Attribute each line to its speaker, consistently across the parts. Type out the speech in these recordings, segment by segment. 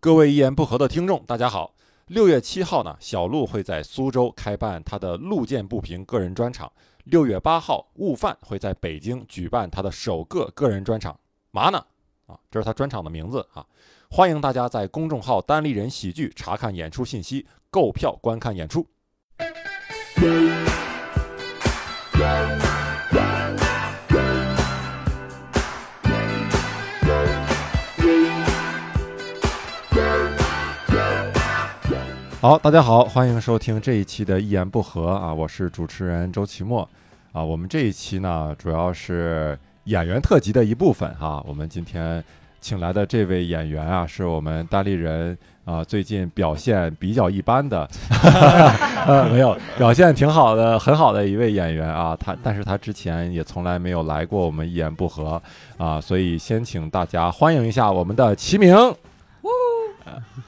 Speaker 1: 各位一言不合的听众，大家好。六月七号呢，小鹿会在苏州开办他的“路见不平”个人专场。六月八号，悟饭会在北京举办他的首个个人专场“嘛呢”啊，这是他专场的名字啊。欢迎大家在公众号“单立人喜剧”查看演出信息，购票观看演出。好，大家好，欢迎收听这一期的《一言不合》啊，我是主持人周奇墨啊。我们这一期呢，主要是演员特辑的一部分哈、我们今天请来的这位演员啊，是我们单立人啊最近表现比较一般的， 呃，没有表现挺好的，很好的一位演员啊。他但是他之前也从来没有来过我们《一言不合》啊，所以先请大家欢迎一下我们的齐明。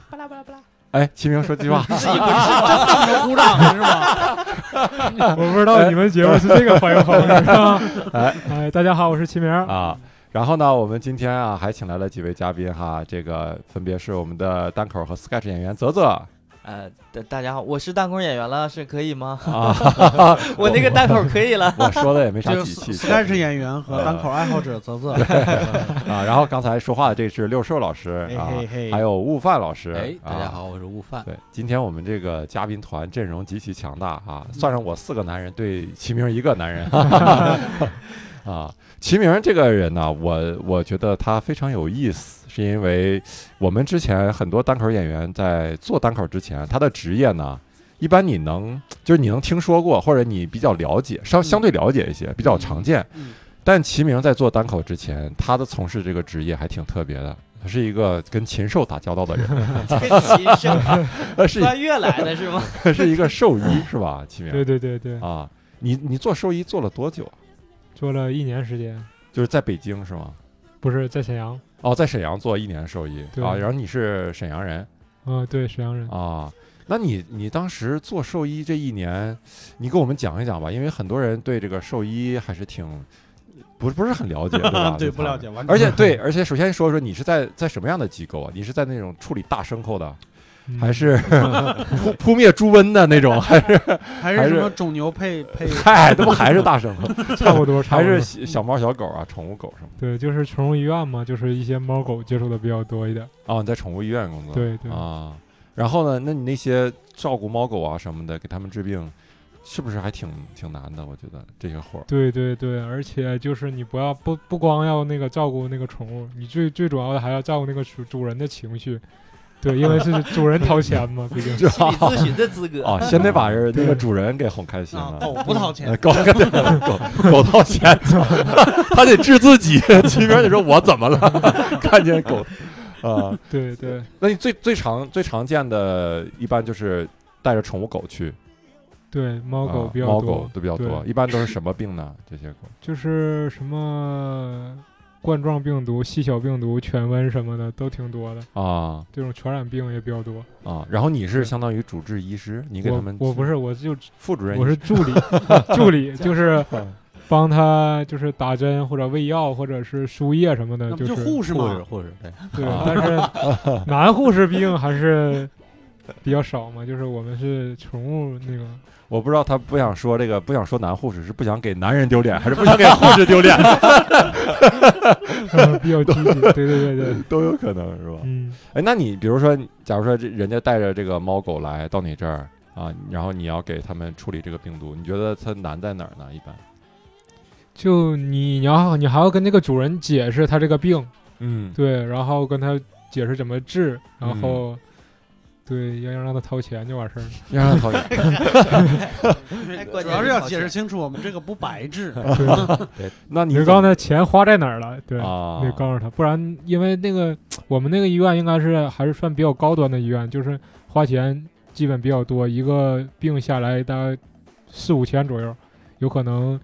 Speaker 2: 巴拉巴拉巴拉，
Speaker 1: 哎，齐明说句话。
Speaker 3: 自己不是真 的鼓掌是吗？
Speaker 4: 我不知道你们节目是这个环环是吧？ 哎大家好，我是齐明。
Speaker 1: 啊。然后呢，我们今天啊还请来了几位嘉宾哈，这个分别是我们的单口和 sketch 演员泽泽
Speaker 3: 呃，大大家好，我是弹弓演员了，是可以吗？
Speaker 1: 啊，
Speaker 3: 我那个单口可以了。
Speaker 1: 我说的也没啥
Speaker 5: 这个
Speaker 1: 底气
Speaker 5: sketch 演员和单口爱好者泽泽，
Speaker 1: 啊。然后刚才说话的这是六兽老师
Speaker 5: 嘿
Speaker 1: 啊
Speaker 5: 嘿，嘿
Speaker 1: 还有悟饭老师，
Speaker 3: 哎，大家
Speaker 1: 啊。
Speaker 3: 好，我是悟饭。
Speaker 1: 对，今天我们这个嘉宾团阵容极其强大啊！算上我四个男人，对齐明一个男 人啊。齐明这个人呢、我我觉得他非常有意思，是因为我们之前很多单口演员在做单口之前，他的职业呢，一般你能就是你能听说过，或者你比较了解，稍相对了解一些，比较常见。
Speaker 5: 嗯？
Speaker 1: 但齐明在做单口之前，他的从事这个职业还挺特别的，他是一个跟禽兽打交道的人，
Speaker 3: 这个琴声
Speaker 1: 呃是一
Speaker 3: 穿越来的是吗？
Speaker 1: 是一个兽医是吧？齐明
Speaker 4: 对对对对，
Speaker 1: 啊，你你做兽医做了多久啊？
Speaker 4: 做了一年时间，
Speaker 1: 就是在北京是吗？
Speaker 4: 不是在沈阳。
Speaker 1: 哦，在沈阳做一年兽医
Speaker 4: 对
Speaker 1: 啊，然后你是沈阳人
Speaker 4: 啊，对，沈阳人。
Speaker 1: 啊，那你你当时做兽医这一年，你给我们讲一讲吧，因为很多人对这个兽医还是挺不是不是很了解，对吧
Speaker 5: 对
Speaker 1: 他
Speaker 5: 不了解，完全
Speaker 1: 而且对，而且首先说说你是在在什么样的机构啊？你是在那种处理大牲口的，
Speaker 4: 嗯
Speaker 1: 还是扑扑灭猪瘟的那种？ 还是
Speaker 5: 还
Speaker 1: 还
Speaker 5: 是
Speaker 1: 是
Speaker 5: 什么种牛配配
Speaker 1: 嗨，这不还是大牲口，
Speaker 4: 差不多，差
Speaker 1: 还
Speaker 4: 不多嗯
Speaker 1: 是小小猫小狗啊，宠物狗什么的？
Speaker 4: 对，就是宠物医院嘛，就是一些猫狗接触的比较多一点。
Speaker 1: 哦，你在宠物医院工作？
Speaker 4: 对对，
Speaker 1: 啊。然后呢，那你那些照顾猫狗啊什么的，给他们治病，是不是还挺挺难的？我觉得这些活儿
Speaker 4: 对对对，而且就是你不要不不光要那个照顾那个宠物，你最最主要的还要照顾那个主主人的情绪。对，因为是主人掏 钱嘛，毕竟。
Speaker 3: 心理咨询的资格
Speaker 1: 啊，先得
Speaker 4: 嗯
Speaker 1: 把人那个主人给哄开心
Speaker 5: 啊
Speaker 1: 了。
Speaker 5: 狗不掏钱
Speaker 1: 呃，狗对狗 狗掏钱， 他得治自己。 齐明就说：“我怎么了？ 看见狗啊？
Speaker 4: 对对，
Speaker 1: 那你最最常最常见的，一般就是带着宠物狗去，
Speaker 4: 对，猫狗
Speaker 1: 啊
Speaker 4: 比较
Speaker 1: 猫
Speaker 4: 多，
Speaker 1: 狗都比较多。
Speaker 4: 对
Speaker 1: 一般都是什么病呢？这些狗
Speaker 4: 就是什么冠状病毒、细小病毒、犬瘟什么的都挺多的，
Speaker 1: 啊
Speaker 4: 这种传染病也比较多。
Speaker 1: 啊。然后你是
Speaker 4: 对
Speaker 1: 相当于主治医师，你给他
Speaker 4: 我
Speaker 1: 们
Speaker 4: 我不是，我就
Speaker 1: 副主任医师，
Speaker 4: 我是助理， 助理就是帮他就是打针或者喂药或者是输液什么的，
Speaker 5: 那不
Speaker 4: 就
Speaker 5: 就是护士
Speaker 3: 护士
Speaker 5: 吗？
Speaker 3: 护士，对
Speaker 4: 对
Speaker 1: 啊，
Speaker 4: 但是男护士毕竟还是比较少嘛，就是我们是宠物那个。
Speaker 1: 我不知道他不想说这个，不想说男护士是不想给男人丢脸，还是不想给护士丢 脸，
Speaker 4: 呃比较积极，对对对 对，
Speaker 1: 都有可能是吧？
Speaker 4: 嗯，
Speaker 1: 哎，那你比如说，假如说这人家带着这个猫狗来到你这儿啊，然后你要给他们处理这个病毒，你觉得它难在哪儿呢？一般，
Speaker 4: 就你你要你还要跟那个主人解释他这个病，
Speaker 1: 嗯，
Speaker 4: 对，然后跟他解释怎么治，然
Speaker 1: 嗯
Speaker 4: 后、对要让他掏钱就完 事儿了。
Speaker 1: 让他讨厌
Speaker 3: 哎
Speaker 5: 主要是要解释清楚，我们这个不白治。
Speaker 4: 对，
Speaker 1: 那你
Speaker 4: 你
Speaker 1: 怎
Speaker 4: 刚
Speaker 1: 么
Speaker 4: 才钱花在哪儿了？对，
Speaker 1: 啊
Speaker 4: 得告诉他，不然因为那个我们那个医院应该是还是算比较高端的医院，就是花钱基本比较多，一个病下来大概四五千左右，有可能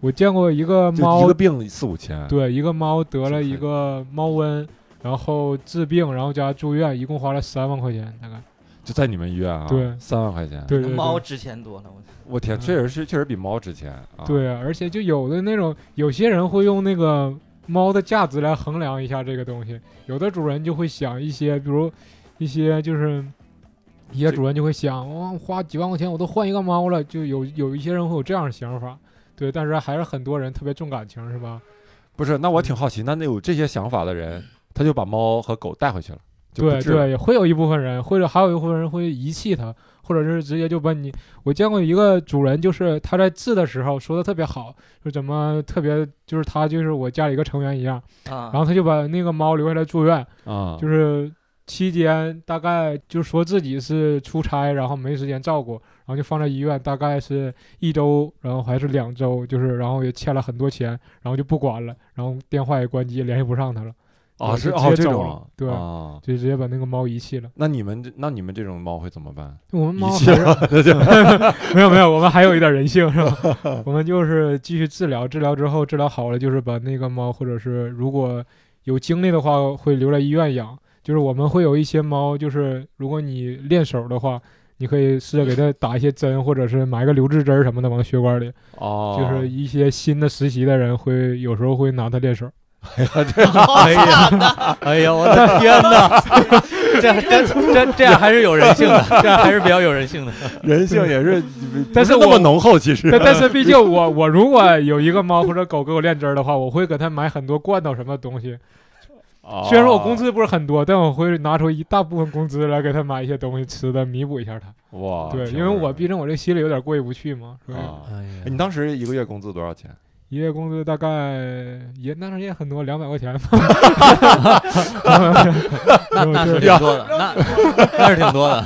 Speaker 4: 我见过一个
Speaker 1: 就一
Speaker 4: 猫
Speaker 1: 个，病四五千，
Speaker 4: 对，一个猫得
Speaker 1: 四五
Speaker 4: 了
Speaker 1: 千
Speaker 4: 一个猫瘟。然后治病，然后加住院，一共花了三万块钱，大概。
Speaker 1: 就在你们医院啊，
Speaker 4: 对
Speaker 1: 三万块钱，
Speaker 4: 对对对，
Speaker 3: 猫值钱多了，我
Speaker 1: 我天，
Speaker 4: 嗯
Speaker 1: 确实是确实比猫值钱啊，
Speaker 4: 对啊，而且就有的那种，有些人会用那个猫的价值来衡量一下这个东西，有的主人就会想一些，比如一些就是一些主人就会想，我、花几万块钱我都换一个猫了，就有有一些人会有这样的想法，对，但是还是很多人特别重感情，是吧？
Speaker 1: 不是，那我挺好奇，那那有这些想法的人，他就把猫和狗带回去了，就不
Speaker 4: 嗯对
Speaker 1: 治了
Speaker 4: 对，也会有一部分人，或者还有一部分人会遗弃它，或者是直接就把你。我见过一个主人，就是他在治的时候说的特别好，说怎么特别，就是他就是我家里一个成员一样，
Speaker 3: 啊
Speaker 4: 然，后他就把那个猫留下来住院，
Speaker 1: 啊，
Speaker 4: 就是期间大概就说自己是出差，然后没时间照顾，然后就放在医院，大概是一周，然后还是两周，就是然后也欠了很多钱，然后就不管了，然后电话也关机，联系不上他了，
Speaker 1: 啊是
Speaker 4: 就
Speaker 1: 哦
Speaker 4: 直接
Speaker 1: 这
Speaker 4: 走
Speaker 1: 种
Speaker 4: 了
Speaker 1: 啊
Speaker 4: 对
Speaker 1: 啊。
Speaker 4: 就直接把那个猫遗弃了。
Speaker 1: 那你们这那你们这种猫会怎么办？
Speaker 4: 我们猫
Speaker 1: 遗
Speaker 4: 还
Speaker 1: 弃
Speaker 4: 是
Speaker 1: 了就
Speaker 4: 没有没有，我们还有一点人性是吧？我们就是继续治疗，治疗之后治疗好了，就是把那个猫，或者是如果有精力的话，会留在医院养。就是我们会有一些猫，就是如果你练手的话，你可以试着给它打一些针，或者是埋个留置针儿什么的往血管里。
Speaker 1: 哦，
Speaker 4: 就是一些新的实习的人会有时候会拿它练手。
Speaker 3: 哎呀，哎呀，我的天哪！这这这这样还是有人性的，这样还是比较有人性的。
Speaker 1: 人性也是，
Speaker 4: 但是
Speaker 1: 不那么
Speaker 4: 我
Speaker 1: 浓厚，其实
Speaker 4: 但但是毕竟我我如果有一个猫或者狗给我练针儿的话，我会给它买很多罐头什么东西，
Speaker 1: 哦
Speaker 4: 虽然说我工资不是很多，但我会拿出一大部分工资来给他买一些东西吃的，弥补一下他。
Speaker 1: 哇，
Speaker 4: 对，
Speaker 1: 哦挺
Speaker 4: 因为
Speaker 1: 有意思
Speaker 4: 我毕竟我这心里有点过意不去嘛，是吧？
Speaker 1: 啊，
Speaker 3: 哎呀
Speaker 1: 哎你当时一个月工资多少钱？
Speaker 4: 一个月工资大概也那时候也很多，两百块钱吧。
Speaker 3: 那 那是挺多的，那那是挺多的。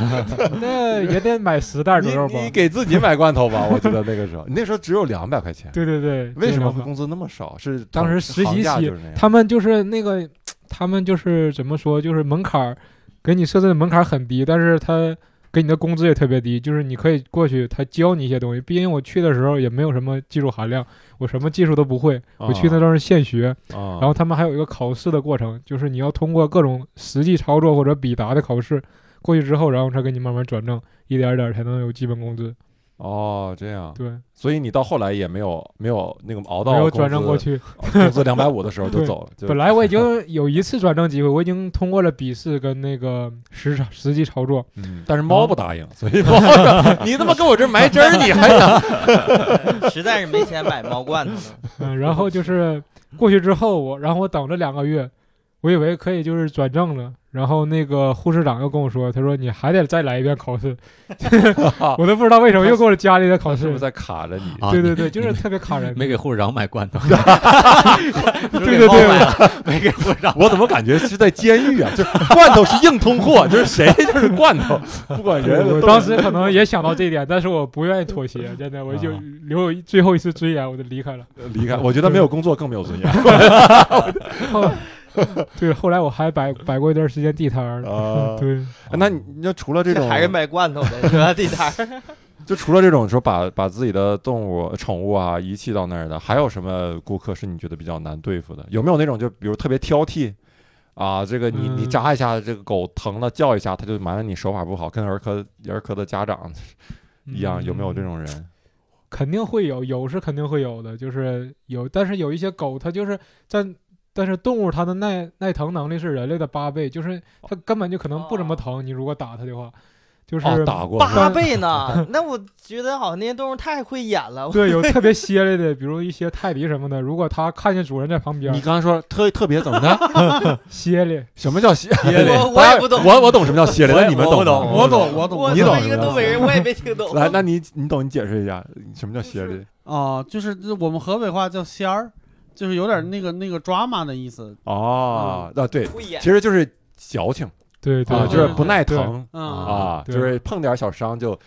Speaker 4: 那也得买十袋
Speaker 1: 你
Speaker 4: 左右吧。
Speaker 1: 你给自己买罐头吧，我觉得那个时候， 你那时候只有两百块钱，
Speaker 4: 对对对，
Speaker 1: 为什么
Speaker 4: 就
Speaker 1: 会
Speaker 4: 两百
Speaker 1: 工资那么少？是
Speaker 4: 当
Speaker 1: 同
Speaker 4: 时实习
Speaker 1: 行价
Speaker 4: 期
Speaker 1: 就是那样
Speaker 4: 他们就是那个，他们就是怎么说，就是门槛儿给你设置的门槛儿很低，但是他给你的工资也特别低，就是你可以过去，他教你一些东西。毕竟我去的时候也没有什么技术含量，我什么技术都不会，我去那
Speaker 1: 啊
Speaker 4: 都是现学。
Speaker 1: 啊，
Speaker 4: 然后他们还有一个考试的过程，就是你要通过各种实际操作或者比答的考试，过去之后，然后他给你慢慢转正，一点儿一点儿才能有基本工资。
Speaker 1: 哦这样，
Speaker 4: 对，
Speaker 1: 所以你到后来也没有没有那个熬到
Speaker 4: 没有
Speaker 1: 工
Speaker 4: 转正
Speaker 1: 资
Speaker 4: 过去。
Speaker 1: 工资两百五的时候就
Speaker 4: 对
Speaker 1: 走了，就
Speaker 4: 本来我已经有一次转正机会，我已经通过了笔试跟那个实操实际 操作，
Speaker 1: 嗯， 但是猫不答应，所以猫说 你他妈给我这埋针儿，你还想
Speaker 3: 实在是没钱买猫罐头了。
Speaker 4: 嗯，然后就是过去之后我，然后我等了两个月，我以为可以就是转正了，然后那个护士长又跟我说，他说你还得再来一遍 考试，我都不知道为什么又给我加了一遍考
Speaker 1: 是不
Speaker 4: 试
Speaker 1: 是。在卡着你？
Speaker 6: 啊，
Speaker 4: 对对
Speaker 6: 你
Speaker 4: 对，就是特别卡人。
Speaker 6: 没给护士长买罐 头，
Speaker 4: 对对对，我
Speaker 6: 没给护士长。
Speaker 1: 我怎么感觉是在监狱啊？ 就是罐头是硬通货，就是 谁就是罐头，不管人。
Speaker 4: 我当时可能也想到这一点，但是我不愿意妥协， 真的，我就
Speaker 1: 啊
Speaker 4: 留有一最后一次尊严，我就离开了。
Speaker 1: 离开，我觉得没有工作更没有尊严
Speaker 4: 后 对，后来我还摆摆过一段时间地摊儿呢。
Speaker 1: 啊。
Speaker 4: 对，
Speaker 1: 那你那除了这种，
Speaker 3: 还是卖罐头的，是吧？地摊 儿
Speaker 1: 就除了这种说把把自己的动物、宠物啊遗弃到那儿的，还有什么顾客是你觉得比较难对付的？有没有那种就比如特别挑剔啊？这个你你
Speaker 4: 嗯
Speaker 1: 扎一下，这个狗疼了叫一下，它就埋怨你手法不好，跟儿科儿科的家长一样，有没有这
Speaker 4: 嗯？
Speaker 1: 种人？
Speaker 4: 肯定会有，有是肯定会有的，就是有，但是有一些狗它就是在，但是动物它的耐耐疼能力是人类的八倍，就是
Speaker 1: 哦
Speaker 4: 它根本就可能不怎么疼，你如果打它的话，就是、
Speaker 1: 哦，打过
Speaker 3: 八倍呢？那我觉得好像那些动物太会演了。
Speaker 4: 对，有特别歇类的，比如一些泰迪什么的，如果它看见主人在旁边
Speaker 1: 你刚才说特特别怎么的？
Speaker 4: 歇类，
Speaker 1: 什么叫歇
Speaker 3: 我
Speaker 1: 嘞？
Speaker 3: 我也不懂
Speaker 1: 我我懂什么叫歇嘞，
Speaker 3: 我也
Speaker 1: 那你们
Speaker 3: 我不
Speaker 1: 吗
Speaker 3: 懂
Speaker 5: 我懂，我懂，
Speaker 3: 我
Speaker 1: 你
Speaker 3: 作
Speaker 1: 懂
Speaker 3: 为一个
Speaker 1: 是吧
Speaker 3: 东北人，我也没听懂。
Speaker 1: 来，那你你懂，你解释一下什么叫歇嘞？
Speaker 5: 啊，就是我们河北话叫仙儿，就是有点那个那个 drama 的意思。
Speaker 1: 哦，啊对，
Speaker 3: 会演
Speaker 1: 其实就是矫情
Speaker 4: 对对，
Speaker 1: 啊，
Speaker 5: 哦
Speaker 4: 对
Speaker 1: 就是不耐疼
Speaker 5: 嗯
Speaker 1: 啊，就
Speaker 4: 对
Speaker 1: 是碰点小伤就。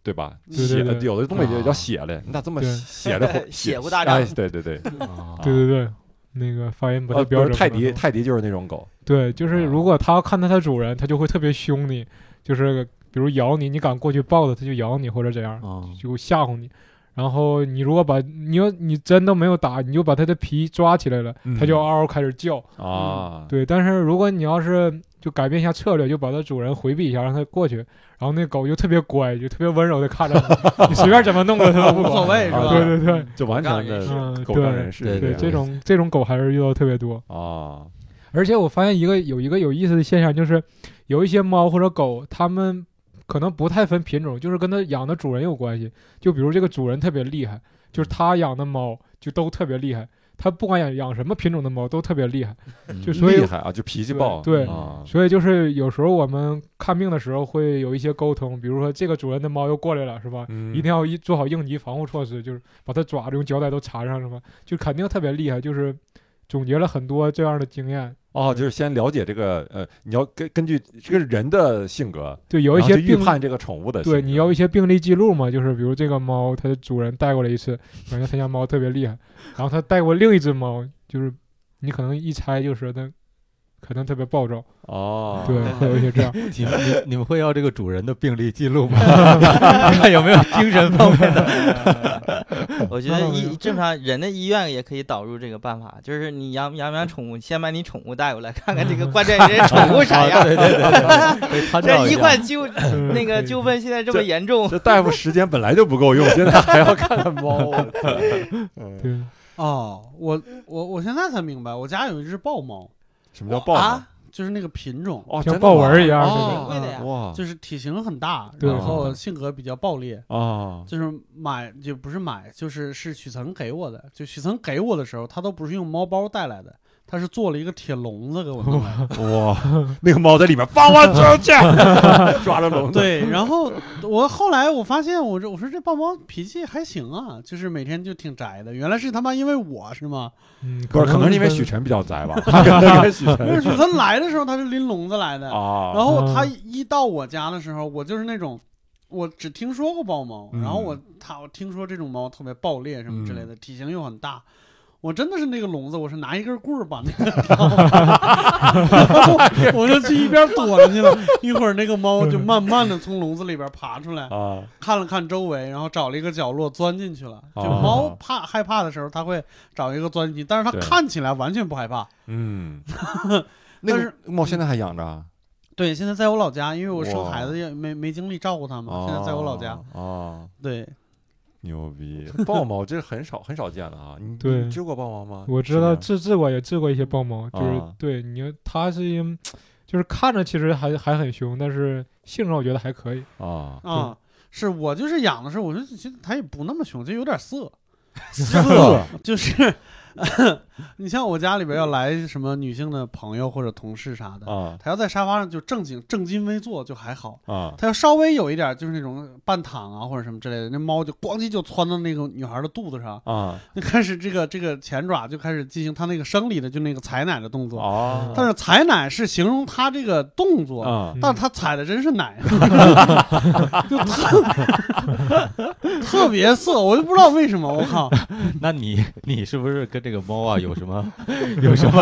Speaker 1: 对吧？
Speaker 5: 对
Speaker 1: 血
Speaker 4: 对对
Speaker 1: 有的东北就
Speaker 6: 啊
Speaker 1: 叫血嘞，你咋这么
Speaker 4: 对
Speaker 1: 血的火
Speaker 3: 血不大仗
Speaker 1: 哎对对对，
Speaker 3: 啊
Speaker 6: 啊
Speaker 4: 对对对，那个发音不太
Speaker 1: 呃，比
Speaker 4: 标
Speaker 1: 如
Speaker 4: 准。
Speaker 1: 泰
Speaker 4: 可
Speaker 1: 迪，
Speaker 4: 能
Speaker 1: 泰迪就是那种狗，
Speaker 4: 对，就是
Speaker 1: 啊
Speaker 4: 如果它看到它主人，它就会特别凶你，就是比如咬你，你敢过去抱它，它就咬你或者怎样，
Speaker 6: 啊，
Speaker 4: 就吓唬你。然后你如果把你要你针都没有打，你就把它的皮抓起来了，它就
Speaker 1: 嗯
Speaker 4: 嗷嗷开始叫。
Speaker 1: 啊，
Speaker 4: 对，但是如果你要是就改变一下策略，就把它主人回避一下，让它过去，然后那狗就特别乖，就特别温柔的看着你，你随便怎么弄它都不
Speaker 5: 无所
Speaker 4: 管。
Speaker 5: 谓 是
Speaker 1: 啊
Speaker 5: 吧？
Speaker 4: 对对对，
Speaker 1: 就完全
Speaker 3: 狗仗人
Speaker 1: 的
Speaker 4: 嗯，
Speaker 1: 狗仗
Speaker 4: 对
Speaker 1: 人势，
Speaker 6: 对
Speaker 4: 对，
Speaker 6: 对
Speaker 4: 这种这种狗还是遇到特别多。
Speaker 1: 啊，
Speaker 4: 而且我发现一个有一个有意思的现象，就是有一些猫或者狗，它们可能不太分品种，就是跟它养的主人有关系。就比如这个主人特别厉害，就是他养的猫就都特别厉害，他不管养养什么品种的猫都特别厉害。
Speaker 1: 嗯
Speaker 6: 嗯
Speaker 4: 就所以
Speaker 1: 厉害啊，就脾气暴，
Speaker 4: 对对
Speaker 1: 啊，
Speaker 4: 所以就是有时候我们看病的时候会有一些沟通，比如说这个主人的猫又过来了，是吧？
Speaker 1: 嗯
Speaker 4: 一定要一做好应急防护措施，就是把它爪子用胶带都缠上，是吧？就肯定特别厉害，就是总结了很多这样的经验。
Speaker 1: 哦，就是先了解这个呃，你要根根据这个人的性格，
Speaker 4: 对，有一些
Speaker 1: 然后去预
Speaker 4: 病
Speaker 1: 判这个宠物的性格，
Speaker 4: 对，你要一些病例记录嘛，就是比如这个猫，它的主人带过来一次，感觉他家猫特别厉害，然后它带过另一只猫，就是你可能一猜就是它可能特别暴躁，
Speaker 1: 哦，
Speaker 4: 对，会有一些这样。
Speaker 6: 你们你你们会要这个主人的病历记录吗？看有没有精神方面的？
Speaker 7: 我觉
Speaker 4: 那
Speaker 7: 得
Speaker 4: 倒没有
Speaker 7: 医正常人的医院也可以导入这个办法，就是你养养不养宠物，先把你宠物带过来，看看这个关键人家宠物啥样。
Speaker 6: 对对对对，对参照
Speaker 7: 这
Speaker 6: 一
Speaker 7: 医
Speaker 6: 下。
Speaker 7: 患纠
Speaker 4: 嗯
Speaker 7: 那个纠纷现在这么严重，
Speaker 1: 这大夫时间本来就不够用，现在还要看看猫，啊嗯
Speaker 4: 对，
Speaker 5: 哦，我我我现在才明白，我家有一只豹猫，
Speaker 1: 什么叫暴呢？
Speaker 7: 啊，
Speaker 5: 就是那个品种，
Speaker 1: 哦，真
Speaker 4: 像
Speaker 1: 的
Speaker 4: 豹纹一样
Speaker 5: 哦
Speaker 4: 似
Speaker 7: 挺贵的呀
Speaker 3: 啊
Speaker 1: 吗，。哇
Speaker 5: 就是体型很大，
Speaker 4: 对
Speaker 5: 然后性格比较暴烈，
Speaker 1: 啊，
Speaker 5: 就是买就不是买，就是是许岑给我的，就许岑给我的时候，他都不是用猫包带来的，他是做了一个铁笼子给我弄来的。
Speaker 1: 哇，那个猫在里面放 我出去， 抓着笼子，
Speaker 5: 对，然后我后来我发现，我这我说这豹猫脾气还行啊，就是每天就挺宅的。原来是他妈因为我是吗？
Speaker 4: 嗯，
Speaker 1: 不是，可能是因为
Speaker 4: 跟
Speaker 1: 许晨比较宅吧， 可能跟许
Speaker 5: 因为
Speaker 1: 晨
Speaker 5: 许岑来的时候他是拎笼子来的，
Speaker 1: 啊，
Speaker 5: 然后他
Speaker 4: 嗯
Speaker 5: 一到我家的时候，我就是那种，我只听说过豹猫，然后我他我听说这种猫特别暴烈什么之类的，体型又很大。我真的是那个笼子，我是拿一根棍儿把那个然后我，我就去一边躲着去了。一会儿那个猫就慢慢的从笼子里边爬出来，
Speaker 1: 啊，
Speaker 5: 看了看周围，然后找了一个角落钻进去了。就
Speaker 1: 哦
Speaker 5: 猫怕害怕的时候，它会找一个钻进去，但是它
Speaker 1: 对
Speaker 5: 看起来完全不害怕。
Speaker 1: 嗯，那
Speaker 5: 但
Speaker 1: 个猫现在还养着啊，
Speaker 5: 对，现在在我老家，因为我生
Speaker 1: 哇哦
Speaker 5: 孩子也没没精力照顾它
Speaker 1: 嗯
Speaker 5: 嘛，现在在我老家。
Speaker 1: 啊，
Speaker 5: 对，
Speaker 1: 牛逼！豹猫这很少很少见的啊，你
Speaker 4: 对
Speaker 1: 你治过豹猫吗？
Speaker 4: 我知道
Speaker 1: 是
Speaker 4: 治治过也治过一些豹猫，就是、
Speaker 1: 啊
Speaker 4: 对你它是因就是看着其实还还很凶，但是性上我觉得还可以。
Speaker 1: 啊，
Speaker 5: 啊，是我就是养的时候，我就觉得它也不那么凶，就有 点色，
Speaker 1: 色
Speaker 5: 就是。 你像我家里边要来什么女性的朋友或者同事啥的，
Speaker 1: 啊
Speaker 5: 她要在沙发上就正经正襟危坐就还好，
Speaker 1: 啊
Speaker 5: 它要稍微有一点就是那种半躺啊或者什么之类的，那猫就咣叽就窜到那个女孩的肚子上，
Speaker 1: 啊
Speaker 5: 就开始这个这个前爪就开始进行它那个生理的就那个采奶的动作，
Speaker 1: 啊！
Speaker 5: 但是采奶是形容它这个动作，
Speaker 1: 啊
Speaker 5: 但
Speaker 4: 嗯
Speaker 5: 他踩的真是奶，啊就特特别色，我就不知道为什么，我靠，
Speaker 6: 那你你是不是跟这个猫啊有什么有什么？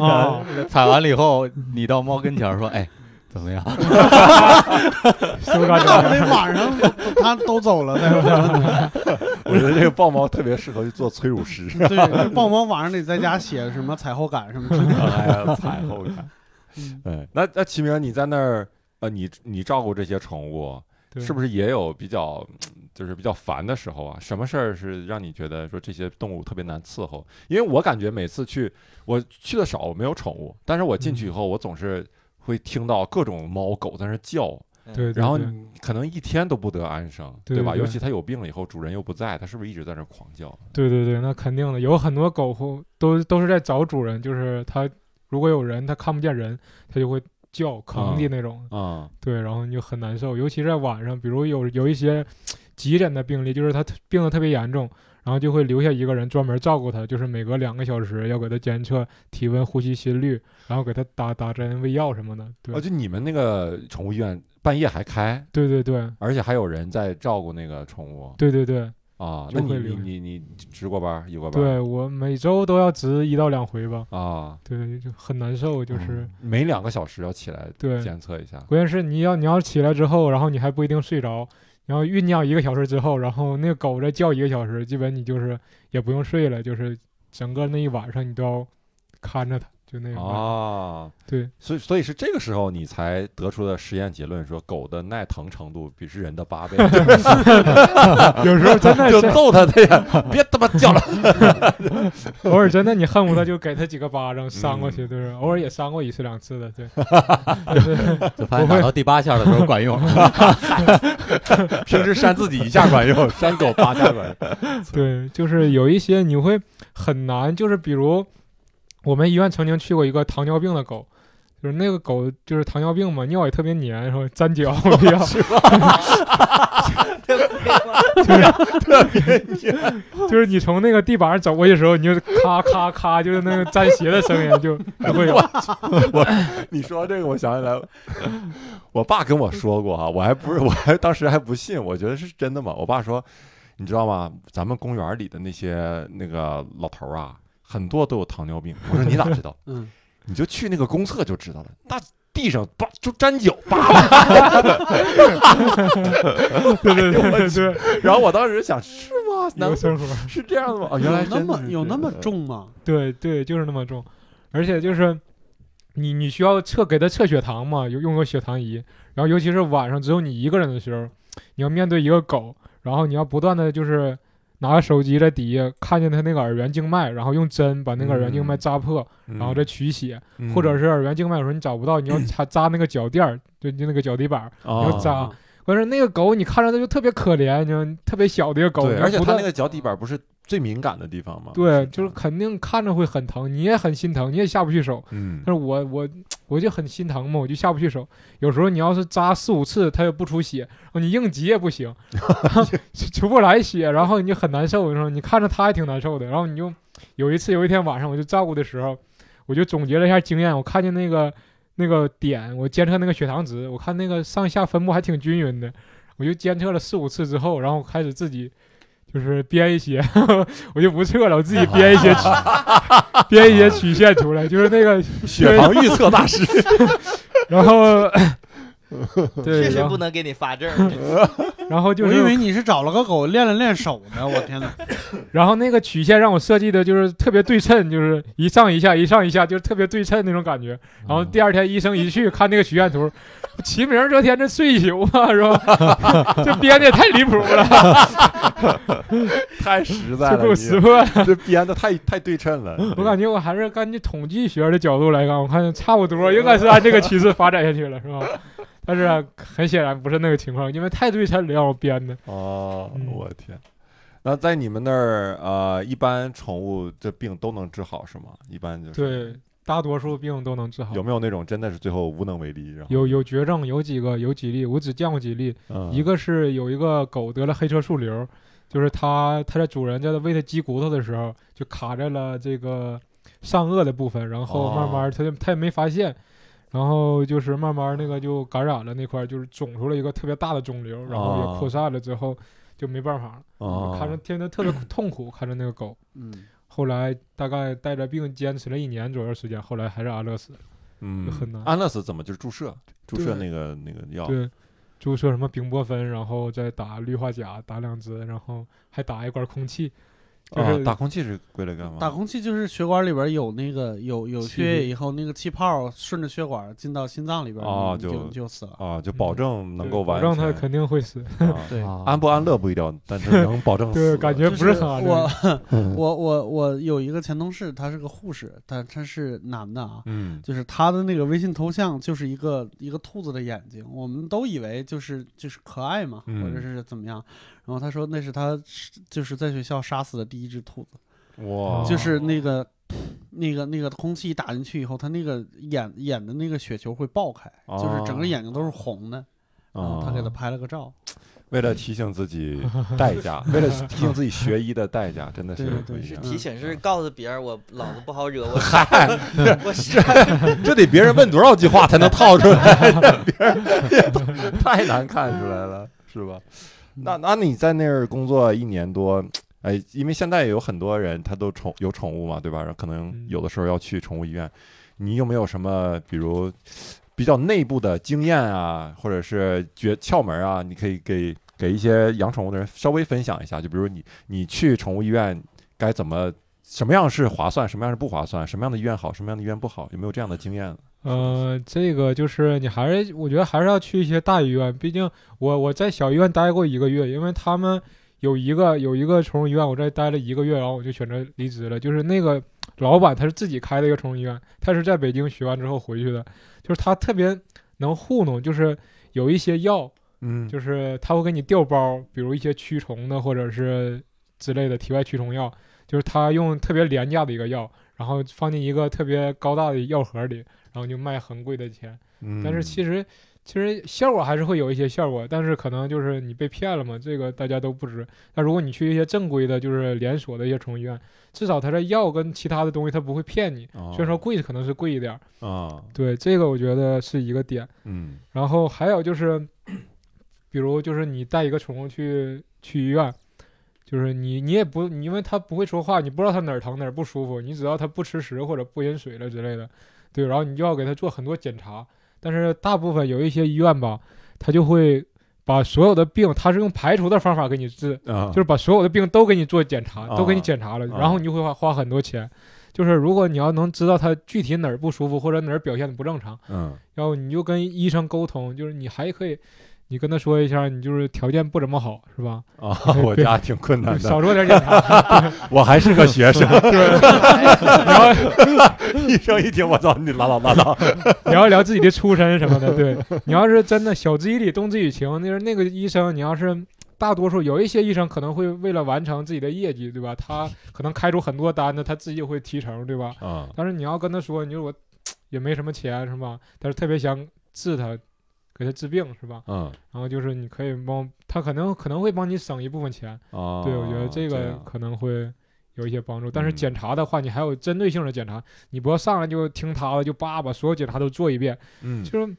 Speaker 1: 哦
Speaker 5: 啊，
Speaker 6: 踩完了以后，你到猫跟前儿说：“哎，怎么样？
Speaker 4: 是不是感
Speaker 5: 那
Speaker 4: 觉
Speaker 5: 我得晚上他都走了，在我家
Speaker 1: 我觉得这个豹猫特别适合去做催乳师，
Speaker 5: 对，豹猫晚上得在家写什么采后感什么之类的。
Speaker 1: 哎呀，踩后看。哎，那那齐明，你在那儿呃，你你照顾这些宠物，
Speaker 4: 对
Speaker 1: 是不是也有比较嗯就是比较烦的时候啊？什么事儿是让你觉得说这些动物特别难伺候？因为我感觉每次去我去的少，我没有宠物，但是我进去以后，我总是会听到各种猫狗在那儿叫，
Speaker 4: 对，对
Speaker 1: 然后
Speaker 4: 对
Speaker 1: 你可能一天都不得安生，
Speaker 4: 对
Speaker 1: 吧？
Speaker 4: 对
Speaker 1: 尤其它有病了以后，主人又不在，它是不是一直在那儿狂叫？
Speaker 4: 对对对，那肯定的，有很多狗后都都是在找主人，就是它如果有人，它看不见人，它就会叫吭的那种，
Speaker 1: 啊、
Speaker 4: 对，然后你就很难受，尤其在晚上，比如有有一些急诊的病例，就是它特病得特别严重，然后就会留下一个人专门照顾它，就是每隔两个小时要给它监测体温、呼吸、心率，然后给它打打针、喂药什么的，对，
Speaker 1: 啊！就你们那个宠物医院半夜还开，
Speaker 4: 对对对
Speaker 1: 而且还有人在照顾那个宠物
Speaker 4: 对对对，
Speaker 1: 啊。
Speaker 4: 就
Speaker 1: 那你
Speaker 4: 会
Speaker 1: 你
Speaker 4: 留
Speaker 1: 你你值过班儿，有过班儿
Speaker 4: 对我每周都要值一到两回吧，
Speaker 1: 啊，
Speaker 4: 对，就很难受，就是。
Speaker 1: 嗯每两个小时要起来
Speaker 4: 对
Speaker 1: 检测一下。
Speaker 4: 关键是你要你要起来之后，然后你还不一定睡着，然后酝酿一个小时之后，然后那个狗再叫一个小时，基本你就是也不用睡了，就是整个那一晚上你都要看着它。就那种。
Speaker 1: 哦，
Speaker 4: 对，
Speaker 1: 所以所以是这个时候你才得出的实验结论，说狗的耐疼程度比是人的八倍，
Speaker 4: 有时候真的
Speaker 1: 就是揍它它呀，别他妈叫了。
Speaker 4: 偶尔真的你恨不得就给它几个巴掌扇过去，对吧？偶尔也扇过一次两次的，对。
Speaker 6: 就发现打到第八下的时候 管用。
Speaker 1: 平时扇自己一下管用，扇狗八下管用。
Speaker 4: 对，就是有一些你会很难，就是比如我们医院曾经去过一个糖尿病的狗，就是那个狗就是糖尿病嘛，尿也特别黏，然后粘脚一样， 就是你从那个地板上走过去的时候，你就咔咔咔，就是那个粘鞋的声音就就会有。
Speaker 1: 你说这个，我想起来，我爸跟我说过哈、我还不是，我还当时还不信，我觉得是真的嘛。我爸说，你知道吗？咱们公园里的那些那个老头儿啊，很多都有糖尿病。我说你咋知道？
Speaker 5: 嗯，
Speaker 1: 你就去那个公厕就知道了。大地上叭就粘脚，叭
Speaker 4: 对对对对，
Speaker 1: 然后我当时想，是吗？难
Speaker 4: 有
Speaker 1: 道
Speaker 4: 生活。
Speaker 1: 是这样的吗？啊，原
Speaker 5: 有
Speaker 1: 来
Speaker 5: 那
Speaker 1: 真的
Speaker 5: 么
Speaker 1: 是
Speaker 5: 有
Speaker 1: 这
Speaker 5: 那
Speaker 1: 样
Speaker 5: 么重吗？
Speaker 4: 对对，就是那么重，而且就是你你需要测给他测血糖嘛，有用个血糖仪，然后尤其是晚上只有你一个人的时候，你要面对一个狗，然后你要不断的就是拿个手机在底下看见它那个耳源静脉，然后用针把那个耳源静脉
Speaker 1: 嗯
Speaker 4: 扎破，
Speaker 1: 嗯
Speaker 4: 然后再取血，
Speaker 1: 嗯
Speaker 4: 或者是耳源静脉有时候你找不到，你 要扎扎那个脚垫儿，就就那个脚底板儿，你要
Speaker 1: 啊
Speaker 4: 扎。关键是那个狗，你看着它就特别可怜，你知道吗特别小的一个狗，
Speaker 1: 对，
Speaker 4: 你要
Speaker 1: 而且
Speaker 4: 不
Speaker 1: 它
Speaker 4: 断
Speaker 1: 那个脚底板不是最敏感的地方吗？
Speaker 4: 对，
Speaker 1: 吧
Speaker 4: 就是肯定看着会很疼，你也很心疼，你也下不去手。
Speaker 1: 嗯
Speaker 4: 但是我我我就很心疼嘛，我就下不去手。有时候你要是扎四五次，它也不出血，哦你应急也不行，就出不来血，然后你就很难受。然后你看着它也挺难受的。然后你就有一次，有一天晚上我就照顾的时候，我就总结了一下经验，我看见那个那个点，我监测那个血糖值，我看那个上下分布还挺均匀的，我就监测了四五次之后，然后我开始自己。就是编一些， 我就不测了，我自己编一些曲，编一些曲线出来，就是那个
Speaker 1: 血糖预测大师，
Speaker 4: 然 后，对，
Speaker 7: 确实
Speaker 4: 然
Speaker 7: 不
Speaker 4: 后
Speaker 7: 能给你发证儿。
Speaker 4: 然后 就
Speaker 5: 我以为
Speaker 4: 是，
Speaker 5: 你是找了个狗练了练手呢，我天哪！
Speaker 4: 然后那个曲线让我设计的就是特别对称，就是一上一下，一上一下，就是特别对称那种感觉。 然后第二天医生一去看那个曲线图，齐明儿这天这睡一宿啊，是吧？ 这编的也太离谱了，
Speaker 1: 太实在
Speaker 4: 这
Speaker 1: 了，
Speaker 4: 够
Speaker 1: 你
Speaker 4: 实惠。
Speaker 1: 这编的太太对称了。
Speaker 4: 我感觉我还是根据统计学的角度来看，我看差不多应该是按这个趋势发展下去了，是吧？但是啊、很显然不是那个情况，因为太对称了，让我编的。
Speaker 1: 哦，
Speaker 4: 嗯
Speaker 1: 我天！那在你们那儿，呃，一般宠物这病都能治好是吗？一般就是
Speaker 4: 对，大多数病都能治好
Speaker 1: 有。没有那种真的是最后无能为力？然后
Speaker 4: 有有绝症，有几个有几例，我只见过几例。
Speaker 1: 嗯
Speaker 4: 一个是有一个狗得了黑车树瘤，就是它它的主人在喂它鸡骨头的时候，就卡在了这个上颚的部分，然后慢
Speaker 1: 哦
Speaker 4: 慢它就它也没发现，然后就是慢慢那个就感染了那块儿，就是肿出了一个特别大的肿瘤，然后
Speaker 1: 哦
Speaker 4: 也扩散了之后就没办法了，
Speaker 1: 哦
Speaker 4: 看着天天特别痛苦，看着那个狗。
Speaker 5: 嗯，
Speaker 4: 后来大概带着病坚持了一年左右时间，后来还是安乐死了。
Speaker 1: 嗯
Speaker 4: 很难
Speaker 1: 安乐死怎么就是注射？注射那个那个药
Speaker 4: 对，注射什么丙泊酚，然后再打氯化钾，打两支，然后还打一管空气，就
Speaker 1: 啊
Speaker 4: 是、
Speaker 1: 打空气是归来干嘛？
Speaker 5: 打空气就是血管里边有那个有有
Speaker 4: 气
Speaker 5: 血液以后，那个气泡顺着血管进到心脏里边，
Speaker 1: 哦
Speaker 5: 你
Speaker 1: 就
Speaker 5: 就就死了。
Speaker 1: 啊，就保证能够完
Speaker 4: 让
Speaker 1: 全，
Speaker 4: 他肯定会死。
Speaker 1: 啊
Speaker 5: 对，
Speaker 1: 安不安乐不一定，但是能保证
Speaker 4: 对
Speaker 1: 死，
Speaker 4: 感觉
Speaker 5: 就
Speaker 4: 不是很安乐
Speaker 5: 我 我我我有一个前同事，他是个护士，但他是男的啊，
Speaker 1: 嗯
Speaker 5: 就是他的那个微信头像就是一个一个兔子的眼睛，我们都以为就是就是可爱嘛，
Speaker 1: 嗯
Speaker 5: 或者是怎么样。然后他说那是他就是在学校杀死的第一只兔子，
Speaker 1: 哇，
Speaker 5: 就是那个。那个那个空气打进去以后，他那个眼眼的那个血球会爆开，就是整
Speaker 1: 哦
Speaker 5: 个眼睛都是红的。然后
Speaker 1: 啊，
Speaker 5: 他给他拍了个照，
Speaker 1: 为了提醒自 己代价，为了提醒自己学医的代价，真的是
Speaker 5: 对对
Speaker 1: 不一
Speaker 5: 是
Speaker 1: 样
Speaker 5: 嗯
Speaker 7: 提醒是告诉别人我老子不好惹， 我杀人我杀
Speaker 1: 这 得别人问多少句话才能套出来， 别人 太难看出来了，是吧？那那你在那儿工作一年多，哎，因为现在有很多人他都宠有宠物嘛，对吧？然后可能
Speaker 4: 嗯
Speaker 1: 有的时候要去宠物医院，你有没有什么比如比较内部的经验啊，或者是诀窍门啊，你可以给给一些养宠物的人稍微分享一下？就比如你你去宠物医院该怎么什么样是划算，什么样是不划算，什么样的医院好，什么样的医院不好，有没有这样的经验？
Speaker 4: 呃，这个就是你还是我觉得还是要去一些大医院，毕竟我我在小医院待过一个月，因为他们有一个有一个宠物医院，我在待了一个月，然后我就选择离职了。就是那个老板他是自己开的一个宠物医院，他是在北京学完之后回去的，就是他特别能糊弄，就是有一些药，
Speaker 1: 嗯，
Speaker 4: 就是他会给你调包，比如一些驱虫的或者是之类的体外驱虫药，就是他用特别廉价的一个药，然后放进一个特别高大的药盒里，然后就卖很贵的钱。
Speaker 1: 嗯
Speaker 4: 但是其实其实效果还是会有一些效果，但是可能就是你被骗了嘛，这个大家都不知。但如果你去一些正规的，就是连锁的一些宠物医院，至少它的药跟其他的东西它不会骗你，
Speaker 1: 哦
Speaker 4: 虽然说贵可能是贵一点儿。
Speaker 1: 啊，
Speaker 4: 对，这个我觉得是一个点。
Speaker 1: 嗯
Speaker 4: 然后还有就是，比如就是你带一个宠物去去医院，就是你你也不你因为它不会说话，你不知道它哪儿疼哪儿不舒服，你只要它不吃食或者不饮水了之类的，对，然后你就要给它做很多检查。但是大部分有一些医院吧，它就会把所有的病，它是用排除的方法给你治，
Speaker 1: 啊，
Speaker 4: 就是把所有的病都给你做检查，都给你
Speaker 1: 啊
Speaker 4: 检查了，
Speaker 1: 啊
Speaker 4: 然后你就会花花很多钱。就是如果你要能知道它具体哪儿不舒服或者哪儿表现的不正常。
Speaker 1: 嗯
Speaker 4: 然后你就跟医生沟通，就是你还可以，你跟他说一下，你就是条件不怎么好，是吧？
Speaker 1: 啊，我家挺困难的，
Speaker 4: 少做点检查，
Speaker 1: 我还是个学生。然后医生 一听，我操，你拉倒拉倒。
Speaker 4: 聊一聊自己的出身什么的。对你要是真的晓之以理，动之以情，那是那个医生，你要是。大多数有一些医生可能会为了完成自己的业绩，对吧？他可能开出很多单子，他自己会提成，对吧？
Speaker 1: 啊，
Speaker 4: 但是你要跟他说，你说我也没什么钱，是吧？但是特别想治他，给他治病，是吧？
Speaker 1: 嗯
Speaker 4: 然后就是你可以帮他，可能可能会帮你省一部分钱，
Speaker 1: 啊，
Speaker 4: 对，我觉得这个
Speaker 1: 样
Speaker 4: 可能会有一些帮助。但是
Speaker 1: 嗯
Speaker 4: 检查的话，你还有针对性的检查，你不要上来就听他的，就叭把所有检查都做一遍。
Speaker 1: 嗯
Speaker 4: 就是，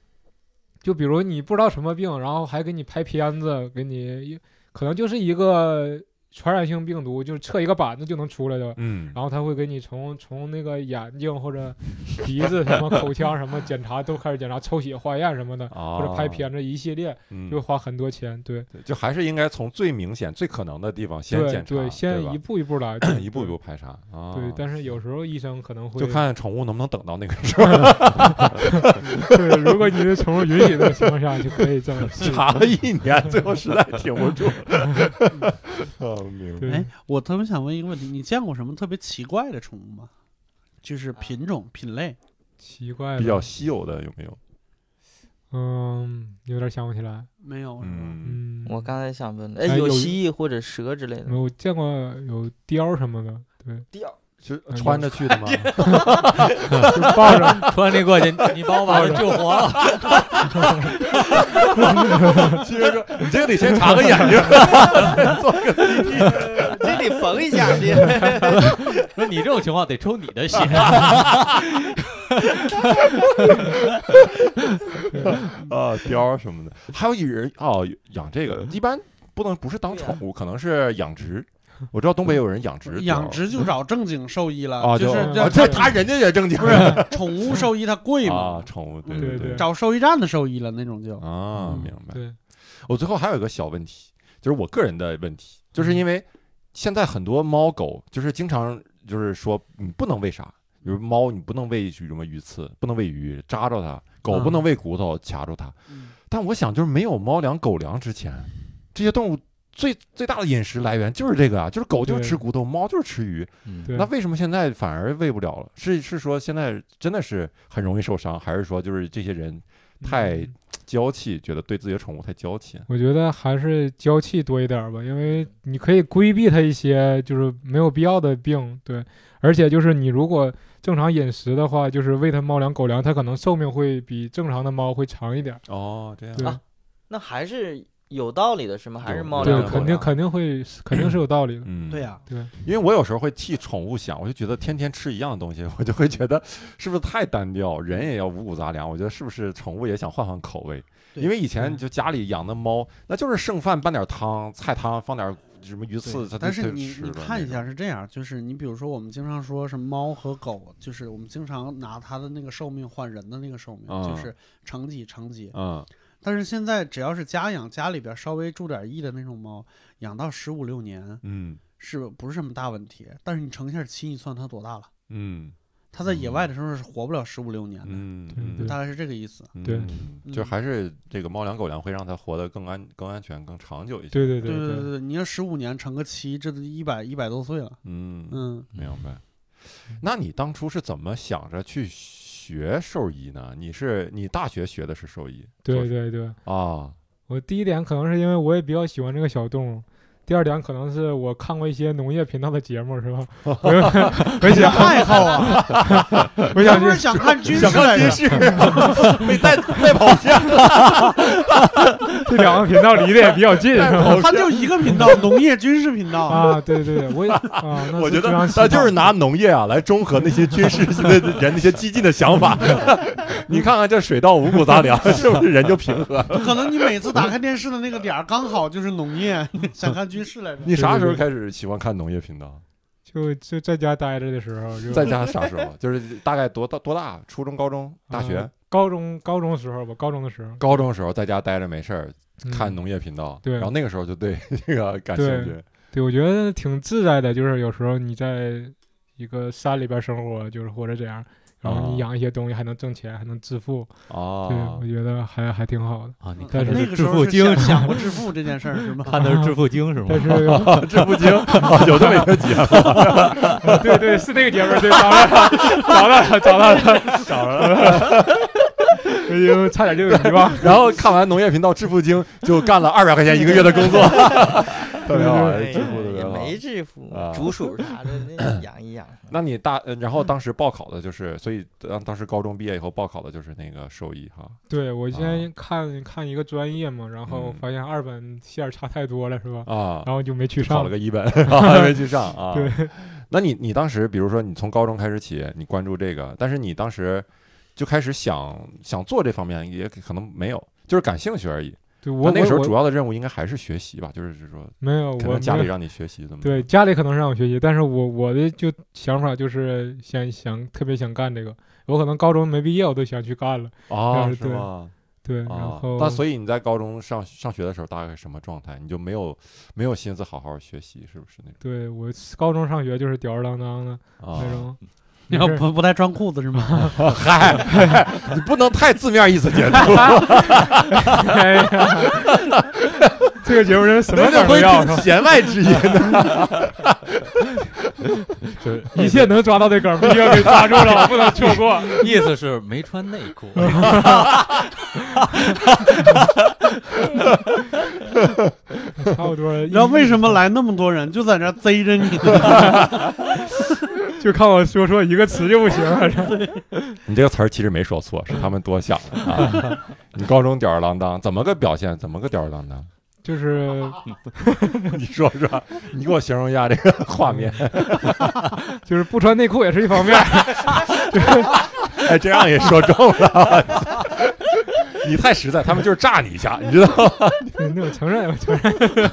Speaker 4: 就比如你不知道什么病，然后还给你拍片子，给你可能就是一个传染性病毒，就是测一个板子就能出来的。
Speaker 1: 嗯
Speaker 4: 然后他会给你从从那个眼睛或者鼻子什么口腔什么检查都开始检查，抽血化验什么的，
Speaker 1: 啊
Speaker 4: 或者拍，片子一系列，
Speaker 1: 嗯
Speaker 4: 就会花很多钱。对
Speaker 1: 对就还是应该从最明显、最可能的地方先
Speaker 4: 对
Speaker 1: 检查，
Speaker 4: 对，先
Speaker 1: 吧，
Speaker 4: 一步一步来
Speaker 1: 一步一步排查啊。
Speaker 4: 对，但是有时候医生可能会
Speaker 1: 就看宠物能不能等到那个 时候
Speaker 4: 对，如果你的宠物允许的情况下，就可以这么试。
Speaker 7: 哎
Speaker 1: 查了一年，最后实在挺不 住。哦，明白。
Speaker 4: 对
Speaker 5: 哎，我特别想问一个问题，你见过什么特别奇怪的宠物吗？
Speaker 1: 啊
Speaker 5: 就是品种、品类。
Speaker 4: 奇怪了，
Speaker 1: 比较稀有的有没有？
Speaker 4: 嗯，有点想不起来。
Speaker 5: 没有，是吧
Speaker 1: 嗯
Speaker 4: 嗯，
Speaker 7: 我刚才想问的，
Speaker 4: 哎
Speaker 7: 哎，有
Speaker 4: 有一
Speaker 7: 蜥蜴或者蛇之类的
Speaker 4: 没有见过有貂什么的， 对，
Speaker 1: 是
Speaker 4: 嗯
Speaker 1: 穿着去的吗？
Speaker 4: 就抱 着
Speaker 3: 穿这 过去，你把我
Speaker 6: 哦
Speaker 3: 把人救活了，
Speaker 1: 其实说你这个得先查个眼睛，
Speaker 7: 这得缝一 下去。
Speaker 3: 说你这种情况得抽你的血，
Speaker 1: 啊，貂什么的，还有人哦，养这
Speaker 5: 嗯
Speaker 1: 个一般不能不是当宠物，可能是养殖。我知道东北有人养殖貂，
Speaker 5: 嗯养殖就找正经兽医了，
Speaker 1: 啊，
Speaker 5: 就是
Speaker 4: 就
Speaker 5: 这
Speaker 1: 啊这 他人家也正经
Speaker 5: 不是宠物兽医，它贵
Speaker 1: 啊
Speaker 5: 嘛，，
Speaker 1: 宠物对
Speaker 4: 嗯对
Speaker 1: 对
Speaker 4: 对
Speaker 5: 找兽医站的兽医了那种就。
Speaker 1: 啊，
Speaker 5: 嗯
Speaker 1: 明白。
Speaker 4: 对，
Speaker 1: 我最后还有一个小问题，就是我个人的问题，就是
Speaker 5: 嗯
Speaker 1: 因为现在很多猫狗就是经常就是说你不能喂啥，比如猫你不能喂什么鱼刺，不能喂鱼，扎着它；狗不能喂骨头，卡住它。
Speaker 5: 嗯
Speaker 1: 但我想，就是没有猫粮、狗粮之前，这些动物最最大的饮食来源就是这个啊，就是狗就是吃
Speaker 4: 对
Speaker 1: 骨头，猫就是吃鱼。
Speaker 6: 嗯
Speaker 4: 对嗯
Speaker 1: 那为什么现在反而喂不了了？是是说现在真的是很容易受伤，还是说就是这些人太
Speaker 4: 嗯
Speaker 1: 娇气，觉得对自己的宠物太娇气？
Speaker 4: 我觉得还是娇气多一点儿吧，因为你可以规避它一些就是没有必要的病，对。而且就是你如果正常饮食的话，就是喂它猫粮、狗粮，它可能寿命会比正常的猫会长一点儿。
Speaker 1: 哦，这样
Speaker 4: 对，
Speaker 7: 啊那还是有道理的，是吗？还是
Speaker 1: 有
Speaker 7: 猫
Speaker 1: 道理
Speaker 7: 粮
Speaker 4: 对，
Speaker 7: 狗粮？
Speaker 4: 肯定肯定会肯定是有道理的。
Speaker 1: 嗯，
Speaker 5: 对啊呀、
Speaker 4: 对，
Speaker 1: 因为我有时候会替宠物想，我就觉得天天吃一样的东西，我就会觉得是不是太单调，人也要五谷杂粮。我觉得是不是宠物也想换换口味？
Speaker 5: 对嗯
Speaker 1: 因为以前就家里养的猫，那就是剩饭拌点汤，菜汤放点什么鱼刺，它就
Speaker 5: 但是
Speaker 1: 就
Speaker 5: 你
Speaker 1: 吃
Speaker 5: 你
Speaker 1: 了
Speaker 5: 看
Speaker 1: 那
Speaker 5: 一下是这样，就是你比如说我们经常说是猫和狗，就是我们经常拿它的那个寿命换人的那个寿命，
Speaker 1: 啊
Speaker 5: 就是乘几乘几。
Speaker 1: 种，
Speaker 5: 但是现在只要是家养，家里边稍微注点意的那种猫，养到十五六年，
Speaker 1: 嗯
Speaker 5: 是不是什么大问题？但是你乘一下七，你算它多大了？
Speaker 1: 嗯
Speaker 5: 它在野外的时候是活不了十五六年的，
Speaker 1: 嗯
Speaker 4: 对对
Speaker 5: 大概是这个意思。
Speaker 1: 嗯
Speaker 4: 对
Speaker 1: 嗯就还是这个猫粮狗粮会让它活得更安、更安全、更长久一些。
Speaker 4: 对对
Speaker 5: 对
Speaker 4: 对
Speaker 5: 对对，你要十五年乘个七，这都一百一百多岁了。
Speaker 1: 嗯，
Speaker 5: 嗯，
Speaker 1: 明白。那你当初是怎么想着去学兽医呢？你是你大学学的是兽医？
Speaker 4: 对
Speaker 1: 是
Speaker 4: 对对，
Speaker 1: 啊，
Speaker 4: 我第一点可能是因为我也比较喜欢这个小动物。第二点可能是我看过一些农业频道的节目，是吧？我 我想
Speaker 5: 爱好啊，
Speaker 4: 我
Speaker 5: 要
Speaker 4: 想
Speaker 5: 不是
Speaker 4: 去，
Speaker 5: 想看 军事来着？
Speaker 1: 是 被带带跑偏了。
Speaker 4: 这两个频道离得也比较近，是 吧？
Speaker 5: 哦他就一个频 道，农业军事频道。
Speaker 4: 啊，对对对，我也啊，那
Speaker 1: 我觉得
Speaker 4: 是非
Speaker 1: 他
Speaker 4: 常喜
Speaker 1: 就
Speaker 4: 欢
Speaker 1: 是拿农业啊来中和那些军 事的人那些激进的想法。 你看看这水稻五谷杂粮，是不是人就平和？
Speaker 5: 可能你每次打开电视的那个点儿，刚好就是农业， 想看军事来着。
Speaker 1: 你啥时候开始喜欢看农业频道？
Speaker 4: 就就在家待着的时候，就啊
Speaker 1: 在家啥时候？就是大概多大多大？初中、高中、大学、
Speaker 4: 啊高中高中时候吧，高中的时候
Speaker 1: 高中时候在家待着没事儿看
Speaker 4: 嗯
Speaker 1: 农业频道，
Speaker 4: 对
Speaker 1: 然后那个时候就 对这个感兴趣，
Speaker 4: 对，我觉得挺自在的，就是有时候你在一个山里边生活，就是或者这样，然后
Speaker 1: 啊
Speaker 4: 你养一些东西还能挣钱，还能致富，对，
Speaker 1: 哦
Speaker 4: 我，觉得还还挺好的。
Speaker 6: 啊，你
Speaker 4: 但
Speaker 6: 看
Speaker 4: 是
Speaker 6: 的
Speaker 5: 那
Speaker 6: 是
Speaker 5: 个
Speaker 6: 致
Speaker 5: 时
Speaker 6: 富
Speaker 5: 候
Speaker 6: 经
Speaker 5: 是，想 想过致富这件事儿是吗？
Speaker 6: 看的是致富经是吗
Speaker 4: 但？是
Speaker 1: 这不精，啊有这么一个节目，
Speaker 4: 对对，是那个节目，对，找到 了，找到了，找到了，找到 了。哎呦，差点就遗忘。
Speaker 1: 然后看完农业频道《致富经》，就干了二百块钱一个月的工作，特别好，
Speaker 7: 哎
Speaker 1: 致富特别
Speaker 7: 也
Speaker 1: 好。
Speaker 7: 没致富
Speaker 1: 啊，
Speaker 7: 竹鼠啥的 那养一养。
Speaker 1: 那你大，呃然后当时报考的就是，所以当当时高中毕业以后报考的就是那个兽医哈，
Speaker 4: 对我
Speaker 1: 啊
Speaker 4: 先看看一个专业嘛，然后
Speaker 1: 嗯
Speaker 4: 发现二本线儿差太多了，是吧？
Speaker 1: 啊，
Speaker 4: 然后就没去
Speaker 1: 考
Speaker 4: 上
Speaker 1: 了。个 一本，啊没去上啊。
Speaker 4: 对，
Speaker 1: 那你你当时，比如说你从高中开始起，你关注这个，但是你当时就开始想想做这方面，也可能没有，就是感兴趣而已。
Speaker 4: 对
Speaker 1: 那
Speaker 4: 我
Speaker 1: 那个时候
Speaker 4: 我
Speaker 1: 主
Speaker 4: 我
Speaker 1: 要的任务应该还是学习吧，就是说，
Speaker 4: 没有，
Speaker 1: 可
Speaker 4: 我
Speaker 1: 能家
Speaker 4: 没
Speaker 1: 里
Speaker 4: 有
Speaker 1: 让你学习怎么
Speaker 4: 对家里可能让我学习，但是我我的就想法就是想想特别想干这个，我可能高中没毕业我都想去干了。
Speaker 1: 啊
Speaker 4: 对
Speaker 1: 是吗？
Speaker 4: 对，
Speaker 1: 啊
Speaker 4: 然后，
Speaker 1: 那所以你在高中上上学的时候大概什么状态？你就没有没有心思好好学习，是不是那种？
Speaker 4: 对我高中上学就是吊儿郎当的
Speaker 1: 啊
Speaker 4: 那，种。
Speaker 5: 你要不不带穿裤子是 吗？
Speaker 1: 嗨，嗨你不能太字面意思解读，
Speaker 4: 哎 呀，这个节目真是什么
Speaker 1: 人家
Speaker 4: 梗都
Speaker 1: 会
Speaker 4: 要，是吧
Speaker 1: 弦外之音。
Speaker 4: 一切能抓到的梗儿必须要给抓住了，不能错过。
Speaker 6: 意思是没穿内裤，
Speaker 4: 差不多。
Speaker 5: 你知道为什么来那么多人，就在这儿贼着 你？
Speaker 4: 就看我说错一个词就不行了？
Speaker 1: 你这个词儿其实没说错，是他们多想了啊。你高中吊儿郎当，怎么个表现？怎么个吊儿郎当？
Speaker 4: 就是
Speaker 1: 你说说，你给我形容一下这个 画面。
Speaker 4: 就是不穿内裤也是一 方面，
Speaker 1: 哎，这样也说中了。 你太实在，他们就是炸你一下，你知 道吗？
Speaker 4: 那我承认，我承认。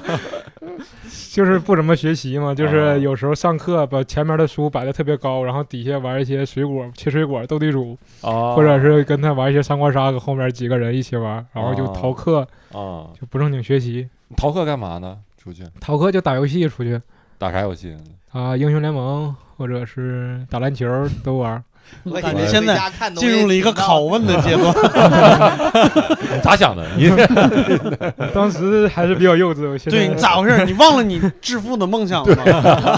Speaker 4: 就是不怎么学习嘛，就
Speaker 1: 啊
Speaker 4: 是有时候上课把前面的书摆的特别高，然后底下玩一些水果、切水果、斗地主，
Speaker 1: 啊
Speaker 4: 或者是跟他玩一些三国杀，跟后面几个人一起玩，然后就逃课，
Speaker 1: 啊，
Speaker 4: 就不正经学习，
Speaker 1: 逃课干嘛呢？出去
Speaker 4: 逃课就打游戏出去，
Speaker 1: 打啥游 戏？
Speaker 4: 啊，英雄联盟或者是打篮球儿都玩儿。
Speaker 7: 我
Speaker 5: 感
Speaker 1: 觉
Speaker 7: 以为
Speaker 5: 现在
Speaker 7: 回家看农业
Speaker 5: 进入了一个
Speaker 7: 频道
Speaker 5: 拷问的阶段。
Speaker 1: 你咋想的？你
Speaker 4: 当时还是比较幼稚，我现在
Speaker 5: 对， 你咋回事？你忘了你致富的梦想了吗？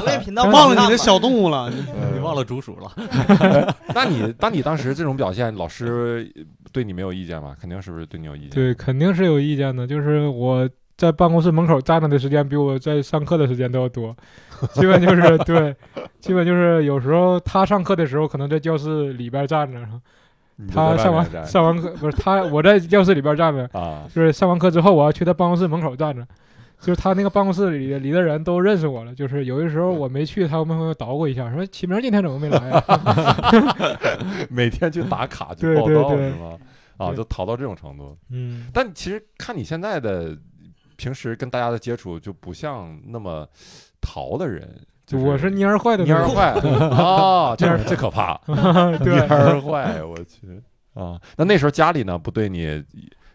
Speaker 7: 农业频道
Speaker 5: 忘了你的小动物了？你
Speaker 6: 你忘了竹鼠 了？
Speaker 1: 那你当你当时这种表现，老师对你没有意见吧？肯定是不是对你有意见？
Speaker 4: 对，肯定是有意见的。就是我在办公室门口站着的时间比我在上课的时间都要 多，基本就是对，基本就是有时候他上课的时候可能在教室里边站着，
Speaker 1: 对
Speaker 4: 他上完上完课不是他我在教室里边站着，
Speaker 1: 啊
Speaker 4: 就是上完课之后我要去他办公室门口站着。就是他那个办公室里里的人都认识我了，就是有的时候我没去，他们会捣鼓一下，说启明今天怎么没来、啊？
Speaker 1: 每天去打卡去
Speaker 4: 对
Speaker 1: 报
Speaker 4: 对
Speaker 1: 道
Speaker 4: 对
Speaker 1: 是吗？啊，
Speaker 4: 对
Speaker 1: 就逃到这种程度。
Speaker 4: 嗯，
Speaker 1: 但其实看你现在的平时跟大家的接触，就不像那么逃的人。就
Speaker 4: 我是
Speaker 1: 是
Speaker 4: 蔫儿坏的
Speaker 1: 蔫
Speaker 4: 那
Speaker 1: 儿
Speaker 4: 种，
Speaker 1: 坏啊，这样最可怕，
Speaker 4: 对
Speaker 1: 蔫儿坏，我去啊。那那时候家里呢，不对你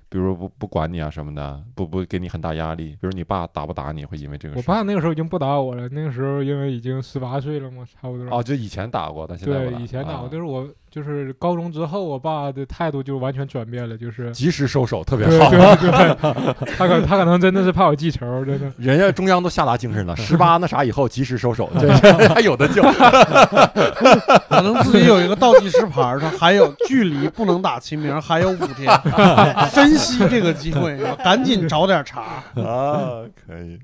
Speaker 1: 比如不不管你啊什么的，不不给你很大压力，比如你爸打不打你会因为这个
Speaker 4: 我
Speaker 1: 事儿
Speaker 4: 爸那个时候已经不打我了，那个时候因为已经十八岁了嘛，差不多。
Speaker 1: 哦，就以前打过，但现在不
Speaker 4: 对，以前打
Speaker 1: 啊
Speaker 4: 过，但是我就是高中之后，我爸的态度就完全转变了，就是
Speaker 1: 及时收手特别
Speaker 4: 对对
Speaker 1: 好，
Speaker 4: 对，他可他可能真的是怕我记仇，真的。
Speaker 1: 人家中央都下达精神了，十八那啥以后及时收 手，这这还有的救。
Speaker 5: 可能自己有一个倒计时牌儿，它还有距离不能打齐名，还有五天， 珍惜这个机会，赶紧找点茬。
Speaker 1: 啊，可以。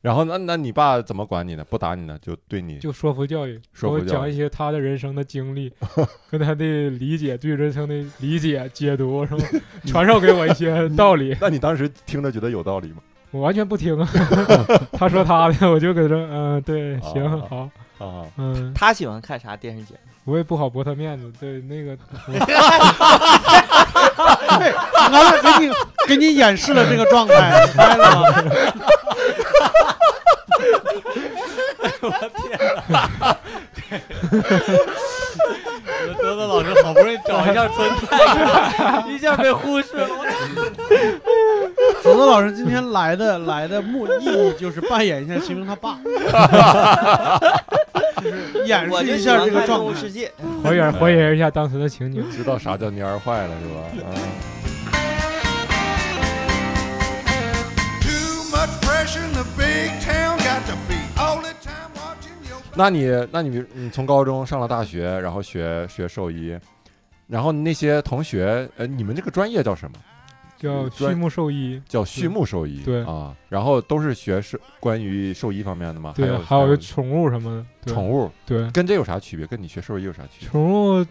Speaker 1: 然后那那你爸怎么管你呢？不打你呢，就对你
Speaker 4: 就说服教育，给
Speaker 1: 说
Speaker 4: 我
Speaker 1: 服教
Speaker 4: 讲
Speaker 1: 育
Speaker 4: 一些他的人生的经历，跟他的理解对人生的理解解 读，然后传授给我一些道理。
Speaker 1: 那你当时听着觉得有道理吗？
Speaker 4: 我完全不 听啊，他说他的，我就搁这，嗯，对，行，
Speaker 1: 啊
Speaker 4: 好，
Speaker 1: 啊，
Speaker 4: 嗯，
Speaker 7: 他喜欢看啥电视节目？
Speaker 4: 我也不好驳他面子，对，那个我
Speaker 5: 哎
Speaker 1: 哎
Speaker 5: 俺俩给你给你演示了这个状态，明白了吗？
Speaker 3: 德德老师好不容易找一下存在，一下被忽视了。
Speaker 5: 子子老师今天来的来的目意义就是扮演一下秦明他爸，就是演
Speaker 7: 我
Speaker 5: 示
Speaker 7: 就
Speaker 5: 一
Speaker 7: 喜
Speaker 5: 下
Speaker 7: 欢
Speaker 5: 这个
Speaker 7: 看动
Speaker 5: 状
Speaker 7: 物
Speaker 5: 态
Speaker 7: 世。界。
Speaker 4: 还
Speaker 1: 哎
Speaker 4: 原还原一下当时的情景。
Speaker 1: 知道啥叫蔫儿坏了是吧？啊。
Speaker 8: Too much pressure in the big town, got to be all the time watching your.
Speaker 1: 那你，那你，你从高中上了大学，然后学学兽医，然后那些同学，呃，你们这个专业叫什么？
Speaker 4: 叫畜
Speaker 1: 专
Speaker 4: 牧兽医，
Speaker 1: 叫畜牧兽医。
Speaker 4: 对
Speaker 1: 啊，然后都是学是关于兽医方面的吗？
Speaker 4: 对，
Speaker 1: 有
Speaker 4: 还有宠物什么的，对
Speaker 1: 宠物，
Speaker 4: 对，
Speaker 1: 跟这有啥区别？跟你学兽医有啥区别？
Speaker 4: 宠物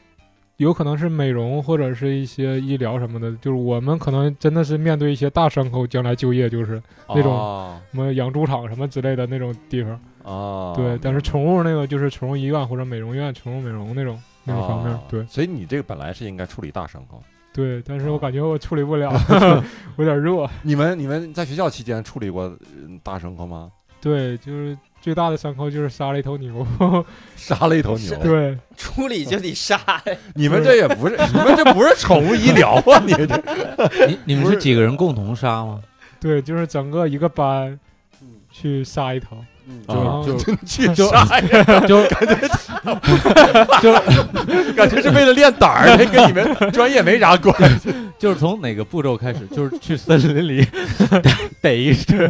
Speaker 4: 有可能是美容或者是一些医疗什么的，就是我们可能真的是面对一些大伤口，将来就业就是 那种
Speaker 1: 啊
Speaker 4: 什么养猪场什么之类的那种地方。
Speaker 1: 啊，
Speaker 4: 对，但是宠物那个就是宠物医院或者美容院、宠物美容那种那种方面。
Speaker 1: 啊
Speaker 4: 对
Speaker 1: 所以你这个本来是应该处理大伤口。
Speaker 4: 对，但是
Speaker 1: 啊
Speaker 4: 我感觉我处理不了，有点弱。
Speaker 1: 你们你们在学校期间处理过呃大伤口吗？
Speaker 4: 对，就是最大的伤口就是杀了一头牛。
Speaker 1: 杀了一头牛
Speaker 7: 是。
Speaker 4: 对，
Speaker 7: 处理就得杀呀，
Speaker 1: 你们这也不 是，你们这不是宠物医疗啊！你们这
Speaker 6: 你你们是几个人共同杀吗？
Speaker 4: 对，就是整个一个班
Speaker 5: 嗯
Speaker 4: 去杀一头，
Speaker 5: 嗯
Speaker 4: 然
Speaker 1: 啊
Speaker 4: 后
Speaker 6: 就
Speaker 1: 去杀呀！
Speaker 6: 就
Speaker 1: 感觉是为了练胆儿，这跟你们专业没啥关系。
Speaker 6: 就是从哪个步骤开始？就是去森林 里逮一只，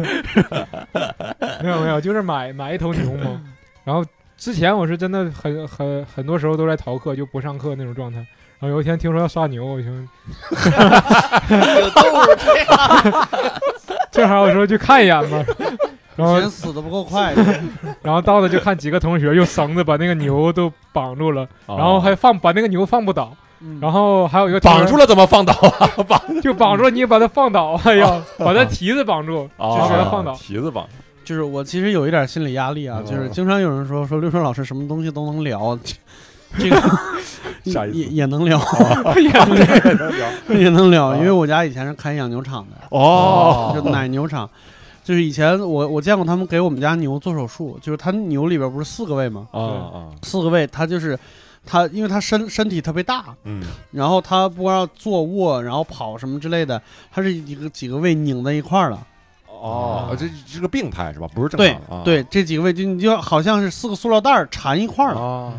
Speaker 4: 没有没有，就是买买一头牛嘛。然后之前我是真的很很很多时候都在逃课，就不上课那种状态。然后有一天听说要杀牛，我 就
Speaker 7: 有动物这样。
Speaker 4: 正好我说去看一眼 吧。然后
Speaker 5: 嫌死的不够快，
Speaker 4: 然后到了就看几个同学用绳子把那个牛都绑住了， 然后还放把那个牛放不倒。
Speaker 5: 嗯
Speaker 4: 然后还有一个
Speaker 1: 绑住
Speaker 4: 了，
Speaker 1: 了怎么放倒啊？
Speaker 4: 就绑住了，你也把它放倒，哎呀，把它蹄子绑住， 就是把它放倒。
Speaker 1: 哦蹄子绑
Speaker 5: 就是我其实有一点心理压力啊，
Speaker 1: 嗯
Speaker 5: 就是经常有人说说六顺老师什么东西都能聊，这个
Speaker 1: 啥意思哦
Speaker 5: 也 也能聊，
Speaker 1: 倒。
Speaker 5: 也能聊，
Speaker 1: 啊
Speaker 5: 因为我家以前是开养牛场的，
Speaker 1: 哦，
Speaker 5: 就奶牛场，就是以前我我见过他们给我们家牛做手术，就是它牛里边不是四个胃吗？
Speaker 1: 啊啊，
Speaker 5: 四个胃它就是它，因为它身身体特别大，
Speaker 1: 嗯
Speaker 5: 然后它不光要坐卧，然后跑什么之类的，它是一个几个胃拧在一块儿了。
Speaker 1: 哦，这是个病态是吧？不是正
Speaker 5: 对
Speaker 1: 常的啊。
Speaker 5: 对，这几个胃就你就好像是四个塑料袋儿缠一块儿了。
Speaker 1: 啊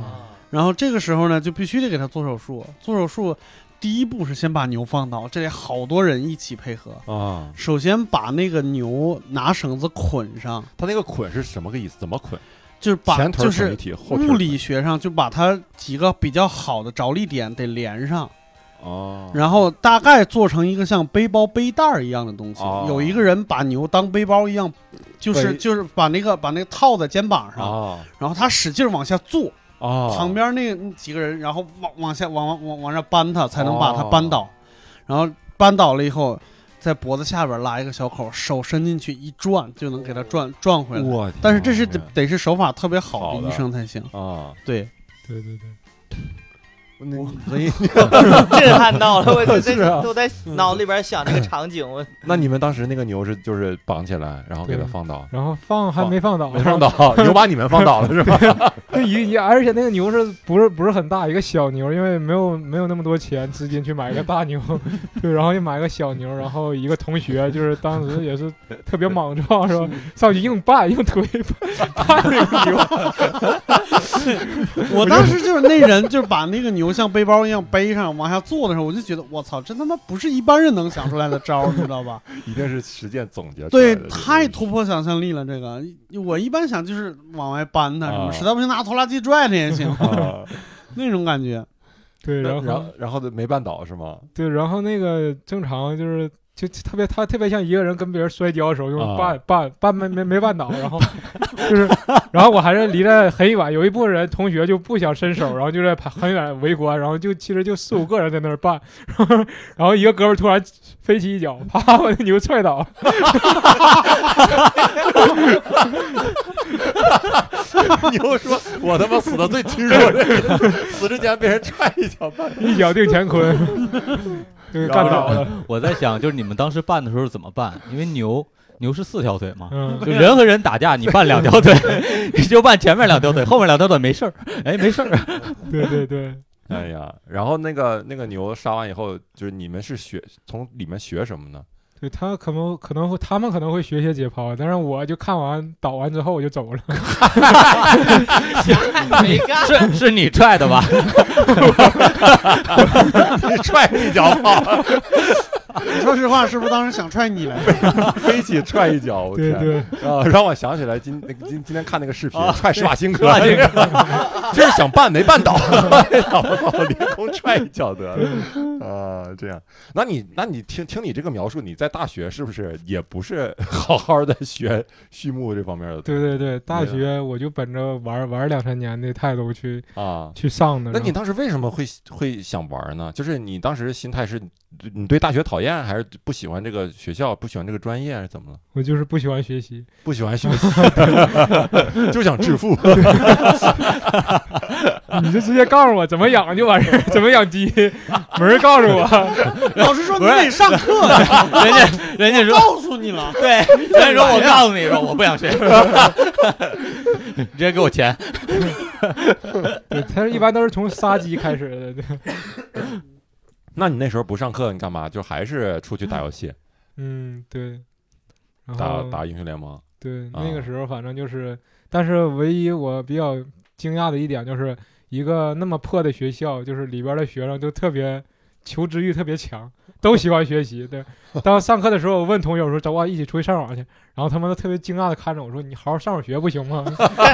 Speaker 5: 然后这个时候呢，就必须得给它做手术。做手术第一步是先把牛放倒，这里好多人一起配合。
Speaker 1: 啊，
Speaker 5: 首先把那个牛拿绳子捆上，
Speaker 1: 他那个捆是什么个意思？怎么捆？
Speaker 5: 就是把
Speaker 1: 前腿
Speaker 5: 就
Speaker 1: 儿捆一
Speaker 5: 是
Speaker 1: 体，后腿儿
Speaker 5: 物理学上就把它几个比较好的着力点得连上。
Speaker 1: 捆哦，
Speaker 5: 然后大概做成一个像背包背带儿一样的东西。
Speaker 1: 哦
Speaker 5: 有一个人把牛当背包一样，就是
Speaker 1: 背
Speaker 5: 就是把那个把那个套在肩膀上，
Speaker 1: 啊
Speaker 5: 然后他使劲往下坐，
Speaker 1: 啊，
Speaker 5: 旁边那几个人，然后往往下往往往往上搬他，才能把他
Speaker 1: 哦
Speaker 5: 扳倒。然后扳倒了以后，在脖子下边拉一个小口，手伸进去一转就能给他转转回来。
Speaker 1: 我天，
Speaker 5: 但是这是得得是手法特别好
Speaker 1: 好
Speaker 5: 的
Speaker 1: 的
Speaker 5: 医生才行。
Speaker 1: 啊，
Speaker 5: 对，
Speaker 4: 对对对，
Speaker 1: 那所以
Speaker 7: 震撼到了，我
Speaker 1: 是啊
Speaker 7: 这都在脑子里边想这个场景，我
Speaker 1: 那你们当时那个牛是就是绑起来，然后给它
Speaker 4: 对
Speaker 1: 放倒，
Speaker 4: 然后放还没放 倒，
Speaker 1: 没放倒，牛把你们放倒了是吧？
Speaker 4: 就一一，而且那个牛是不是不是很大，一个小牛，因为没有没有那么多钱资金去买一个大牛，对，然后就买个小牛，然后一个同学就是当时也是特别莽撞，是吧？上去硬掰硬推，掰那个牛，
Speaker 5: 我当时就是那人，就是把那个牛像背包一样背上往下坐的时候，我就觉得我操，这他妈不是一般人能想出来的招儿，你知道 吧？
Speaker 1: 一定是实践总结出来
Speaker 5: 对
Speaker 1: 的这，个
Speaker 5: 太突破想象力了。这个我一般想就是往外搬它，什
Speaker 1: 啊
Speaker 5: 么实在不行拿拖拉机拽着也 行，
Speaker 1: 啊，
Speaker 5: 那种感觉。
Speaker 4: 对，
Speaker 1: 然
Speaker 4: 然
Speaker 1: 后
Speaker 4: 后
Speaker 1: 然后没绊倒是吗？
Speaker 4: 对，然后那个正常就是就就特别他特别像一个人跟别人摔跤的时候，就是
Speaker 1: 啊
Speaker 4: 绊绊绊没没没绊倒，然后就是，然后我还是离得很远，有一部分人同学就不想伸手，然后就在旁很远围观，然后就其实就四五个人在那儿绊，然后然后一个哥们儿突然飞起一脚，啪把那牛踹倒了，
Speaker 1: 你又说我他妈死的最屈辱的，死之前被人 踹一脚绊倒。
Speaker 4: 一脚定乾坤，就是干倒了，
Speaker 6: 我在想，就是你们当时办的时候怎么办？因为牛牛是四条腿嘛，
Speaker 4: 嗯。
Speaker 6: 就人和人打架，你绊两条 腿，你就绊前面两条腿，后面两条腿没事儿，哎，没事儿。
Speaker 4: 对对对，
Speaker 1: 哎呀，然后那个那个牛杀完以后，就是你们是学从里面学什么 呢？
Speaker 4: 对他可能可能会他们可能会学些解剖，但是我就看完倒完之后我就走了。
Speaker 7: 没干，
Speaker 6: 是是你踹的吧？
Speaker 1: 踹一脚 跑，
Speaker 5: 你说实话，是不是当时想踹你来着？
Speaker 1: 飞起踹一脚，我
Speaker 4: 对
Speaker 1: 天
Speaker 4: 对，啊
Speaker 1: 啊！让我想起来今那个今今天看那个视频，踹施瓦辛 格， 就是想绊没绊倒， 凌空踹一脚得了啊！这样，那你那你听听你这个描述，你在大学是不是也不是好好的学畜牧这方面的
Speaker 4: 对对对，大
Speaker 1: 对啊
Speaker 4: 学我就本着玩玩两三年的态度去
Speaker 1: 啊？
Speaker 4: 去上的。
Speaker 1: 那你
Speaker 4: 然后
Speaker 1: 当时为什么会会想玩呢？就是你当时心态是你你对大学讨厌，还是不喜欢这个学校，不喜欢这个专业，还是怎么了？
Speaker 4: 我就是不喜欢 学习，
Speaker 1: 不喜欢学习， 就想致富。
Speaker 4: 你就直接告诉我怎么养就完事儿，怎么养 鸡，没人告诉我。
Speaker 5: 老师说你得上课，
Speaker 6: 人家人家说
Speaker 5: 告诉你了。
Speaker 6: 对，人家说我告诉你说我不 想学，直接给我钱。
Speaker 4: 对他一般都是从杀鸡开始的。对，
Speaker 1: 那你那时候不上课，你干嘛？就还是出去打游戏，
Speaker 4: 嗯，对。然
Speaker 1: 打
Speaker 4: 后
Speaker 1: 打英雄联盟
Speaker 4: 对，
Speaker 1: 啊
Speaker 4: 那个时候反正就是，但是唯一我比较惊讶的一点就是，一个那么破的学校，就是里边的学生都特别求知欲特别强，都喜欢学习。 对，当上课的时候，我问同学我说：“走啊，一起出去上网去。”然后他们都特别惊讶的看着我说：“你好好上会儿学 不行吗？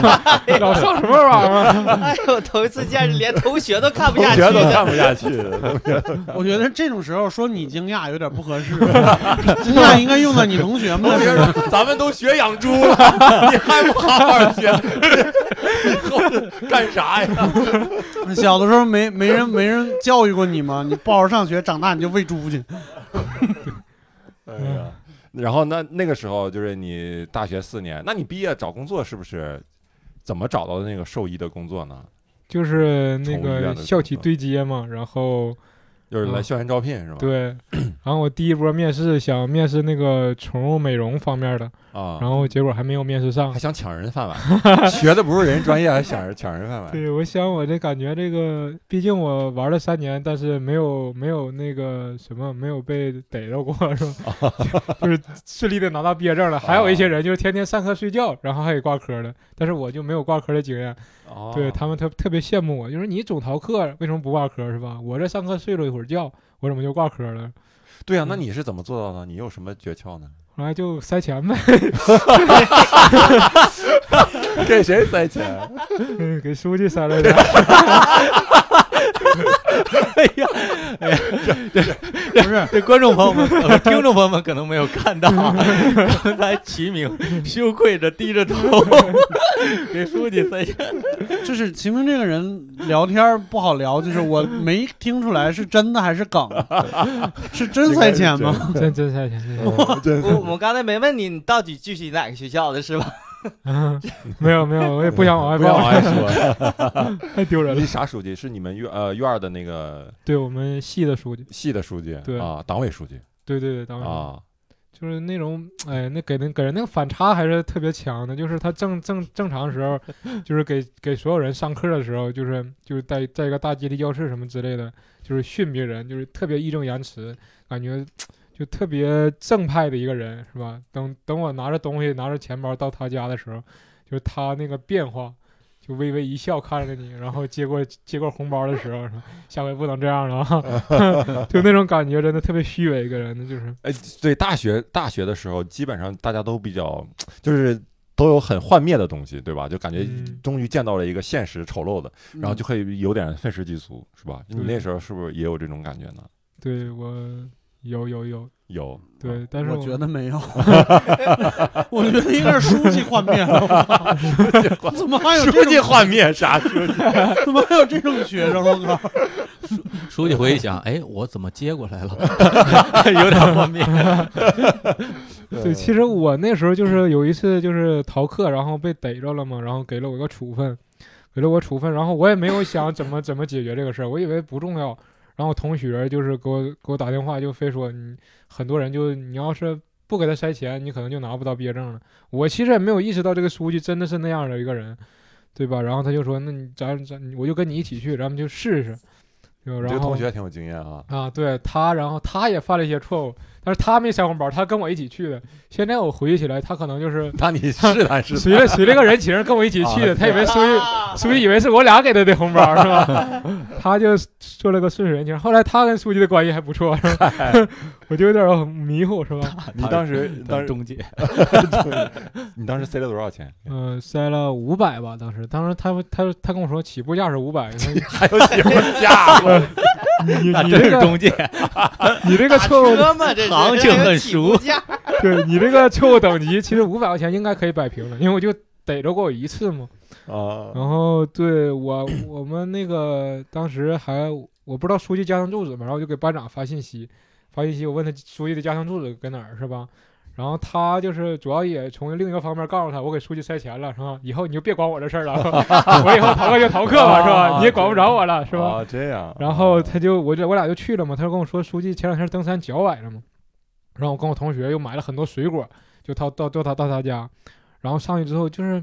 Speaker 4: 老上什么网啊
Speaker 7: 哎呦，头一次见着连同学都看不
Speaker 1: 同
Speaker 7: 下去
Speaker 1: 学都
Speaker 7: 的，
Speaker 1: 看不下 去了。
Speaker 5: 我觉得这种时候说你惊讶有点不合 适，惊讶应该用在你同学们
Speaker 1: 同
Speaker 5: 的
Speaker 1: 学
Speaker 5: 身上。
Speaker 1: 说：“咱们都学养猪 了，你还不好好学，以后干啥呀
Speaker 5: 小的时候没没人没人教育过你吗？你不好好上学，长大你就喂猪去。？”
Speaker 1: 哎
Speaker 4: 嗯
Speaker 1: 呀，然后那那个时候就是你大学四年，那你毕业找工作是不是？怎么找到的那个兽医的工作呢？？”
Speaker 4: 就是
Speaker 1: 宠
Speaker 4: 那
Speaker 1: 物医院
Speaker 4: 个
Speaker 1: 的嗯啊
Speaker 4: 校
Speaker 1: 工
Speaker 4: 体
Speaker 1: 作
Speaker 4: 对接嘛，然后
Speaker 1: 就是来校园招聘是吧？
Speaker 4: 嗯
Speaker 1: 啊
Speaker 4: 对， 然后我第一波面试想面试那个宠物美容方面的，然
Speaker 1: 啊，
Speaker 4: 后结果还没有面试上
Speaker 1: 还。想抢人饭碗， 学的不是人专业，还想着抢人饭碗。
Speaker 4: 对，我想我这感觉这个，毕竟我玩了三年，但是没有没有那个什么，没有被逮着过，是吧？ 就是顺利的拿到毕业证了。还有
Speaker 1: 啊
Speaker 4: 一些人就是天天上课睡觉，然后还给挂科了，但是我就没有挂科的经验。
Speaker 1: 哦
Speaker 4: 对他们特特别羡慕我，就是你总逃课，为什么不挂科是吧？我这上课睡了一会儿觉，我怎么就挂科了？
Speaker 1: 对啊，那
Speaker 4: 嗯
Speaker 1: 你是怎么做到的？你有什么诀窍呢？
Speaker 4: 后来就塞钱 呗，
Speaker 1: 给谁塞钱？啊
Speaker 4: 嗯给书记塞了点儿。
Speaker 6: 不是，这观众朋友们、 呃听众朋友们可能没有看到啊，刚才齐明羞愧着 低着头给书记塞钱。
Speaker 5: 就是秦明这个人聊天不好聊，就是我没听出来是真的还是 梗，是真塞钱吗？
Speaker 4: 真真塞钱，真塞钱
Speaker 7: 我我刚才没问你，你到底具体哪个学校的是吧？
Speaker 4: 嗯没有没有，我也不想往外
Speaker 1: 不要啊往
Speaker 4: 报，
Speaker 1: 外说。
Speaker 4: 太丢人
Speaker 1: 你
Speaker 4: 了。
Speaker 1: 是啥书记？是你们院呃院儿的那个
Speaker 4: 对我们系的书记，
Speaker 1: 系的书记，
Speaker 4: 对嗯
Speaker 1: 啊，党委书记
Speaker 4: 对对对，当然。
Speaker 1: 啊。
Speaker 4: 就是那种，哎，那给人给人那个反差还是特别强的。就是他正正正常时候，就是给给所有人上课的时候，就是就是在在一个大阶梯教室什么之类的，就是训别人，就是特别义正言辞，感觉就特别正派的一个人，是吧？等等我拿着东西拿着钱包到他家的时候，就是他那个变化。就微微一笑看着你，然后接过接过红包的时候，说下回不能这样了啊！ 就那种感觉，真的特别虚伪，一个人的就是
Speaker 1: 哎，对，大学大学的时候，基本上大家都比较，就是都有很幻灭的东西，对吧？就感觉
Speaker 4: 嗯
Speaker 1: 终于见到了一个现实丑陋的，然后就可以有点愤世嫉俗，是吧？你
Speaker 4: 对
Speaker 1: 那时候是不是也有这种感觉呢？
Speaker 4: 对我有有有
Speaker 1: 有，
Speaker 4: 对，但是
Speaker 1: 哎
Speaker 5: 我觉得没 有，我觉得应该是书记幻灭了吧。怎么还有这
Speaker 1: 书记
Speaker 5: 种？
Speaker 1: 幻灭啥？书 记
Speaker 5: 怎么还有这种学生？我靠！
Speaker 6: 书记回去想，哎，我怎么接过 来了？有点方便。
Speaker 4: 对，其实我那时候就是有一次就是逃课，然后被逮着了嘛，然后给了我个处分，给了我处分，然后我也没有想怎么怎么解决这个事儿，我以为不重要。然后我同学就是给我给我打电话，就非说你很多人就你要是不给他塞钱，你可能就拿不到毕业证了。我其实也没有意识到这个书记真的是那样的一个人，对吧？然后他就说，那你咱咱我就跟你一起去，咱们就试试。对吧
Speaker 1: 你
Speaker 4: 然
Speaker 1: 这
Speaker 4: 后
Speaker 1: 个同学挺有经验啊。
Speaker 4: 啊，对他，然后他也犯了一些错误，但是他没塞红包，他跟我一起去的。现在我回忆起来，他可能就是啊
Speaker 1: 那你 试探试探，
Speaker 4: 随着随着个人情哎跟我一起去的，他以为苏 玉
Speaker 7: 啊
Speaker 4: 苏玉以为是我俩给他的红包是吧？ 他就做了个顺水人情。后来他跟书记的关系还不错，是吧？ 我就有点迷糊是吧？
Speaker 1: 你当时当时
Speaker 6: 中介，
Speaker 1: 你当时塞了多少 钱？
Speaker 4: 嗯、塞了五百吧，当时当时他他他跟我说起步价是五百，
Speaker 1: 还有媳妇家 伙，
Speaker 4: 你
Speaker 6: 那
Speaker 4: 啊你
Speaker 6: 真
Speaker 4: 这
Speaker 6: 是
Speaker 4: 个
Speaker 6: 中介，
Speaker 4: 你这个错误
Speaker 7: 车嘛，这是
Speaker 6: 行情很
Speaker 7: 起步
Speaker 6: 熟
Speaker 7: 价
Speaker 4: 对你这个错误等级，其实五百块钱应该可以摆平了，因为我就逮着过我一次嘛。
Speaker 1: 啊，
Speaker 4: 然后对我我们那个当时还我不知道书记家庭住址嘛，然后我就给班长发信息，发信息我问他书记的家庭住址搁哪儿是吧？然后他就是主要也从另一个方面告诉他，我给书记塞钱了是吧？以后你就别管我这事儿了， 我以后逃课就逃课吧是吧？你也管不着我了是吧？
Speaker 1: 啊，这样。
Speaker 4: 然后他就我这我俩就去了嘛，他就跟我说书记前两天登山脚崴了嘛，然后我跟我同学又买了很多水果，就他到到他到他家，然后上去之后就是，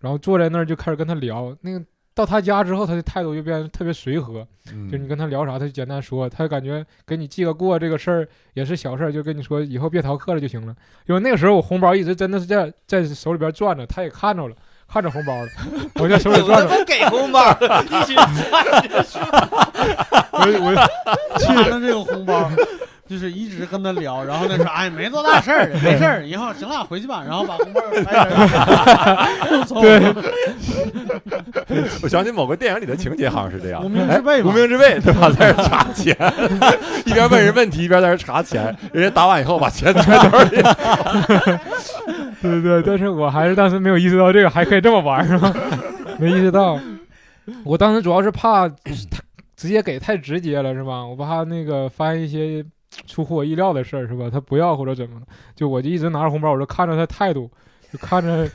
Speaker 4: 然后坐在那儿就开始跟他聊，那个到他家之后他的态度就变得特别随和，
Speaker 1: 嗯
Speaker 4: 就你跟他聊啥他就简单说，他感觉给你记个过这个事儿也是小事儿，就跟你说以后别逃课了就行了，因为那个时候我红包一直真的是在在手里边攥着，他也看着了。看着红包了，我在手里
Speaker 7: 我
Speaker 4: 攥
Speaker 7: 他
Speaker 4: 着，
Speaker 7: 妈给红包 了，一直攥着说
Speaker 4: 我我
Speaker 5: 拿着这个红包，就是一直跟他聊，然后他说：“哎，没多大事儿，没事儿，以后行了，回去吧。”然后 把红包又揣着，又走了。
Speaker 1: 我想起某个电影里的情节，好像是这样
Speaker 5: 无。名之辈
Speaker 1: 无
Speaker 5: 嘛，
Speaker 1: 名之 辈，对吧？在这查钱， 一边问人问题，一边在这查钱。人家答完以后，把钱揣兜里。
Speaker 4: 对对，对，但是我还是当时没有意识到这个还可以这么玩，是 吧？没意识到，我当时主要是怕他 直接给太直接了，是吧？我怕那个发现一些出乎我意料的事儿，是吧？他不要或者怎么的，就我就一直拿着红包，我就看着他态度，就看着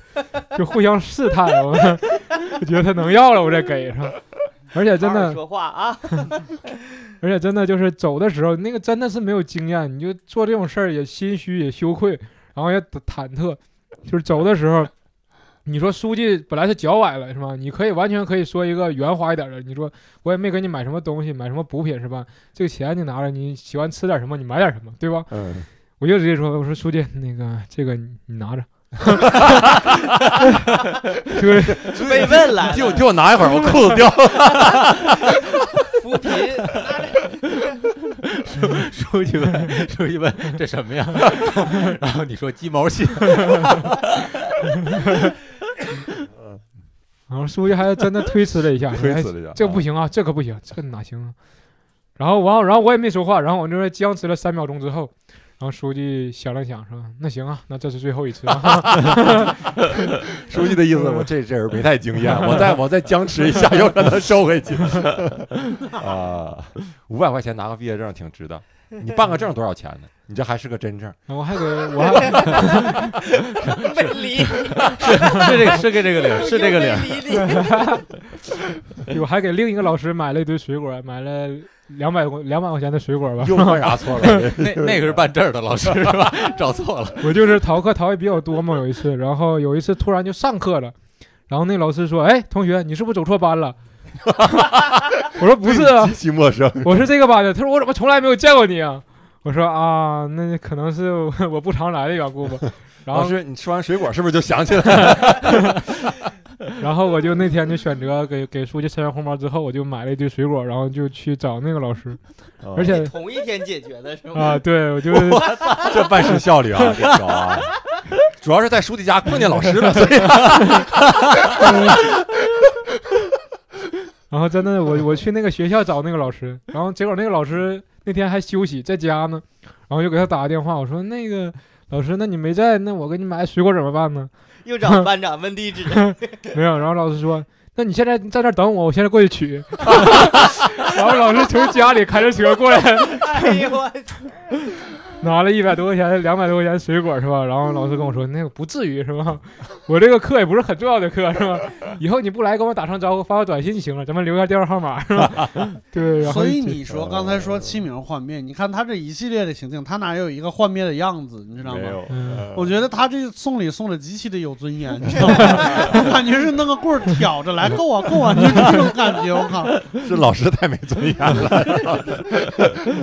Speaker 4: 就互相试 探，我就觉得他能要了，我再给 是吧？而且真
Speaker 7: 好
Speaker 4: 的
Speaker 7: 好，说话啊，
Speaker 4: 而且真的就是走的时候，那个真的是没有经验，你就做这种事儿也心虚也羞愧，然后也忐忑。就是走的时候，你说书记本来是脚崴了是吧？你可以完全可以说一个圆滑一点的，你说我也没给你买什么东西，买什么补品是吧？这个钱你拿着，你喜欢吃点什么你买点什么，对吧？
Speaker 1: 嗯，
Speaker 4: 我就直接说，我说书记，那个这个你你拿着。对，
Speaker 7: 被问来
Speaker 1: 替我
Speaker 7: 了，
Speaker 1: 替我拿一会儿，我裤子掉 了。
Speaker 7: 扶贫，
Speaker 6: 出去问，出去问这什么呀？然后你说鸡毛信，
Speaker 4: 然后书记还真的推辞了一下，
Speaker 1: 推
Speaker 4: 哎
Speaker 1: 辞了一下
Speaker 4: 这不行啊，这可不行，这个哪行啊？然后完了，然后我也没说话，然后我那边僵持了三秒钟之后，然后书记想了想说：“那行啊，那这是最后一次啊。
Speaker 1: 书记的意思，
Speaker 4: 嗯
Speaker 1: 我这这人没太经验， 我再我再僵持一 下，有可能收回去。啊，五百块钱拿个毕业证挺值的。你办个证多少钱呢？你这还是个 真证。”
Speaker 4: 然后我还给我还
Speaker 7: 被理，
Speaker 6: 是这个是个这个理儿，是这个理儿。
Speaker 7: 理理。
Speaker 4: 我还给另一个老师买了一堆水果，买了两百两百块钱的水果吧。
Speaker 1: 又犯啥错了？
Speaker 6: 那那个是办证儿的老师是吧？找错 了，
Speaker 4: 我就是逃课逃的比较多嘛，有一次，然后有一次突然就上课了，然后那老师说：“哎，同学，你是不是走错班了？” 我说：“不是啊，
Speaker 1: 极其陌生。
Speaker 4: 我是这个班的。”他说：“我怎么从来没有见过你啊？”我说：“啊，那可能是我 我不常来的缘故 吧。”然
Speaker 1: 老
Speaker 4: 后，
Speaker 1: 师，你吃完水果是不是就想起 来了？
Speaker 4: 然后我就那天就选择给给书记塞完红包之后，我就买了一堆水果，然后就去找那个 老师，而且
Speaker 7: 同一天解决的是吗？
Speaker 4: 啊，对我就
Speaker 1: 这办事效 率啊，这招啊，主要是在书记家碰见老师 了，所以
Speaker 4: 然后真的，我我去那个学校找那个老师，然后结果那个老师那天还休息，在家呢，然后又给他打个电话，我说那个老师，那你没在，那我给你买水果怎么办呢？
Speaker 7: 又找班长问地址，
Speaker 4: 没有，然后老师说，那你现在在这儿等我，我现在过 去取。然后老师从家里开着车 过来，
Speaker 7: 哎呦我
Speaker 4: 拿了一百多块钱、两百多块钱水果是吧？然后老师跟我说，那个不至于是吧？我这个课也不是很重要的课是吧？以后你不来跟我打声招呼，发个短信就行了，咱们留一下电话号码是吧？ 对，然后
Speaker 5: 所以
Speaker 4: 就
Speaker 5: 你说刚才说七名幻灭，你看他这一系列的行径，他哪有一个幻灭的样子，你知道吗？
Speaker 1: 有
Speaker 4: 嗯。
Speaker 5: 我觉得他这送礼送的极其的有尊严，你知道吗？ 我感觉是那个棍儿挑着来，够啊够啊，就是这种感觉。 我靠，
Speaker 1: 是老师太没尊严了，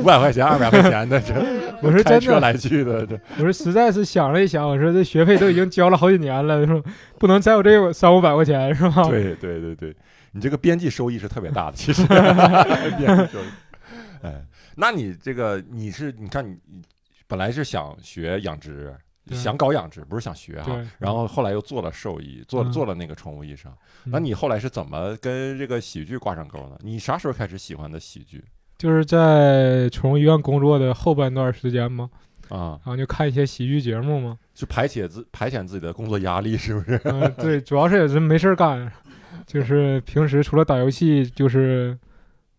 Speaker 1: 五百块钱、二百块钱的，这
Speaker 4: 我是
Speaker 1: 开
Speaker 4: 真
Speaker 1: 车
Speaker 4: 的，
Speaker 1: 来去的，这
Speaker 4: 我是实在是想了一想，我说这学费都已经交了好几年了，说不能再有这个三五百块钱是吧？
Speaker 1: 对对对对，你这个边际收益是特别大的，其 实边际收益。哎，那你这个你是你看你你本来是想学养殖，
Speaker 4: 对
Speaker 1: 想搞养殖，不是想学哈
Speaker 4: 对。
Speaker 1: 然后后来又做了兽医，做了
Speaker 4: 嗯
Speaker 1: 做了那个宠物医生。
Speaker 4: 嗯
Speaker 1: 那你后来是怎么跟这个喜剧挂上钩呢？你啥时候开始喜欢的喜剧
Speaker 4: 就是在宠物医院工作的后半段时间嘛，
Speaker 1: 啊？
Speaker 4: 然后就看一些喜剧节目嘛。
Speaker 1: 是排解自排遣自己的工作压力，是不 是？
Speaker 4: 嗯、对，主要是也是没事儿干，就是平时除了打游戏，就是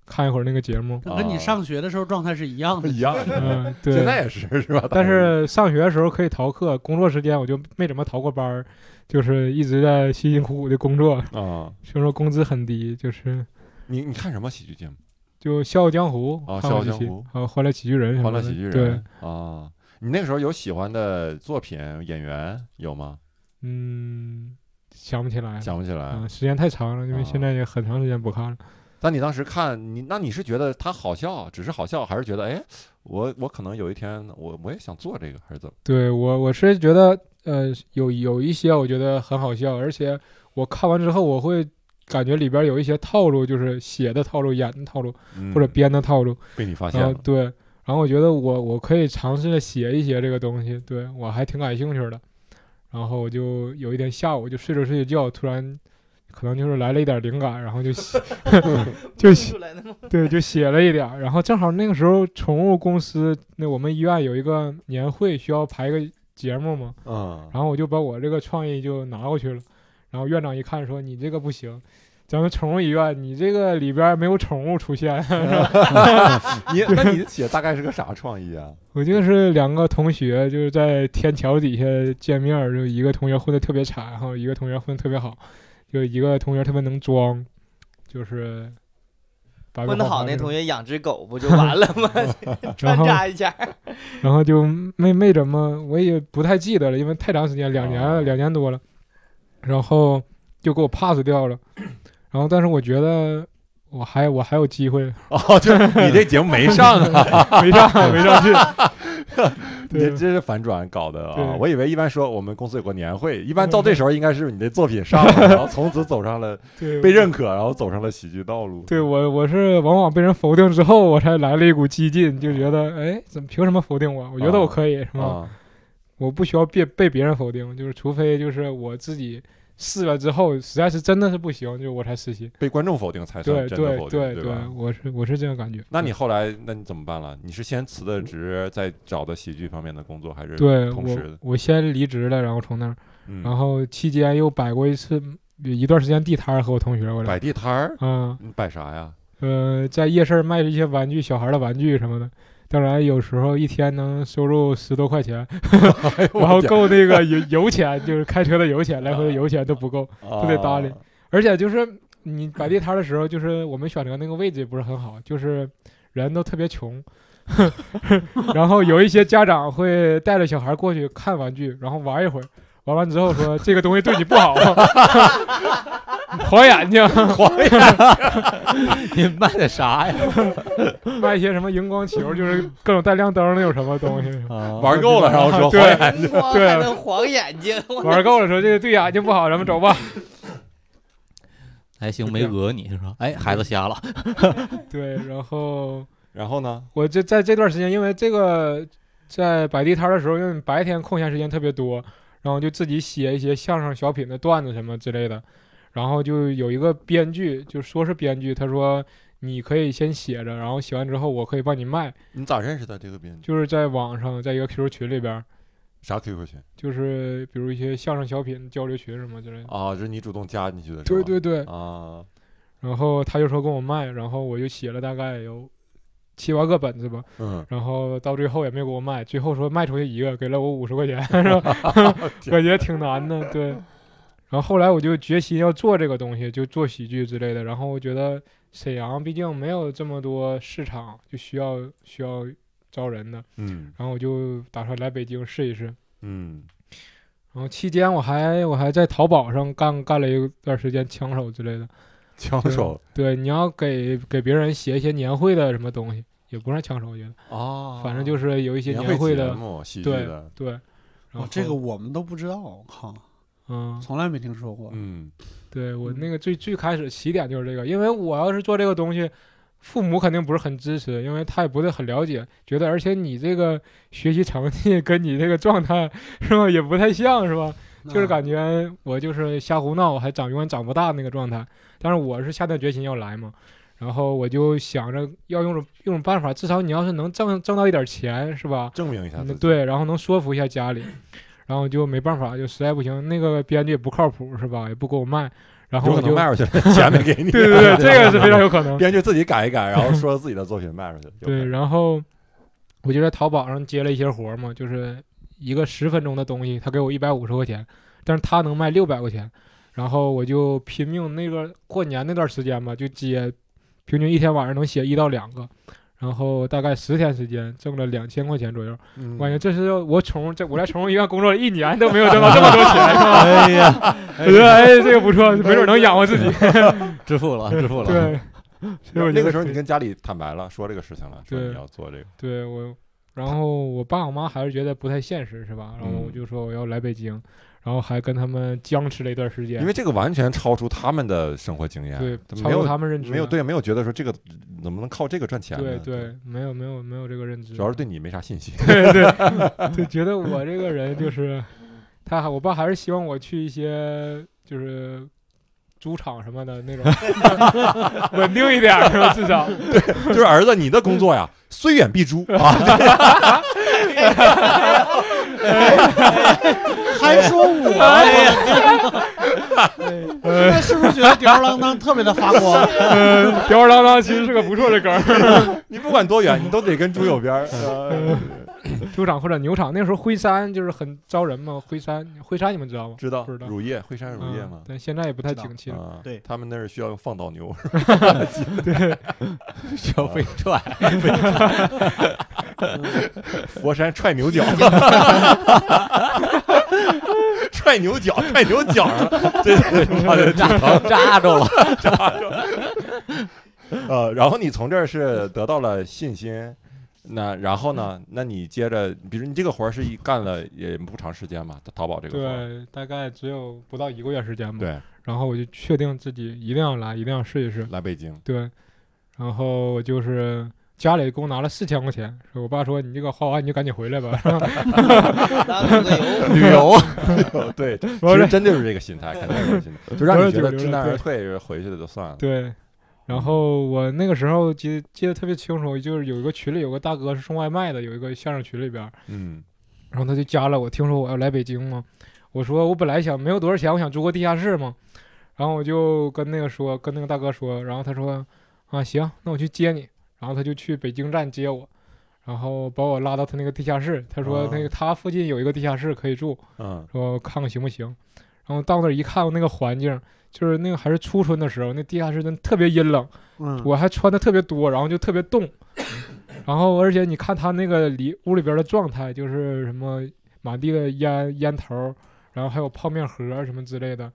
Speaker 4: 看一会儿那个节目。
Speaker 5: 跟你上学的时候状态是一样的。
Speaker 1: 一样的，
Speaker 4: 嗯、对。
Speaker 1: 现在也是是吧？
Speaker 4: 但是上学的时候可以逃课，工作时间我就没怎么逃过班儿，就是一直在辛辛苦苦的工作，
Speaker 1: 啊，
Speaker 4: 虽然说工资很低，就是
Speaker 1: 你你看什么喜剧节目？
Speaker 4: 就《笑傲江湖》
Speaker 1: 哦
Speaker 4: 看
Speaker 1: 笑
Speaker 4: 过
Speaker 1: 傲
Speaker 4: 几
Speaker 1: 江
Speaker 4: 期
Speaker 1: 湖
Speaker 4: 还有《欢乐喜剧人》什么
Speaker 1: 欢乐
Speaker 4: 的。
Speaker 1: 喜剧人
Speaker 4: 对，
Speaker 1: 啊。你那个时候有喜欢的作品演员有吗？
Speaker 4: 嗯，想不起来了。
Speaker 1: 想不起来。
Speaker 4: 嗯，时间太长了，因
Speaker 1: 啊
Speaker 4: 为现在也很长时间不看了。
Speaker 1: 但你当时看你，那你是觉得他好笑，只是好笑，还是觉得哎，我我可能有一天我我也想做这个，还是怎么？
Speaker 4: 对我，我是觉得，呃，有有一些我觉得很好笑，而且我看完之后，我会感觉里边有一些套路，就是写的套路、演的套路
Speaker 1: 嗯
Speaker 4: 或者编的套路。
Speaker 1: 被你发现
Speaker 4: 然后
Speaker 1: 了
Speaker 4: 对，然后我觉得我我可以尝试着写一写这个东西，对我还挺感兴趣的。然后我就有一天下午就睡着睡着觉，突然可能就是来了一点灵感，然后就写就写
Speaker 7: 出来的吗？
Speaker 4: 对，就写了一点儿。然后正好那个时候，宠物公司那我们医院有一个年会，需要排个节目嘛，
Speaker 1: 嗯
Speaker 4: 然后我就把我这个创意就拿过去了。然后院长一看说：“你这个不行，咱们宠物医院你这个里边儿没有宠物出现。 啊
Speaker 1: 你那你写大概是个啥创意啊？”
Speaker 4: 我就是两个同学就是在天桥底下见面儿，就一个同学混的特别惨，然后一个同学混的特别好，就一个同学特别能装，就是白
Speaker 7: 混
Speaker 4: 的
Speaker 7: 得好那同学养只狗不就完了 吗？穿
Speaker 4: 然后
Speaker 7: 插 一下，
Speaker 4: 然后就没没怎么，我也不太记得了，因为太长时间，两年了，
Speaker 1: 哦
Speaker 4: 两年多了，然后就给我 pass 掉了。然后，但是我觉得我还我还有机会，
Speaker 1: 哦， 就是你这节目没上啊。
Speaker 4: 没 上没上去。
Speaker 1: 你
Speaker 4: 对
Speaker 1: 这是反转搞的
Speaker 4: 对嗯
Speaker 1: 啊！我以为一般说我们公司有个年会，一般到这时候应该是你的作品上了，然后从此走上了
Speaker 4: 对，
Speaker 1: 被认可，然后走上了喜剧道路。
Speaker 4: 对我我是往往被人否定之后，我才来了一股激进，就觉得哎，怎么凭什么否定我？我觉得我可以，是吗？
Speaker 1: 啊，
Speaker 4: 我不需要被被别人否定，就是除非就是我自己试了之后，实在是真的是不行，就我才实习。
Speaker 1: 被观众否定才
Speaker 4: 对
Speaker 1: 算真的
Speaker 4: 对
Speaker 1: 否定，
Speaker 4: 对
Speaker 1: 对吧？
Speaker 4: 我是我是这样感觉。
Speaker 1: 那你后来那你怎么办了？你是先辞的职，再找的喜剧方面的工作，还是
Speaker 4: 对
Speaker 1: 同时
Speaker 4: 我
Speaker 1: 的？
Speaker 4: 我先离职了，然后从那儿，
Speaker 1: 嗯，
Speaker 4: 然后期间又摆过一次一段时间地摊儿和我同学我俩，
Speaker 1: 摆地摊儿，
Speaker 4: 嗯
Speaker 1: 你摆啥呀？
Speaker 4: 呃，在夜市卖一些玩具，小孩儿的玩具什么的。当然，有时候一天能收入十多 块钱，
Speaker 1: 哎
Speaker 4: 然后够那个油油钱，就是开车的油钱，来回的油钱都不够。
Speaker 1: 不
Speaker 4: 得搭理而且就是你摆地摊儿的时候，就是我们选择那个位置也不是很好，就是人都特别穷， 然后有一些家长会带着小孩过去看玩具，然后玩一会儿，玩完之后说这个东西对你不好， 晃眼睛，
Speaker 6: 你卖的啥呀？
Speaker 4: 卖一些什么荧光球，就是各种带亮灯的有什么东西，
Speaker 1: 玩够了，然后说
Speaker 4: 啊对，
Speaker 7: 我
Speaker 4: 对
Speaker 7: 还能晃眼睛，我
Speaker 4: 玩够了说这个对眼睛不好，咱们走吧。
Speaker 6: 还哎行，没讹你是吧？哎，孩子瞎了，
Speaker 4: 对，然后。
Speaker 1: 然后呢？
Speaker 4: 我这在这段时间，因为这个在摆地摊儿的时候，因为白天空闲时间特别多，然后就自己写一些相声小品的段子什么之类的。然后就有一个编剧，就说是编剧，他说你可以先写着，然后写完之后我可以帮你卖，
Speaker 1: 你咋认识的这个编剧？
Speaker 4: 就是在网上，在一个 QQ 群里边儿，
Speaker 1: 啥 QQ 群
Speaker 4: 就是比如一些相声小品交流群什么之类的。
Speaker 1: 啊？就是你主动加进去的，是
Speaker 4: 对
Speaker 1: 吧
Speaker 4: 对对，
Speaker 1: 啊，
Speaker 4: 然后他就说跟我卖，然后我就写了大概有七八个本子吧，
Speaker 1: 嗯，
Speaker 4: 然后到最后也没给我卖，最后说卖出去一个，给了我五 十块钱，是吧？感觉挺难的，对。然后后来我就决心要做这个东西，就做喜剧之类的。然后我觉得沈阳毕竟没有这么多市场，就需要需要招人的。
Speaker 1: 嗯
Speaker 4: 然后我就打算来北京试一试。
Speaker 1: 嗯，
Speaker 4: 然后期间我还我还在淘宝上干干了一段时间枪手之类的。
Speaker 1: 枪手
Speaker 4: 对，你要给给别人写一些年会的什么东西，也不算枪手，我觉得，
Speaker 1: 啊，
Speaker 4: 反正就是有一些
Speaker 1: 年
Speaker 4: 会
Speaker 1: 节
Speaker 4: 的。
Speaker 1: 目喜剧
Speaker 4: 对
Speaker 1: 的，
Speaker 4: 对，然后
Speaker 5: 哦，这个我们都不知道，我靠，
Speaker 4: 嗯，
Speaker 5: 从来没听说过。
Speaker 1: 嗯
Speaker 4: 对我那个最最开始起点就是这个，因为我要是做这个东西，父母肯定不是很支持，因为他也不是很了解，觉得而且你这个学习成绩跟你这个状态是吧也不太像是
Speaker 5: 嗯
Speaker 4: 吧？就是感觉我就是瞎胡闹，还长永远长不大那个状态。但是我是下定决心要来嘛，然后我就想着要用种用种办法，至少你要是能挣挣到一点钱是吧？
Speaker 1: 证明一下自
Speaker 4: 嗯
Speaker 1: 己，
Speaker 4: 对，然后能说服一下家里，然后就没办法，就实在不行，那个编剧也不靠谱是吧？也不给我卖，然后
Speaker 1: 有
Speaker 4: 我
Speaker 1: 可
Speaker 4: 就
Speaker 1: 能卖出去了，钱没给你，
Speaker 4: 对 对 对，这个是非常有可能。
Speaker 1: 编剧自己改一改， 然后说自己的作品卖出去，有可
Speaker 4: 对，
Speaker 1: 能，
Speaker 4: 然后我就在淘宝上接了一些活儿嘛，就是一个十分钟的东西，他给我一百五十块钱，但是他能卖六百块钱，然后我就拼命那个过年那段时间嘛，就接，平均一天晚上能写一到两个，然后大概十天时间挣了两千块钱左右。
Speaker 1: 嗯
Speaker 4: 我感觉这是我宠物这我在宠物医院工作了一年都没有挣 到这么多钱，是吧？
Speaker 6: 哎呀，
Speaker 4: 我觉得哎，这个不错，没准能养 活自己。
Speaker 6: 致富了，致富了。
Speaker 4: 对，所以我
Speaker 1: 那
Speaker 4: 觉得
Speaker 1: 个时候你跟家里坦白了，说这个事情了，说你要做这个，
Speaker 4: 对我，然后我爸我妈还是觉得不太现实，是吧？然后我
Speaker 1: 嗯
Speaker 4: 就说我要来北京，然后还跟他们僵持了一段时间，
Speaker 1: 因为这个完全超出他们的生活经验，
Speaker 4: 对超
Speaker 1: 没
Speaker 4: 出
Speaker 1: 有
Speaker 4: 他们认知，啊
Speaker 1: 没有对没啊有觉得说这个能不能靠这个赚钱
Speaker 4: 对
Speaker 1: 呢，
Speaker 4: 对，没有没有没有这个认知，
Speaker 1: 主要是对你没啥信 心，
Speaker 4: 对对就觉得我这个人就是，他还我爸还是希望我去一些就是。猪场什么的那种， 稳定一点儿是吧？至 少
Speaker 1: 就是儿子，你的工作呀，虽远必诛啊！
Speaker 5: 还说 我，
Speaker 6: 哎呀，
Speaker 5: 现在 是不是觉得吊儿郎当特别的发 光？
Speaker 4: 呃，吊儿郎当其实是个不错的梗儿。
Speaker 1: 你不管多远，你都得跟猪有边 儿。呃
Speaker 4: 猪场或者牛场，那时候徽山就是很招人嘛。徽山，徽山你们知道吗？
Speaker 1: 知道
Speaker 4: 不知道
Speaker 1: 乳业，惠山乳业
Speaker 4: 嗯
Speaker 1: 吗？
Speaker 4: 但现在也不太
Speaker 5: 知道
Speaker 4: 景气了。
Speaker 1: 啊，
Speaker 5: 对
Speaker 1: 他们那儿需要用放倒牛，
Speaker 6: 小被踹，
Speaker 1: 佛山踹牛角，踹牛角，踹牛角上了，这他妈的
Speaker 6: 扎 扎着了。
Speaker 1: 呃，然后你从这儿是得到了信心，那然后呢？那你接着，比如你这个活儿是一干了也不长时间嘛，淘宝这个活儿，
Speaker 4: 对，大概只有不到一个月时间吧。
Speaker 1: 对，
Speaker 4: 然后我就确定自己一定要来，一定要试一试。
Speaker 1: 来 北京，
Speaker 4: 对，然后我就是家里给我拿了四千块钱，说我爸说你这个花完你就赶紧回来吧。
Speaker 7: 当旅个游，
Speaker 6: 旅游，
Speaker 1: 对，其
Speaker 4: 我
Speaker 1: 实
Speaker 4: 说
Speaker 1: 真的是这个心态，肯定是这个心态，就让你觉
Speaker 4: 我
Speaker 1: 得
Speaker 4: 是九零
Speaker 1: 知难
Speaker 4: 的
Speaker 1: 而退，回去了就算了。
Speaker 4: 对。然后我那个时候记记得特别清楚，就是有一个群里有个大哥是送外卖的，有一个相声群里边，
Speaker 1: 嗯，
Speaker 4: 然后他就加了我，听说我要来北京嘛，我说我本来想没有多少钱，我想租个地下室嘛，然后我就跟那个说，跟那个大哥说，然后他说啊行，那我去接你，然后他就去北京站接我，然后把我拉到他那个地下室，他说
Speaker 1: 哦
Speaker 4: 那个他附近有一个地下室可以住，
Speaker 1: 嗯，
Speaker 4: 说看看行不行，然后到那儿一看，我那个环境就是那个还是初春的时候，那地下室真的特别阴冷，
Speaker 5: 嗯，
Speaker 4: 我还穿的特别多，然后就特别冻，然后而且你看他那个里屋里边的状态，就是什么满地的烟烟头儿，然后还有泡面盒儿什么之类的，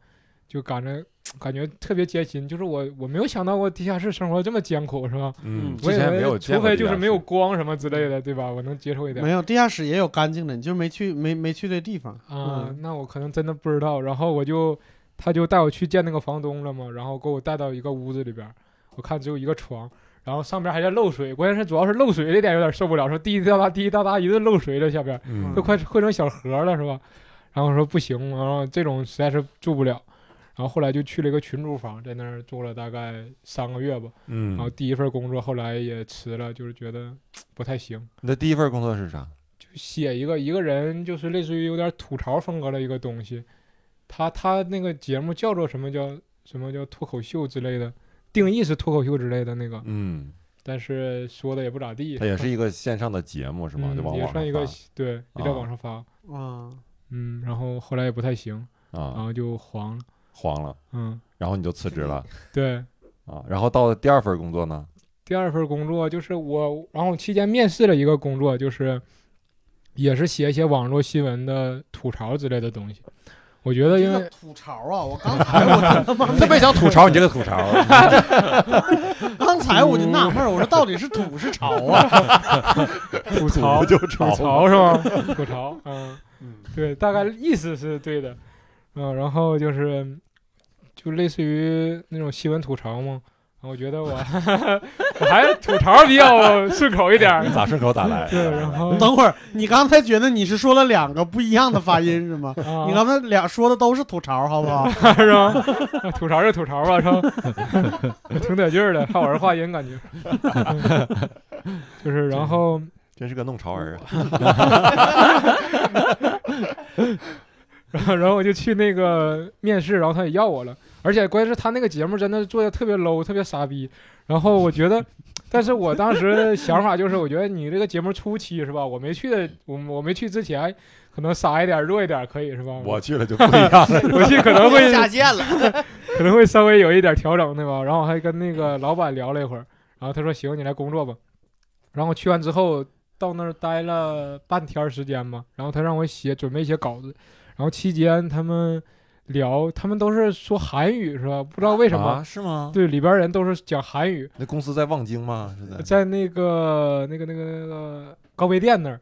Speaker 4: 就感觉感觉特别艰辛。就是我我没有想到过地下室生活这么艰苦，是吧？
Speaker 1: 嗯，之
Speaker 4: 我以
Speaker 1: 前没有
Speaker 4: 为
Speaker 1: 见
Speaker 4: 除
Speaker 1: 过
Speaker 4: 非
Speaker 1: 这样的事，
Speaker 4: 就是没有光什么之类的，对吧？我能接受一点
Speaker 5: 没。有地下室也有干净的，你就没去没没去对地方
Speaker 4: 啊、
Speaker 5: 嗯
Speaker 4: 那我可能真的不知道。然后我就，他就带我去见那个房东了嘛，然后给我带到一个屋子里边儿，我看只有一个床，然后上边还在漏水，关键是主要是漏水这点有点受不了，说滴滴答答滴滴答答一顿漏水在下边儿，
Speaker 1: 嗯，
Speaker 4: 都快汇成小河了是吧？然后我说不行，然后这种实在是住不了。然后后来就去了一个群租房，在那儿住了大概三个月吧。
Speaker 1: 嗯，
Speaker 4: 然后第一份工作后来也辞了，就是觉得不太行。
Speaker 1: 你的第一份工作是啥？
Speaker 4: 写一个一个人，就是类似于有点吐槽风格的一个东西。他他那个节目叫做什么叫什么叫脱口秀之类的，定义是脱口秀之类的那个，
Speaker 1: 嗯，
Speaker 4: 但是说的也不咋地。
Speaker 1: 它也是一个线上的节目是吗？
Speaker 4: 嗯
Speaker 1: 就往
Speaker 4: 也
Speaker 1: 网
Speaker 4: 算一
Speaker 1: 上
Speaker 4: 个
Speaker 1: 发
Speaker 4: 对，也在
Speaker 1: 啊
Speaker 4: 网上发。
Speaker 5: 啊。
Speaker 4: 嗯，然后后来也不太行，然
Speaker 1: 啊，
Speaker 4: 后就黄了。
Speaker 1: 黄了，
Speaker 4: 嗯，
Speaker 1: 然后你就辞职了
Speaker 4: 对。
Speaker 1: 啊，然后到了第二份工作呢，
Speaker 4: 第二份工作就是我，然后期间面试了一个工作，就是也是写一些网络新闻的吐槽之类的东西。我觉得因
Speaker 5: 这
Speaker 4: 为
Speaker 5: 个吐槽啊！我刚才 我他妈
Speaker 1: 特别想吐槽 你这个吐槽，
Speaker 5: 刚才我就纳闷儿，我说到底是吐是潮啊？
Speaker 4: 吐槽
Speaker 1: 就
Speaker 4: 吐
Speaker 1: 吵，
Speaker 4: 槽是 吗？吐槽，嗯
Speaker 5: 嗯，
Speaker 4: 对，大概意思是对的，嗯，然后就是就类似于那种新闻吐槽嘛，然后我觉得我 我还是吐槽比较顺口一点儿，
Speaker 1: 咋顺口咋来。
Speaker 4: 对，然后
Speaker 5: 等会儿，你刚才觉得你是说了两个不一样的发音是吗？
Speaker 4: 啊
Speaker 5: 你刚才俩说的都是吐槽，好不 好？
Speaker 4: 是吧？吐槽就吐槽吧，是 吧？挺得劲儿的，好玩话音感觉， 就是然后
Speaker 1: 真是个弄潮儿啊！
Speaker 4: 然 后然后我就去那个面试，然后他也要我了，而且关键是他那个节目真的做的特别 low，特别傻逼。然后我觉得，但是我当时想法就是，我觉得你这个节目初期是吧？我没去的，我我没去之前，可能傻一点、弱一点可以是吧？
Speaker 1: 我去了就不一样了，
Speaker 4: 我去 可能 会嗯
Speaker 7: 下线了，
Speaker 4: 可能会稍微有一点调整，对吧？然后我还跟那个老板聊了一会儿，然后他说行，你来工作吧。然后我去完之后到那儿待了半天儿时间吧，然后他让我写准备写稿子，然后期间他们聊，他们都是说韩语是吧？不知道 为什么，
Speaker 1: 啊？是吗？
Speaker 4: 对里边人都是讲韩语，
Speaker 1: 那公司在望京吗？是在
Speaker 4: 在那个那个那个那个高碑店那儿，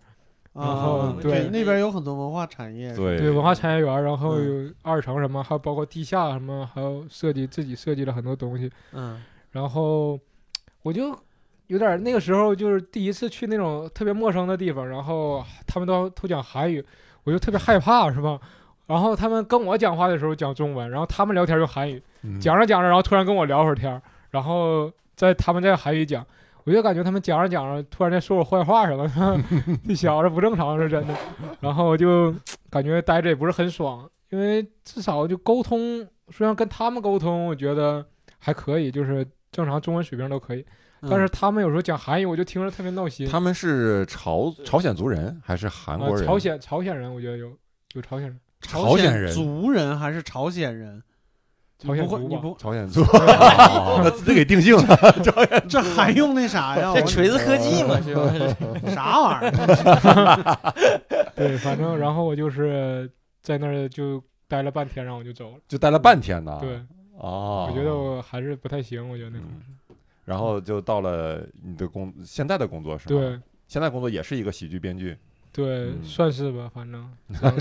Speaker 4: 然
Speaker 5: 啊
Speaker 4: 后，
Speaker 7: 对
Speaker 5: 那边有很多文化产业。
Speaker 1: 对
Speaker 4: 对文化产业园，然后有二层什么，还有包括地下什么，还有设计自己设计了很多东西。
Speaker 5: 嗯，
Speaker 4: 然后我就有点儿那个时候就是第一次去那种特别陌生的地方，然后他们都都讲韩语，我就特别害怕，是吧？然后他们跟我讲话的时候讲中文，然后他们聊天就韩语，
Speaker 1: 嗯
Speaker 4: 讲着讲着，然后突然跟我聊会儿天儿，然后在他们在韩语讲，我就感觉他们讲着讲着，突然间说我坏话什么的， 这小子不正常是真的。 然后我就感觉待着也不是很爽，因为至少就沟通，虽然跟他们沟通，我觉得还可以，就是正常中文水平都可以。
Speaker 5: 嗯
Speaker 4: 但是他们有时候讲韩语，我就听着特别闹心。
Speaker 1: 他们是朝朝鲜族人还是韩国
Speaker 4: 啊，
Speaker 1: 人？
Speaker 4: 朝鲜朝鲜人，我觉得有有朝鲜人，
Speaker 1: 朝鲜人
Speaker 5: 族人还是朝鲜人？
Speaker 4: 朝鲜
Speaker 5: 你不会，
Speaker 4: 族
Speaker 5: 你
Speaker 4: 吧
Speaker 5: 不
Speaker 1: 朝 鲜族，
Speaker 4: 啊
Speaker 1: 那这给定性了。
Speaker 5: 这还用那啥 呀？
Speaker 7: 这
Speaker 5: 我
Speaker 7: 锤子科技嘛，是吧？
Speaker 5: 啥玩意儿？
Speaker 4: 对，反正然后我就是在那儿就待了半天，然后我就走了。
Speaker 1: 就待了半天呢。
Speaker 4: 对，
Speaker 1: 哦，
Speaker 4: 我觉得我还是不太行，我觉得那会儿
Speaker 1: 嗯，然后就到了你的工现在的工作是吗？，
Speaker 4: 对
Speaker 1: 现在工作也是一个喜剧编剧，
Speaker 4: 对，
Speaker 1: 嗯
Speaker 4: 算是吧，反正 算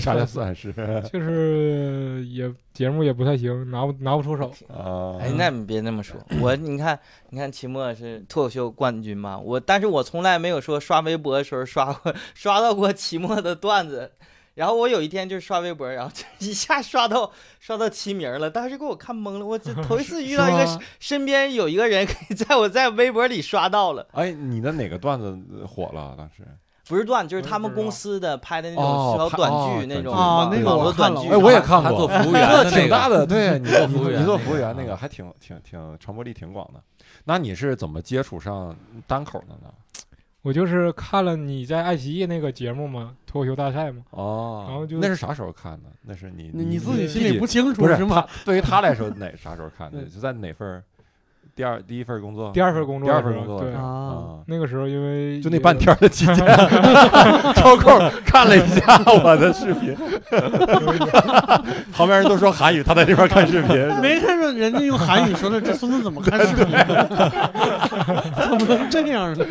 Speaker 1: 啥叫
Speaker 4: 是
Speaker 1: 算是
Speaker 4: 就是也节目也不太行，拿不拿不出手。
Speaker 1: 啊？
Speaker 7: 哎，那你别那么说，我你看，你看期末是脱口秀冠军嘛，我但是我从来没有说刷微博的时候刷过刷到过期末的段子。然后我有一天就刷微博，然 后就一下刷到刷到齐名了，当时给我看懵了。我 这头一次遇到一
Speaker 1: 是吗
Speaker 7: 个身边有一个人，可以在我在微博里刷到了，
Speaker 1: 哎，你的哪个段子呃火了？当时？
Speaker 7: 不是段，就是
Speaker 4: 我也
Speaker 7: 他
Speaker 4: 不知
Speaker 7: 们公
Speaker 4: 道
Speaker 7: 司的拍的那
Speaker 1: 哦
Speaker 7: 种小
Speaker 1: 拍
Speaker 7: 短
Speaker 1: 哦
Speaker 7: 剧
Speaker 1: 短
Speaker 7: 那
Speaker 1: 剧
Speaker 7: 种
Speaker 5: 啊那个
Speaker 7: 网
Speaker 5: 我
Speaker 7: 络
Speaker 5: 看了
Speaker 7: 短剧。
Speaker 1: 哎，我也
Speaker 7: 看。
Speaker 1: 看
Speaker 6: 他做
Speaker 1: 过，
Speaker 6: 服务员的那个
Speaker 1: 挺大的，啊 对，你做
Speaker 6: 服务员
Speaker 1: 你做
Speaker 6: 那
Speaker 1: 服务
Speaker 6: 个
Speaker 1: 员那个
Speaker 6: 啊
Speaker 1: 还挺挺挺传播力挺广的。那你是怎么接触上单口的呢？
Speaker 4: 我就是看了你在爱奇艺那个节目嘛，脱口秀大赛嘛，
Speaker 1: 哦，
Speaker 4: 然后就
Speaker 1: 那是啥时候看的？那是你
Speaker 5: 你你
Speaker 1: 你
Speaker 5: 自己
Speaker 1: 自
Speaker 5: 心里不清楚
Speaker 1: 不是
Speaker 5: 吗？
Speaker 1: 对于他来说哪啥时候看的？
Speaker 5: 嗯
Speaker 1: 就在哪份儿第二第一份工作，
Speaker 4: 第二份工
Speaker 1: 第
Speaker 4: 作的
Speaker 1: 二
Speaker 4: 时候，
Speaker 1: 份工作的
Speaker 4: 对
Speaker 1: 时候，
Speaker 5: 啊，
Speaker 1: 啊，
Speaker 4: 那个时候因为
Speaker 1: 就那
Speaker 4: 也
Speaker 1: 半天儿的期间，抽空看了一下我的视 频，旁边人都说韩语，他在这边看视频，
Speaker 5: 没看着人家用韩语说的，这孙子怎么看视频？怎么能这样呢？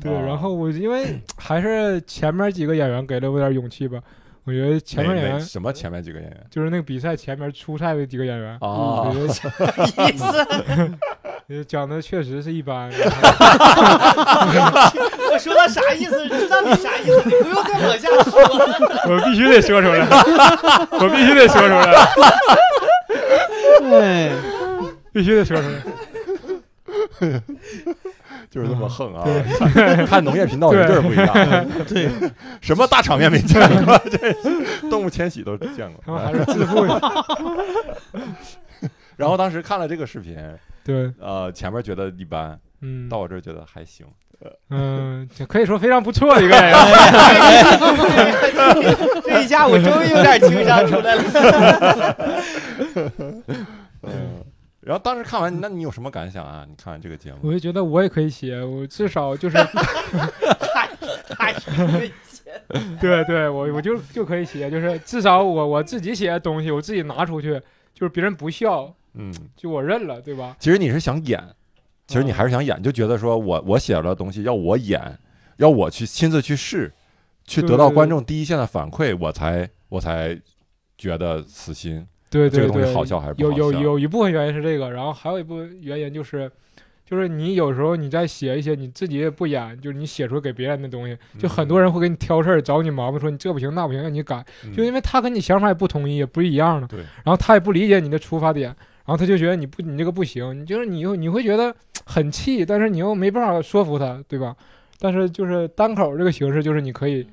Speaker 4: 对，
Speaker 1: 啊
Speaker 4: 然后我因为还是前面几个演员给了我点勇气吧，我觉得前面
Speaker 1: 哪
Speaker 4: 演
Speaker 1: 哪
Speaker 4: 员
Speaker 1: 什么前面几个演员
Speaker 4: 就是那个比赛前面出赛的几个演员，我
Speaker 1: 啊，
Speaker 4: 觉得
Speaker 7: 意思。
Speaker 4: 呃讲的确实是一般。
Speaker 7: 我说到啥意思？知道你啥意思？你不用再往下说了。
Speaker 4: 我必须得说出 来，我必须得说出来，
Speaker 5: 对，
Speaker 4: 必须得说出来。
Speaker 1: 就是这么横啊！看农业频道有阵儿不一样，
Speaker 5: 对，
Speaker 1: 什么大场面没见过，这动物迁徙都见
Speaker 4: 他
Speaker 1: 过
Speaker 4: 们。还是自 负的，
Speaker 1: 然后当时看了这个视频，
Speaker 4: 对，
Speaker 1: 呃，前面觉得一般，
Speaker 4: 嗯，
Speaker 1: 到我这儿觉得还行，
Speaker 4: 嗯，这可以说非常不错的一个演员。
Speaker 7: 这一下我终于有点情商出来了。
Speaker 1: 嗯。然后当时看完，那你有什么感想啊？你看完这个节目
Speaker 4: 我，就觉得我也可以写，我至少就是
Speaker 7: 哎
Speaker 4: 对对，我我就就可以写，就是至少我我自己写的东西，我自己拿出去，就是别人不笑，
Speaker 1: 嗯，
Speaker 4: 就我认了，对吧？
Speaker 1: 其实你是想演，其实你还是想演，就觉得说我我写了东西要我演，要我去亲自去试，去得
Speaker 4: 对
Speaker 1: 到
Speaker 4: 对
Speaker 1: 观
Speaker 4: 对
Speaker 1: 众第一线的反馈，我才我才觉得死心。
Speaker 4: 对
Speaker 1: 这
Speaker 4: 对
Speaker 1: 个东西
Speaker 4: 对，
Speaker 1: 好笑还是不
Speaker 4: 有
Speaker 1: 好
Speaker 4: 有
Speaker 1: 笑
Speaker 4: 有一部分原因是这个，然后还有一部分原因就是，就是你有时候你在写一些你自己也不演，就是你写出给别人的东西，
Speaker 1: 嗯
Speaker 4: 就很多人会给你挑事儿，找你毛病，说你这不行那不行，让你改，
Speaker 1: 嗯
Speaker 4: 就因为他跟你想法也不统一，也不一样的，
Speaker 1: 对
Speaker 4: 然后他也不理解你的出发点，然后他就觉得你不你这个不行，你就是你又你会觉得很气，但是你又没办法说服他，对吧？但是就是单口这个形式，就是你可以，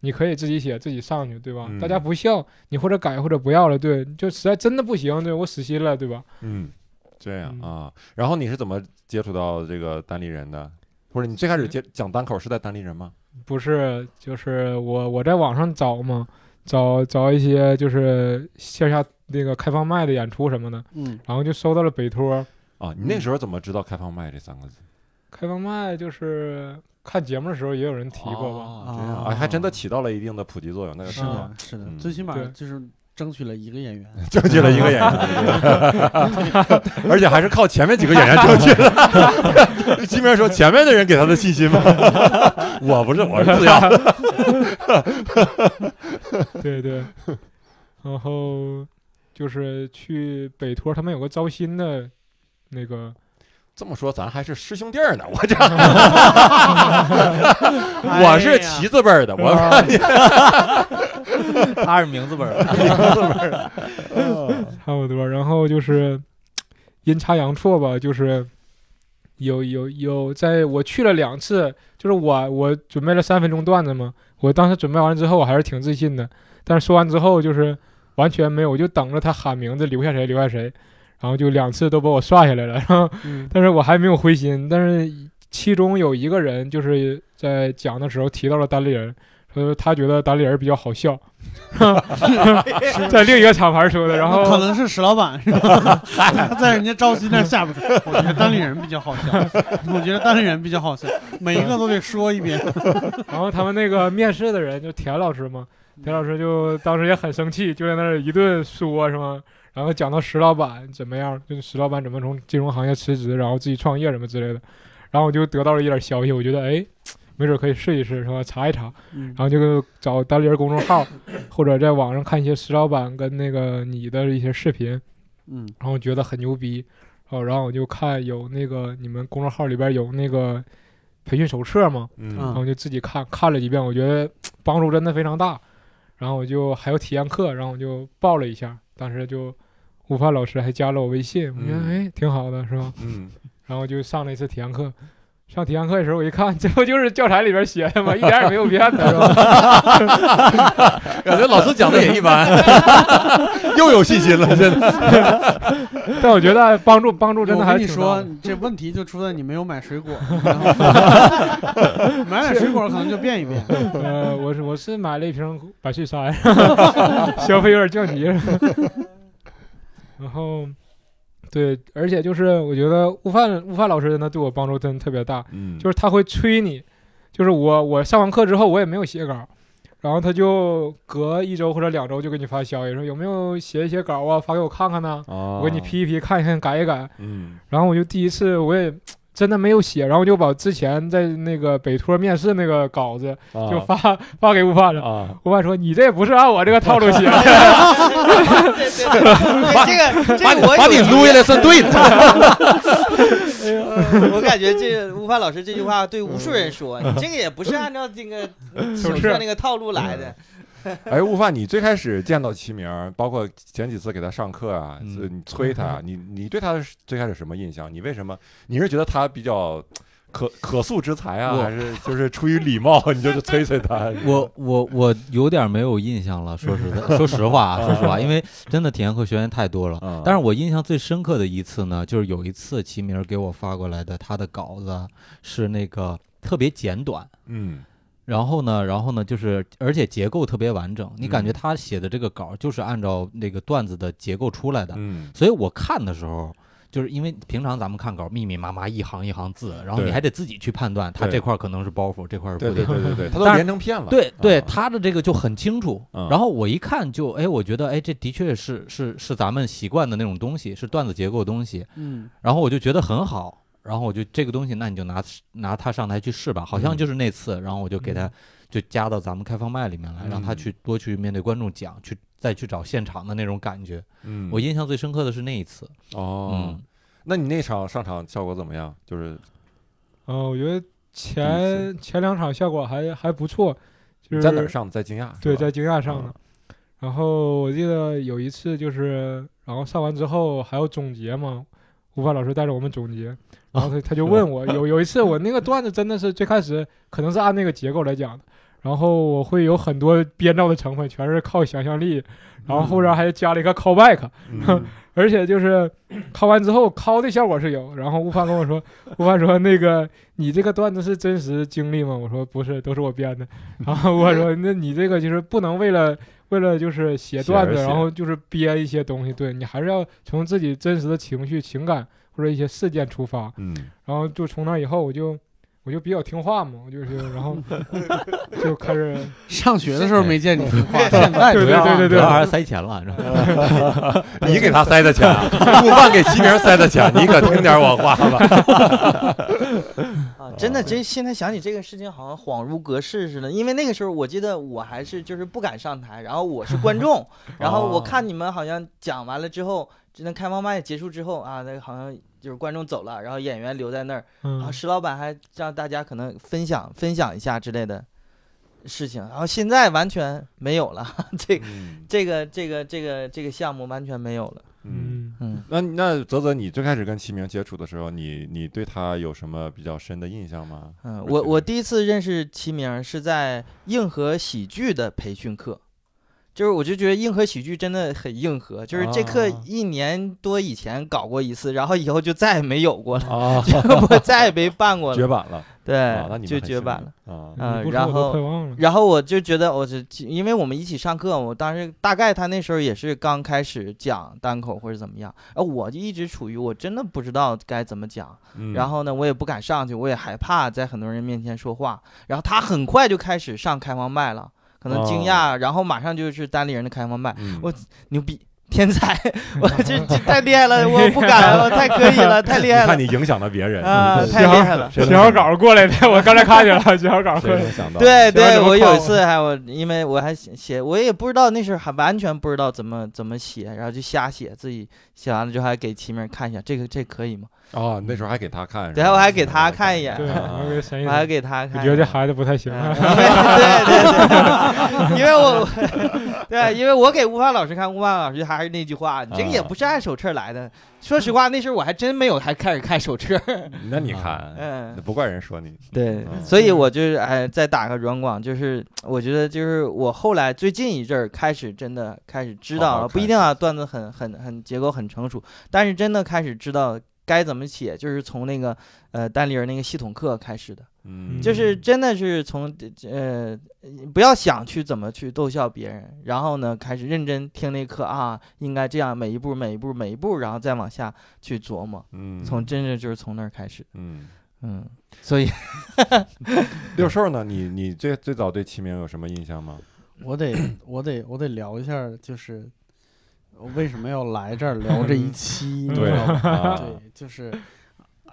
Speaker 4: 你可以自己写，自己上去，对吧？
Speaker 1: 嗯
Speaker 4: 大家不笑，你或者改或者不要了，对，就实在真的不行，对我死心了，对吧？
Speaker 1: 嗯，这样
Speaker 4: 嗯
Speaker 1: 啊。然后你是怎么接触到这个单立人的？或者你最开始接
Speaker 4: 嗯
Speaker 1: 讲单口是在单立人吗？
Speaker 4: 不是，就是我我在网上找嘛，找找一些就是线下那个开放麦的演出什么的，
Speaker 5: 嗯，
Speaker 4: 然后就收到了北托
Speaker 1: 啊，你那时候怎么知道“开放麦”这三个字？
Speaker 4: 开放麦，就是看节目的时候也有人提过吧。
Speaker 6: 哦
Speaker 5: 哦
Speaker 1: 啊这样哎，还真的起到了一定的普及作用。那个
Speaker 5: 是
Speaker 1: 时候
Speaker 5: 的，是的
Speaker 1: 嗯，
Speaker 5: 最起码
Speaker 4: 对
Speaker 5: 就是争取了一个演员，
Speaker 1: 争取了一个演员，而且还是靠前面几个演员争取 的。基本上说前面的人给他的信心嘛， 我不是，我是自要的。
Speaker 4: 对对，然后就是去北托，他们有个招新的那个，
Speaker 1: 这么说，咱还是师兄弟儿呢。我这，
Speaker 5: 哎
Speaker 1: 我是旗字辈儿的，我
Speaker 6: 他是名字本儿，
Speaker 4: 差不多。然后就是阴差阳错吧，就是有有有，在我去了两次，就是我我准备了三分钟段子嘛，我当时准备完了之后，我还是挺自信的，但是说完之后就是完全没有，我就等着他喊名字，留下谁留下谁，然后就两次都把我刷下来了，然后
Speaker 5: 嗯
Speaker 4: 但是我还没有灰心。但是其中有一个人就是在讲的时候提到了单立人，说他觉得单立人比较好笑，在另一个厂牌说的。然
Speaker 5: 可
Speaker 4: 后
Speaker 5: 能是石老板是吧？他在人家招新那下边说，我觉得单立人比较好笑，我觉得单立人比较好笑，每一个都得说一遍。
Speaker 4: 然后他们那个面试的人就田老师嘛，田老师就当时也很生气，就在那儿一顿说是吗？然后讲到石老板怎么样，就是石老板怎么从金融行业辞职，然后自己创业什么之类的。然后我就得到了一点消息，我觉得哎，没准可以试一试是吧？查一查。
Speaker 5: 嗯
Speaker 4: 然后就找单立人公众号，或者在网上看一些石老板跟那个你的一些视频，
Speaker 5: 嗯
Speaker 4: 然后觉得很牛逼，哦，然后我就看有那个你们公众号里边有那个培训手册嘛，然
Speaker 5: 啊
Speaker 1: 嗯
Speaker 4: 后就自己看看了几遍，我觉得帮助真的非常大。然后我就还有体验课，然后我就报了一下，当时就午饭老师还加了我微信，我觉得
Speaker 1: 嗯
Speaker 4: 哎挺好的是吧？
Speaker 1: 嗯，
Speaker 4: 然后就上了一次体验课。上体验课的时候，我一看， 这不就是教材里边写的吗？一点也没有变的，是吧？
Speaker 1: 感觉老师讲的也一般，又有信心了，真的。
Speaker 4: 但我觉得帮助帮助真的
Speaker 5: 我
Speaker 4: 还
Speaker 5: 跟你
Speaker 4: 挺大
Speaker 5: 说
Speaker 4: 的。，
Speaker 5: 这问题就出在你没有买水果，然后 买点水果可能就变一变。
Speaker 4: 呃，我是我是买了一瓶百岁 山， 消费有点降级了。然后对，而且就是我觉得悟饭悟饭老师真的对我帮助真的特别大，
Speaker 1: 嗯，
Speaker 4: 就是他会催你，就是我我上完课之后我也没有写稿，然后他就隔一周或者两周就给你发消息说有没有写一写稿啊，发给我看看呢，
Speaker 1: 我
Speaker 6: 哦
Speaker 4: 我给
Speaker 6: 啊
Speaker 4: 你，批一批看一看改一改，
Speaker 1: 嗯
Speaker 4: 然后我就第一次我也真的没有写，然后我就把之前在那个北托面试那个稿子
Speaker 1: 啊
Speaker 4: 就发、 发给悟饭了，
Speaker 1: 啊，
Speaker 4: 悟饭说你这不是按我这个套路 写的。
Speaker 7: 对对对，这个这个我有经验
Speaker 6: 来算对的。
Speaker 7: 我感觉这吴凡老师这句话对无数人说，你这个也不是按照这个手册那个套路来的。
Speaker 1: 哎，悟饭，你最开始见到齐明儿，包括前几次给他上课啊，
Speaker 6: 嗯
Speaker 1: 是你催 他，你你对他是最开始什么印象？你为什么？你是觉得他比较可可塑之才啊，
Speaker 6: 我
Speaker 1: 还是就是出于礼貌你就是催催 他？
Speaker 6: 我我我有点没有印象了，说实在，说实话啊，说
Speaker 4: 嗯
Speaker 6: 实话，因为真的体验课学员太多了。
Speaker 1: 啊，
Speaker 6: 但是我印象最深刻的一次呢，就是有一次齐明儿给我发过来的他的稿子是那个特别简短，
Speaker 1: 嗯
Speaker 6: 然后呢，然后呢，就是而且结构特别完整，你感觉
Speaker 1: 嗯
Speaker 6: 他写的这个稿就是按照那个段子的结构出来的，
Speaker 1: 嗯
Speaker 6: 所以我看的时候，就是因为平常咱们看稿密密麻麻一行一行字，然后
Speaker 1: 对
Speaker 6: 你还得自己去判断，它
Speaker 1: 对
Speaker 6: 这块儿可能是包袱，这块儿是
Speaker 1: 对
Speaker 6: 不
Speaker 1: 对
Speaker 6: 对。
Speaker 1: 对对对，他都
Speaker 6: 但是
Speaker 1: 连成片了。
Speaker 6: 对对，
Speaker 1: 啊
Speaker 6: 他的这个就很清楚
Speaker 1: 嗯，
Speaker 6: 然后我一看就，哎，我觉得，哎，这的确是是是咱们习惯的那种东西，是段子结构的东西，
Speaker 5: 嗯，
Speaker 6: 然后我就觉得很好，然后我就这个东西，那你就拿拿它上台去试吧，好像就是那次，然后我就给他就加到咱们开放麦里面来，让他
Speaker 1: 嗯
Speaker 6: 去多去面对观众讲，去再去找现场的那种感觉。
Speaker 1: 嗯，
Speaker 6: 我印象最深刻的是那一次，
Speaker 1: 哦
Speaker 6: 嗯，，
Speaker 1: 那你那场上场效果怎么样？就是
Speaker 4: 嗯、我觉得
Speaker 1: 第
Speaker 4: 前前两场效果还还不错，就
Speaker 1: 你
Speaker 4: 是
Speaker 1: 在哪儿上的？在惊啊讶是吧？嗯
Speaker 4: 对，在惊讶上的。然后我记得有一次就是，然后上完之后还要总结嘛，吴凡老师带着我们总结，然 后他他就问我，有有一次我那个段子真的是最开始可能是按那个结构来讲的，然后我会有很多编造的成分，全是靠想象力，然后后边还加了一个 callback，
Speaker 1: 嗯
Speaker 4: 而且就是拷完之后拷的效果是有。然后悟饭跟我说， 悟饭说那个你这个段子是真实经历吗？我说不是，都是我编的。 然后我说那你这个就是不能为了为了就是写段子，
Speaker 1: 写而写
Speaker 4: 然后就是编一些东西，对你还是要从自己真实的情绪、情感或者一些事件出发。
Speaker 1: 嗯，
Speaker 4: 然后就从那以后我就。我就比较听话嘛，我就是，然后就开始，
Speaker 5: 上学的时候没见 你听话，
Speaker 7: 对
Speaker 5: 现在
Speaker 4: 对
Speaker 5: 不要
Speaker 4: 对对对
Speaker 6: 主要还是塞钱了，是
Speaker 1: 嗯
Speaker 6: 吧？
Speaker 1: 你给他塞的钱 啊，悟饭给齐明塞的钱，你可听点我话吧。
Speaker 7: 啊，真的，这现在想起这个事情，好像恍如隔世似的。因为那个时候，我记得我还是就是不敢上台，然后我是观众，然后我看你们好像讲完了之后，就那开放麦结束之后啊，那个好像就是观众走了，然后演员留在那儿，然
Speaker 4: 嗯
Speaker 7: 后，石老板还让大家可能分享分享一下之类的事情，然后现在完全没有了， 这个
Speaker 1: 嗯
Speaker 7: 这个这个这个这个项目完全没有了。
Speaker 1: 嗯。
Speaker 4: 嗯，
Speaker 7: 嗯，
Speaker 1: 那那泽泽，你最开始跟齐明接触的时候，你你对他有什么比较深的印象吗？
Speaker 7: 嗯，我我第一次认识齐明儿是在硬核喜剧的培训课，就是我就觉得硬核喜剧真的很硬核，就是这课
Speaker 1: 啊
Speaker 7: 一年多以前搞过一次，然后以后就再也没有过了，
Speaker 1: 啊，
Speaker 7: 我再也没办过
Speaker 1: 绝
Speaker 7: 了，
Speaker 1: 版了啊！那
Speaker 7: 对，
Speaker 1: 你们
Speaker 7: 哦哎就
Speaker 1: 很
Speaker 7: 绝
Speaker 1: 幸
Speaker 7: 版
Speaker 1: 运
Speaker 7: 了。
Speaker 1: 啊
Speaker 7: 啊
Speaker 4: 你不说
Speaker 7: 然
Speaker 4: 我都
Speaker 7: 后
Speaker 4: 快忘了，
Speaker 7: 然后我就觉得我是，因为我们一起上课，我当时大概他那时候也是刚开始讲单口或者怎么样，而我就一直处于我真的不知道该怎么讲，
Speaker 1: 嗯
Speaker 7: 然后呢，我也不敢上去，我也害怕在很多人面前说话。然后他很快就开始上开放麦了，可能惊讶，然后马上就是单立人的开放麦，
Speaker 1: 嗯
Speaker 7: 我牛逼，天才，我这这太厉害了，我不敢，我太可以了，太厉
Speaker 1: 你
Speaker 7: 害
Speaker 1: 看
Speaker 7: 了
Speaker 1: 你影响了别人
Speaker 7: 啊，
Speaker 1: 嗯
Speaker 7: 太厉害了。
Speaker 1: 谁
Speaker 4: 写好稿过来的，我刚才看见了，写好稿过
Speaker 1: 谁
Speaker 4: 来的
Speaker 1: 能想到？
Speaker 7: 对
Speaker 4: 喜欢
Speaker 7: 对，
Speaker 4: 怎么
Speaker 7: 我有
Speaker 4: 泡
Speaker 7: 一次还我因为我还写写，我也不知道那时候还完全不知道怎么怎么写，然后就瞎写，自己写完了之后还给齐明看一下，这个这可以吗？
Speaker 1: 哦，你那时候还给他看，
Speaker 7: 对我还给他看一眼
Speaker 4: 对，
Speaker 1: 啊
Speaker 4: 我给神一
Speaker 7: 我还给他
Speaker 4: 我
Speaker 7: 看。
Speaker 4: 哎觉得这孩子不太行
Speaker 7: 嗯
Speaker 4: 啊。
Speaker 7: 对对对，因为我 对，因为我给吴凡老师看，吴凡老师还是那句话，你这个也
Speaker 1: 啊
Speaker 7: 不是按手册来的。说实话，那时候我还真没有还开始看手册。
Speaker 1: 那你看，
Speaker 7: 嗯，
Speaker 1: 不怪人说你，
Speaker 7: 对，
Speaker 1: 嗯
Speaker 7: 所以我就是哎，再打个软广，就是我觉得就是我后来最近一阵儿开始真的开始知
Speaker 1: 好
Speaker 7: 道
Speaker 1: 好
Speaker 7: 了，
Speaker 1: 看
Speaker 7: 不一定啊，段子很很很结构很成熟，但是真的开始知道该怎么写，就是从那个呃单立人那个系统课开始的。
Speaker 1: 嗯，
Speaker 7: 就是真的是从呃，不要想去怎么去逗笑别人，然后呢，开始认真听那课啊，应该这样，每一步每一步每一步，然后再往下去琢磨，
Speaker 1: 嗯，
Speaker 7: 从真的就是从那儿开始，
Speaker 1: 嗯，
Speaker 7: 嗯，所以
Speaker 1: 六兽呢？你你最最早对齐明有什么印象吗？
Speaker 5: 我得我得我得聊一下，就是我为什么要来这儿聊这一期，你知
Speaker 1: 对
Speaker 5: 道吗？
Speaker 1: 啊
Speaker 5: 对，就是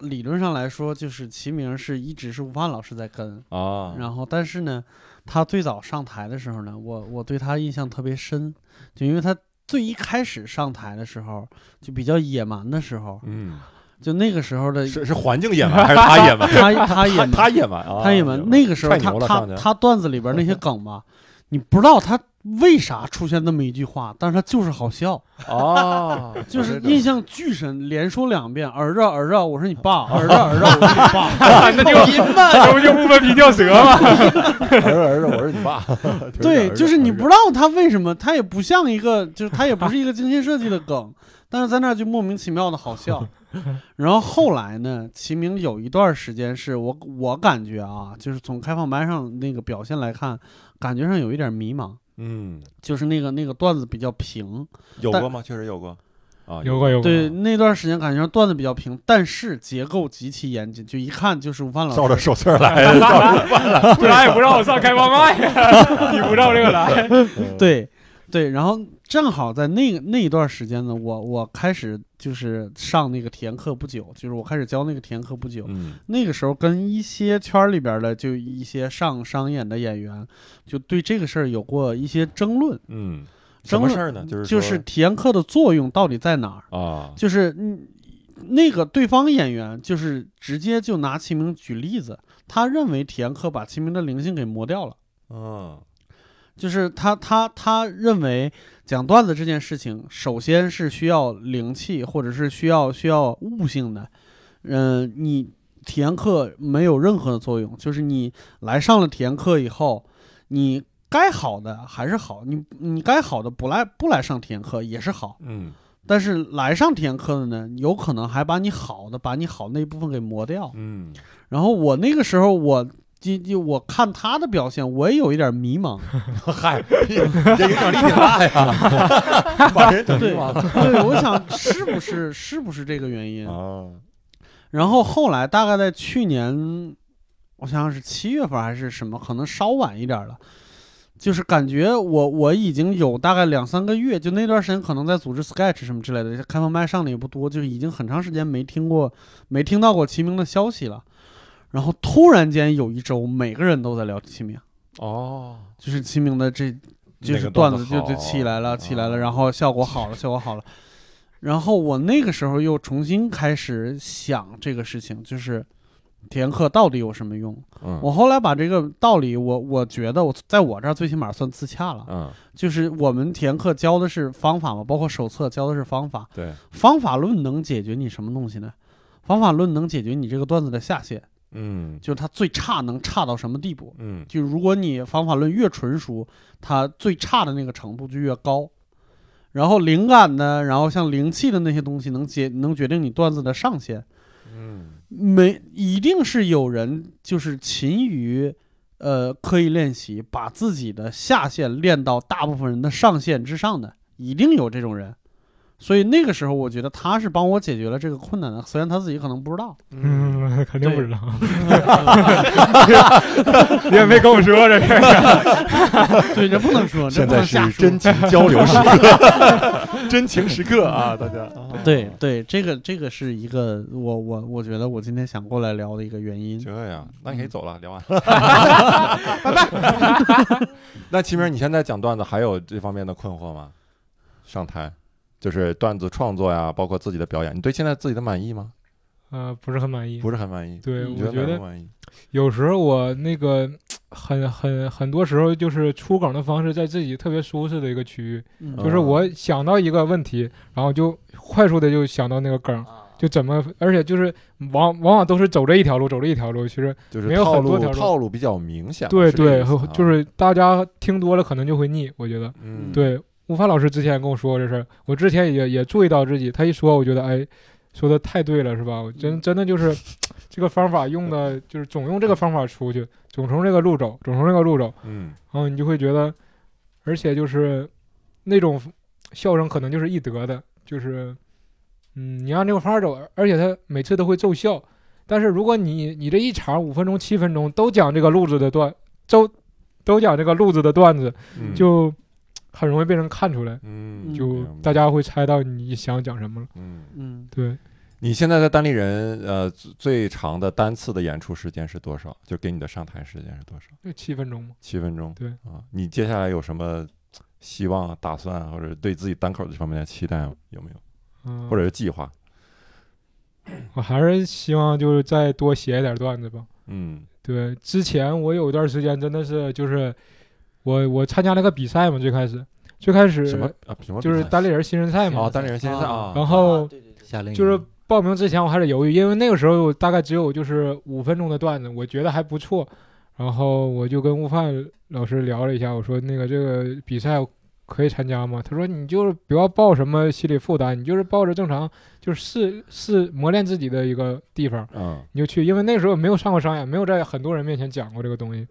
Speaker 5: 理论上来说，就是齐名是一直是吴凡老师在跟，
Speaker 1: 啊，
Speaker 5: 然后但是呢，他最早上台的时候呢，我我对他印象特别深，就因为他最一开始上台的时候，就比较野蛮的时候，
Speaker 1: 嗯，
Speaker 5: 就那个时候
Speaker 7: 呃
Speaker 5: 的
Speaker 1: 是是环境野蛮还是他野 蛮？
Speaker 5: 他他野蛮，
Speaker 1: 他野蛮啊，
Speaker 5: 他野蛮，那个时候
Speaker 1: 踹
Speaker 5: 他
Speaker 1: 牛了
Speaker 5: 他
Speaker 1: 上去
Speaker 5: 他段子里边那些梗吧，你不知道他为啥出现那么一句话，但是他就是好笑，
Speaker 1: 啊哦，
Speaker 5: 就是印象巨深，连说两遍，儿子儿子，我是你爸，儿 子儿子，我是你爸。
Speaker 4: 那就赢嘛，这不就不分皮跳蛇吗？
Speaker 1: 儿子儿子，我是你爸。
Speaker 5: 对，就是你不知道他为什么，他也不像一个，就是他也不是一个精心设计的梗，但是在那儿就莫名其妙的 好笑。然后后来呢，齐明有一段时间是我我感觉啊，就是从开放班上那个表现来看，感觉上有一点迷茫，
Speaker 1: 嗯，
Speaker 5: 就是那个那个段子比较平。
Speaker 1: 有
Speaker 5: 但
Speaker 1: 过吗？确实有过啊，
Speaker 4: 有过有过，
Speaker 5: 对，那段时间感觉上段子比较平，但是结构极其严谨，就一看就是吴范
Speaker 1: 照
Speaker 5: 老
Speaker 1: 着
Speaker 5: 师。
Speaker 1: 手气儿 来的，
Speaker 4: 不然也不让我上开放麦，你不照这个来，
Speaker 5: 对，对，然后正好在那个那一段时间呢，我我开始就是上那个体验课不久，就是我开始教那个体验课不久，
Speaker 1: 嗯
Speaker 5: 那个时候跟一些圈儿里边的就一些上商演的演员，就对这个事儿有过一些争论，
Speaker 1: 嗯，什么事儿呢？就是就
Speaker 5: 就
Speaker 1: 是
Speaker 5: 体验课的作用到底在哪儿。
Speaker 1: 啊，
Speaker 5: 就是嗯，那个对方演员就是直接就拿秦明举例子，他认为体验课把秦明的灵性给磨掉了，
Speaker 1: 嗯
Speaker 5: 就是他他他认为讲段子这件事情，首先是需要灵气，或者是需要需要悟性的，嗯、你体验课没有任何的作用，就是你来上了体验课以后，你。该好的还是好，你你该好的不来不来上体验课也是好，
Speaker 1: 嗯
Speaker 5: 但是来上体验课的呢，有可能还把你好的，把你好的那部分给磨掉。
Speaker 1: 嗯
Speaker 5: 然后我那个时候我，就就我看他的表现，我也有一点迷茫。
Speaker 1: 嗨，这影响力挺大呀， 把人整
Speaker 5: 对，
Speaker 1: 迷茫了
Speaker 5: 对，我想是不是是不是这个原因？
Speaker 1: 啊，
Speaker 5: 然后后来大概在去年，我想想是七月份还是什么，可能稍晚一点了。就是感觉我我已经有大概两三个月，就那段时间可能在组织 sketch 什么之类的，开放麦上的也不多，就已经很长时间没听过没听到过齐明的消息了。然后突然间有一周，每个人都在聊齐明，
Speaker 1: 哦，
Speaker 5: 就是齐明的这就
Speaker 1: 那
Speaker 5: 是
Speaker 1: 个
Speaker 5: 段
Speaker 1: 段
Speaker 5: 子
Speaker 1: 子
Speaker 5: 就
Speaker 1: 好
Speaker 5: 就起来了，起来了，
Speaker 1: 啊
Speaker 5: 然后效果好了，效果好了。然后我那个时候又重新开始想这个事情，就是体验课到底有什么用？
Speaker 1: 嗯
Speaker 5: 我后来把这个道理，我我觉得我在我这儿最起码算自洽了，
Speaker 1: 嗯，
Speaker 5: 就是我们体验课教的是方法嘛，包括手册教的是方法，
Speaker 1: 对，
Speaker 5: 方法论能解决你什么东西呢？方法论能解决你这个段子的下限，
Speaker 1: 嗯
Speaker 5: 就是它最差能差到什么地步？
Speaker 1: 嗯
Speaker 5: 就如果你方法论越纯熟，它最差的那个程度就越高。然后灵感呢，然后像灵气的那些东西，能解能决定你段子的上限。
Speaker 1: 嗯
Speaker 5: 没一定是有人就是勤于，呃，刻意练习，把自己的下限练到大部分人的上限之上的，一定有这种人。所以那个时候，我觉得他是帮我解决了这个困难的，虽然他自己可能不知道。
Speaker 1: 嗯，
Speaker 4: 嗯， 肯定不知道，你也没跟我说这事，
Speaker 5: 对，这不能说，这
Speaker 1: 现
Speaker 5: 不
Speaker 1: 在
Speaker 5: 能瞎
Speaker 1: 是
Speaker 5: 说。
Speaker 1: 真情交流时刻， 真情时刻啊，大家，
Speaker 5: 对对，这个这个是一个我我我觉得我今天想过来聊的一个原因。
Speaker 1: 这样，那你可以走了，聊完，拜拜。那齐明，你现在讲段子还有这方面的困惑吗？上台，就是段子创作呀，包括自己的表演，你对现在自己的满意吗？
Speaker 4: 呃，不是很满意。
Speaker 1: 不是很满意。
Speaker 4: 对，
Speaker 1: 你
Speaker 4: 我
Speaker 1: 觉
Speaker 4: 觉
Speaker 1: 哪儿
Speaker 4: 得
Speaker 1: 不满意？
Speaker 4: 有时候我那个很很很多时候就是出梗的方式，在自己特别舒适的一个区域，
Speaker 5: 嗯
Speaker 4: 就是我想到一个问题，然后就快速的就想到那个梗，就怎么，而且就是往往往都是走这一条路，走这一条路，其实
Speaker 1: 就是
Speaker 4: 没有
Speaker 1: 套
Speaker 4: 很多
Speaker 1: 路
Speaker 4: 条路
Speaker 1: 套路比较明显嘛。
Speaker 4: 对
Speaker 1: 是这个
Speaker 4: 对
Speaker 1: 意思啊，
Speaker 4: 就是大家听多了可能就会腻，我觉得。
Speaker 1: 嗯，
Speaker 4: 对，吴凡老师之前也跟我说过这事儿，我之前也也注意到自己，他一说我觉得哎，说的太对了，是吧？我
Speaker 1: 嗯
Speaker 4: 真真的就是 这个方法用的，就是总用这个方法出去，总从这个路走，总从这个路走，
Speaker 1: 嗯
Speaker 4: 然后你就会觉得，而且就是那种笑声可能就是易得的，就是嗯，你按这个法儿走，而且他每次都会奏效。但是如果你你这一场五分钟七分钟都讲这个路子的段，都都讲这个路子的段子，
Speaker 1: 嗯，
Speaker 4: 就很容易被人看出来，
Speaker 1: 嗯
Speaker 4: 就
Speaker 1: 明白
Speaker 4: 大家会猜到你想讲什么了。
Speaker 1: 嗯，
Speaker 5: 嗯，
Speaker 4: 对，
Speaker 1: 你现在在单立人呃最最长的单次的演出时间是多少？就给你的上台时间是多少？
Speaker 4: 就七分钟嘛。
Speaker 1: 七分钟。
Speaker 4: 对
Speaker 1: 啊，你接下来有什么希望、啊打算，或者对自己单口这方面的期待啊有没有？
Speaker 4: 嗯，
Speaker 1: 或者是计划？
Speaker 4: 我还是希望就是再多写一点段子吧。
Speaker 1: 嗯
Speaker 4: 对，之前我有一段时间真的是就是我我参加了个比赛嘛，最开始最开始
Speaker 1: 什么啊？什么比赛？
Speaker 4: 就是单立人新人赛嘛，
Speaker 1: 哦，单立人先生啊。
Speaker 4: 然后
Speaker 7: 对对对，
Speaker 6: 夏令营
Speaker 4: 就是报名之前我还得犹豫，因为那个时候我大概只有就是五分钟的段子，我觉得还不错，然后我就跟悟饭老师聊了一下，我说那个这个比赛可以参加吗？他说你就是不要抱什么心理负担，你就是抱着正常就是试试磨练自己的一个地方，
Speaker 1: 嗯
Speaker 4: 你就去，因为那时候没有上过商演，没有在很多人面前讲过这个东西，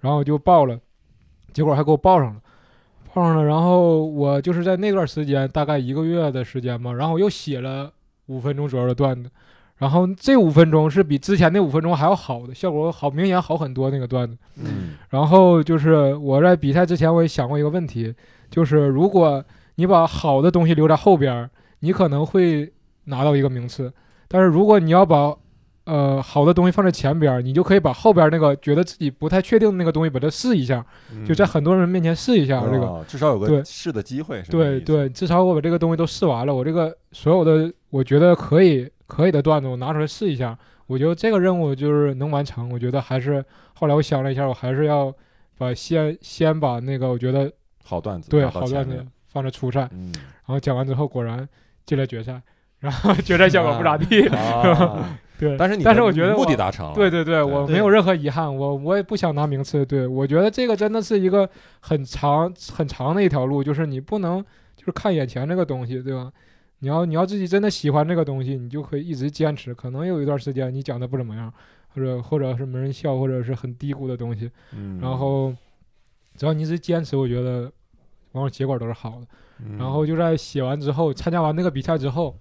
Speaker 4: 然后我就报了，结果还给我报上了，报上了，然后我就是在那段时间，大概一个月的时间吧，然后我又写了五分钟左右的段子，然后这五分钟是比之前那五分钟还要好的，效果好，明显好很多那个段子。
Speaker 1: 嗯
Speaker 4: 然后就是我在比赛之前，我也想过一个问题，就是如果你把好的东西留在后边儿，你可能会拿到一个名次；但是如果你要把呃好的东西放在前边儿，你就可以把后边儿那个觉得自己不太确定的那个东西把它试一下， 就在很多人面前试一下这个。
Speaker 1: 嗯哦至少有
Speaker 4: 对
Speaker 1: 个试的机会，是这个
Speaker 4: 对
Speaker 1: 意思，
Speaker 4: 对，至少我把这个东西都试完了，我这个所有的我觉得可以可以的段子，我拿出来试一下。我觉得这个任务就是能完成。我觉得还是后来我想了一下，我还是要把先先把那个我觉得
Speaker 1: 好段子，
Speaker 4: 对
Speaker 1: 拿到
Speaker 4: 好
Speaker 1: 前
Speaker 4: 段子
Speaker 1: 面，
Speaker 4: 放在初赛，然
Speaker 1: 嗯，
Speaker 4: 后讲完之后果然进了决赛，然后决赛效果不 咋地。
Speaker 1: 啊
Speaker 4: 对，
Speaker 1: 但是你
Speaker 4: 但是
Speaker 1: 的
Speaker 4: 我觉得
Speaker 1: 目
Speaker 4: 我
Speaker 1: 的达成了，
Speaker 4: 对对对，我
Speaker 1: 哦对
Speaker 4: 没有任何遗憾，我我也不想拿名次。对我觉得这个真的是一个很长很长的一条路，就是你不能就是看眼前这个东西，对吧？你要你要自己真的喜欢这个东西，你就可以一直坚持。可能有一段时间你讲的不怎么样，或者或者是没人笑，或者是很低谷的东西，
Speaker 1: 嗯，
Speaker 4: 然后只要你一直坚持，我觉得往往结果都是好的。
Speaker 1: 嗯
Speaker 4: 然后就在写完之后，参加完那个比赛之后，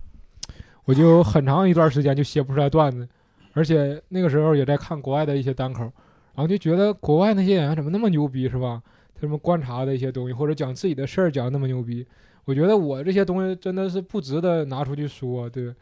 Speaker 4: 我就很长一段时间就写不出来段子，而且那个时候也在看国外的一些单口，然后就觉得国外那些演员怎么那么牛逼，是吧？他们观察的一些东西，或者讲自己的事儿讲得那么牛逼，我觉得我这些东西真的是不值得拿出去说，对。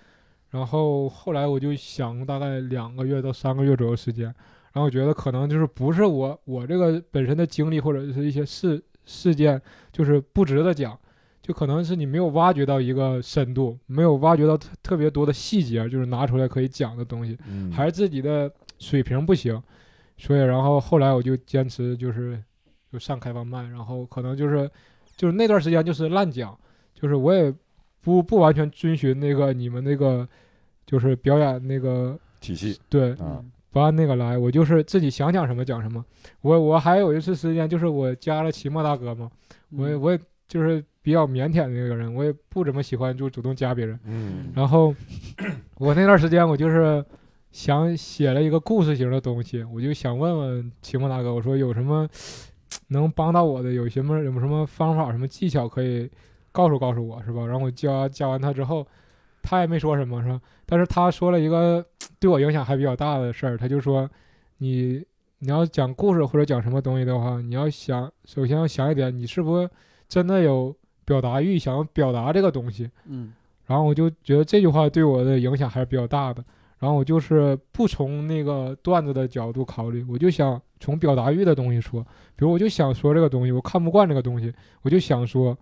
Speaker 4: 然后后来我就想，大概两个月到三个月左右时间，然后我觉得可能就是不是我我这个本身的经历或者是一些事事件，就是不值得讲。就可能是你没有挖掘到一个深度，没有挖掘到特特别多的细节，就是拿出来可以讲的东西，
Speaker 1: 嗯
Speaker 4: 还是自己的水平不行，所以然后后来我就坚持就是就上开放麦，然后可能就是就是那段时间就是乱讲，就是我也不不完全遵循那个你们那个就是表演那个
Speaker 1: 体系
Speaker 4: 对
Speaker 5: 嗯
Speaker 1: 啊，
Speaker 4: 不按那个来，我就是自己想讲什么讲什么。我我还有一次时间，就是我加了齐墨大哥嘛，我也我也就是比较腼腆的那个人，我也不怎么喜欢就主动加别人。
Speaker 1: 嗯
Speaker 4: 然后我那段时间我就是想写了一个故事型的东西，我就想问问齐墨大哥，我说有什么能帮到我的，有什么有什么方法、什么技巧可以告诉告诉我，是吧？然后我加加完他之后，他也没说什么，是吧？但是他说了一个对我影响还比较大的事儿，他就说你你要讲故事或者讲什么东西的话，你要想首先要想一点，你是不是真的有表达欲，想要表达这个东西。
Speaker 5: 嗯
Speaker 4: 然后我就觉得这句话对我的影响还是比较大的。然后我就是不从那个段子的角度考虑，我就想从表达欲的东西说，比如我就想说这个东西，我看不惯这个东西，我就想说，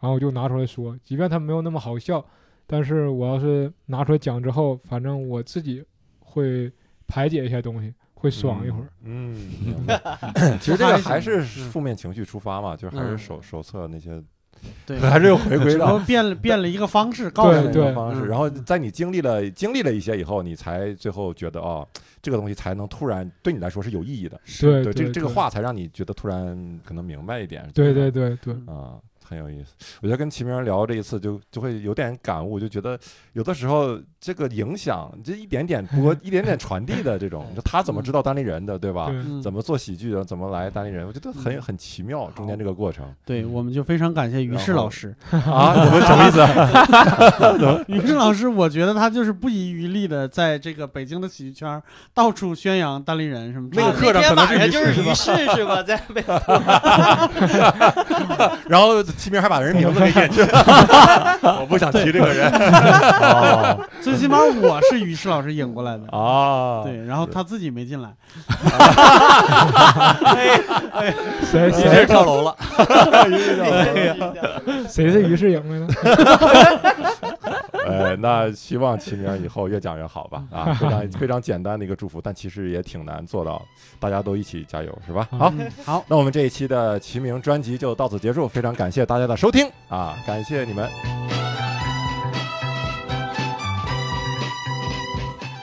Speaker 4: 然后我就拿出来说，即便它没有那么好笑，但是我要是拿出来讲之后，反正我自己会排解一些东西，会爽一会儿。，
Speaker 1: 嗯，明白 其实这个还是负面情绪出发嘛，就是还是
Speaker 5: 嗯
Speaker 1: 手手册那些，
Speaker 5: 对，
Speaker 1: 还是又回归
Speaker 5: 只不过
Speaker 1: 到
Speaker 5: 变了变了一个方式，告诉
Speaker 1: 这
Speaker 5: 你
Speaker 1: 种
Speaker 4: 对对
Speaker 1: 方式。
Speaker 5: 嗯
Speaker 1: 然后在你经历了经历了一些以后，你才最后觉得哦，这个东西才能突然对你来说是有意义的，
Speaker 4: 对
Speaker 1: 对，这个这个
Speaker 4: 对
Speaker 1: 话才让你觉得突然可能明白一点，
Speaker 5: 嗯
Speaker 4: 对对对对，
Speaker 1: 啊，很有意思。我觉得跟齐明聊这一次就就会有点感悟，就觉得有的时候这个影响，这一点 点播，一点点传递的这种，就他怎么知道单立人的，对吧？
Speaker 4: 嗯对
Speaker 5: 嗯
Speaker 1: 怎么做喜剧的，怎么来单立人，我觉得很很奇妙，中间这个过程
Speaker 5: 对，我们就非常感谢于适老师。
Speaker 1: 啊，我们什么意思啊？
Speaker 5: 于适老师，我觉得他就是不遗余力的在这个北京的喜剧圈儿到处宣扬单立人什么之类
Speaker 7: 啊
Speaker 5: 的。
Speaker 7: 那
Speaker 5: 课
Speaker 7: 天晚上就是
Speaker 5: 是
Speaker 7: 于适是吧？在北
Speaker 1: 然后齐明还把人名字给掩去了， 我不想提这个人。哦
Speaker 5: 最起码我是于适老师引过来的。
Speaker 1: 啊，
Speaker 5: 对，然后他自己没进来，
Speaker 4: 谁
Speaker 6: 你这
Speaker 4: 谁
Speaker 6: 跳楼了，
Speaker 4: 谁是于世颖的呢？
Speaker 1: 呃，那希望齐明以后越讲越好吧。啊，非 常非常简单的一个祝福，但其实也挺难做到，大家都一起加油，是吧？好，
Speaker 5: 嗯好，
Speaker 1: 那我们这一期的齐明专辑就到此结束，非常感谢大家的收听啊，感谢你们。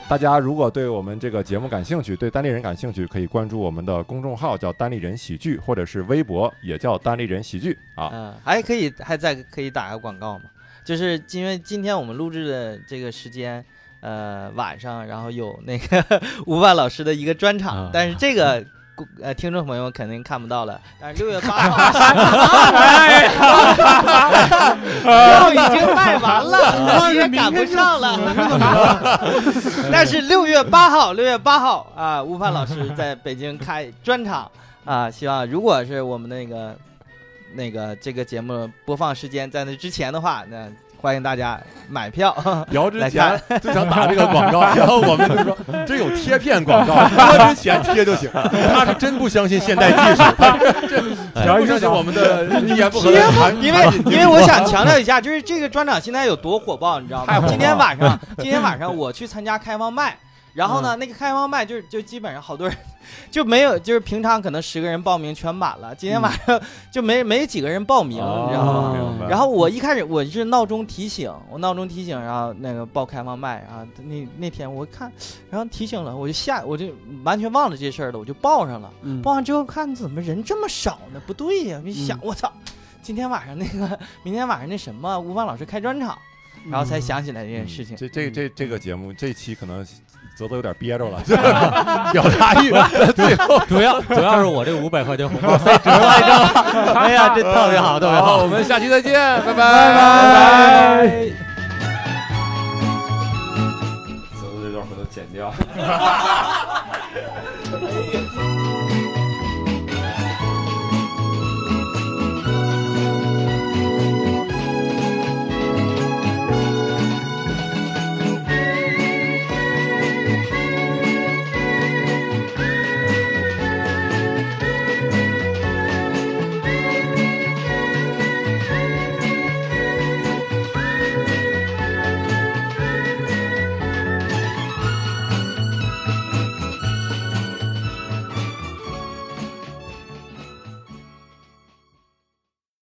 Speaker 1: 大家如果对我们这个节目感兴趣，对单立人感兴趣，可以关注我们的公众号，叫单立人喜剧，或者是微博也叫单立人喜剧啊。
Speaker 7: 嗯，还可以，还在可以打个广告嘛？就是因为今天我们录制的这个时间，呃，晚上，然后有那个 吴范老师的一个专场，
Speaker 6: 啊
Speaker 7: 但是这个。呃，听众朋友们肯定看不到了，但是六月八号 票已经卖完了，你也赶不上了。但是六月八号，六月八号啊，吴范老师在北京开专场啊，希望如果是我们那个那个这个节目播放时间在那之前的话，那欢迎大家买票。
Speaker 1: 聊之
Speaker 7: 来
Speaker 1: 前
Speaker 7: 看
Speaker 1: 就想打这个广告，然后我们就说这有贴片广告，播之前贴就行。他是真不相信现代技术，他是真真呃不相信我们的 一言不合的谈，
Speaker 7: 因为 因为我想强调一下，就是这个专场现在有多火爆，你知道
Speaker 1: 太火
Speaker 7: 吗？
Speaker 1: 爆
Speaker 7: 今天 晚上，今天晚上我去参加开放麦，然后
Speaker 1: 嗯
Speaker 7: 呢，那个开放麦就是就基本上好多人就没有，就是平常可能十个人报名全满了，今天晚
Speaker 1: 嗯
Speaker 7: 上 就没没几个人报名，你知道吗？
Speaker 5: 吗
Speaker 1: 明白
Speaker 7: 然后我一开始我是闹钟提醒，我闹钟提醒，然后那个报开放麦，然后那那天我看，然后提醒了，我就下我就完全忘了这事儿了，我就报上了。
Speaker 5: 嗯
Speaker 7: 报完之后看怎么人这么少呢？不对呀、一想我操，今天晚上那个，明天晚上那什么，吴凡老师开专场，然后才想起来这件事情。
Speaker 1: 这这这这个节目这期可能泽泽有点憋着了，表达欲最后
Speaker 6: 主要主要是我这五百块钱红包塞折了，你知道吗？哎呀，这特别好，特别好。
Speaker 1: 我们下期再见，拜拜
Speaker 6: 拜
Speaker 1: 拜。泽泽这段回头剪掉。
Speaker 7: 哎呀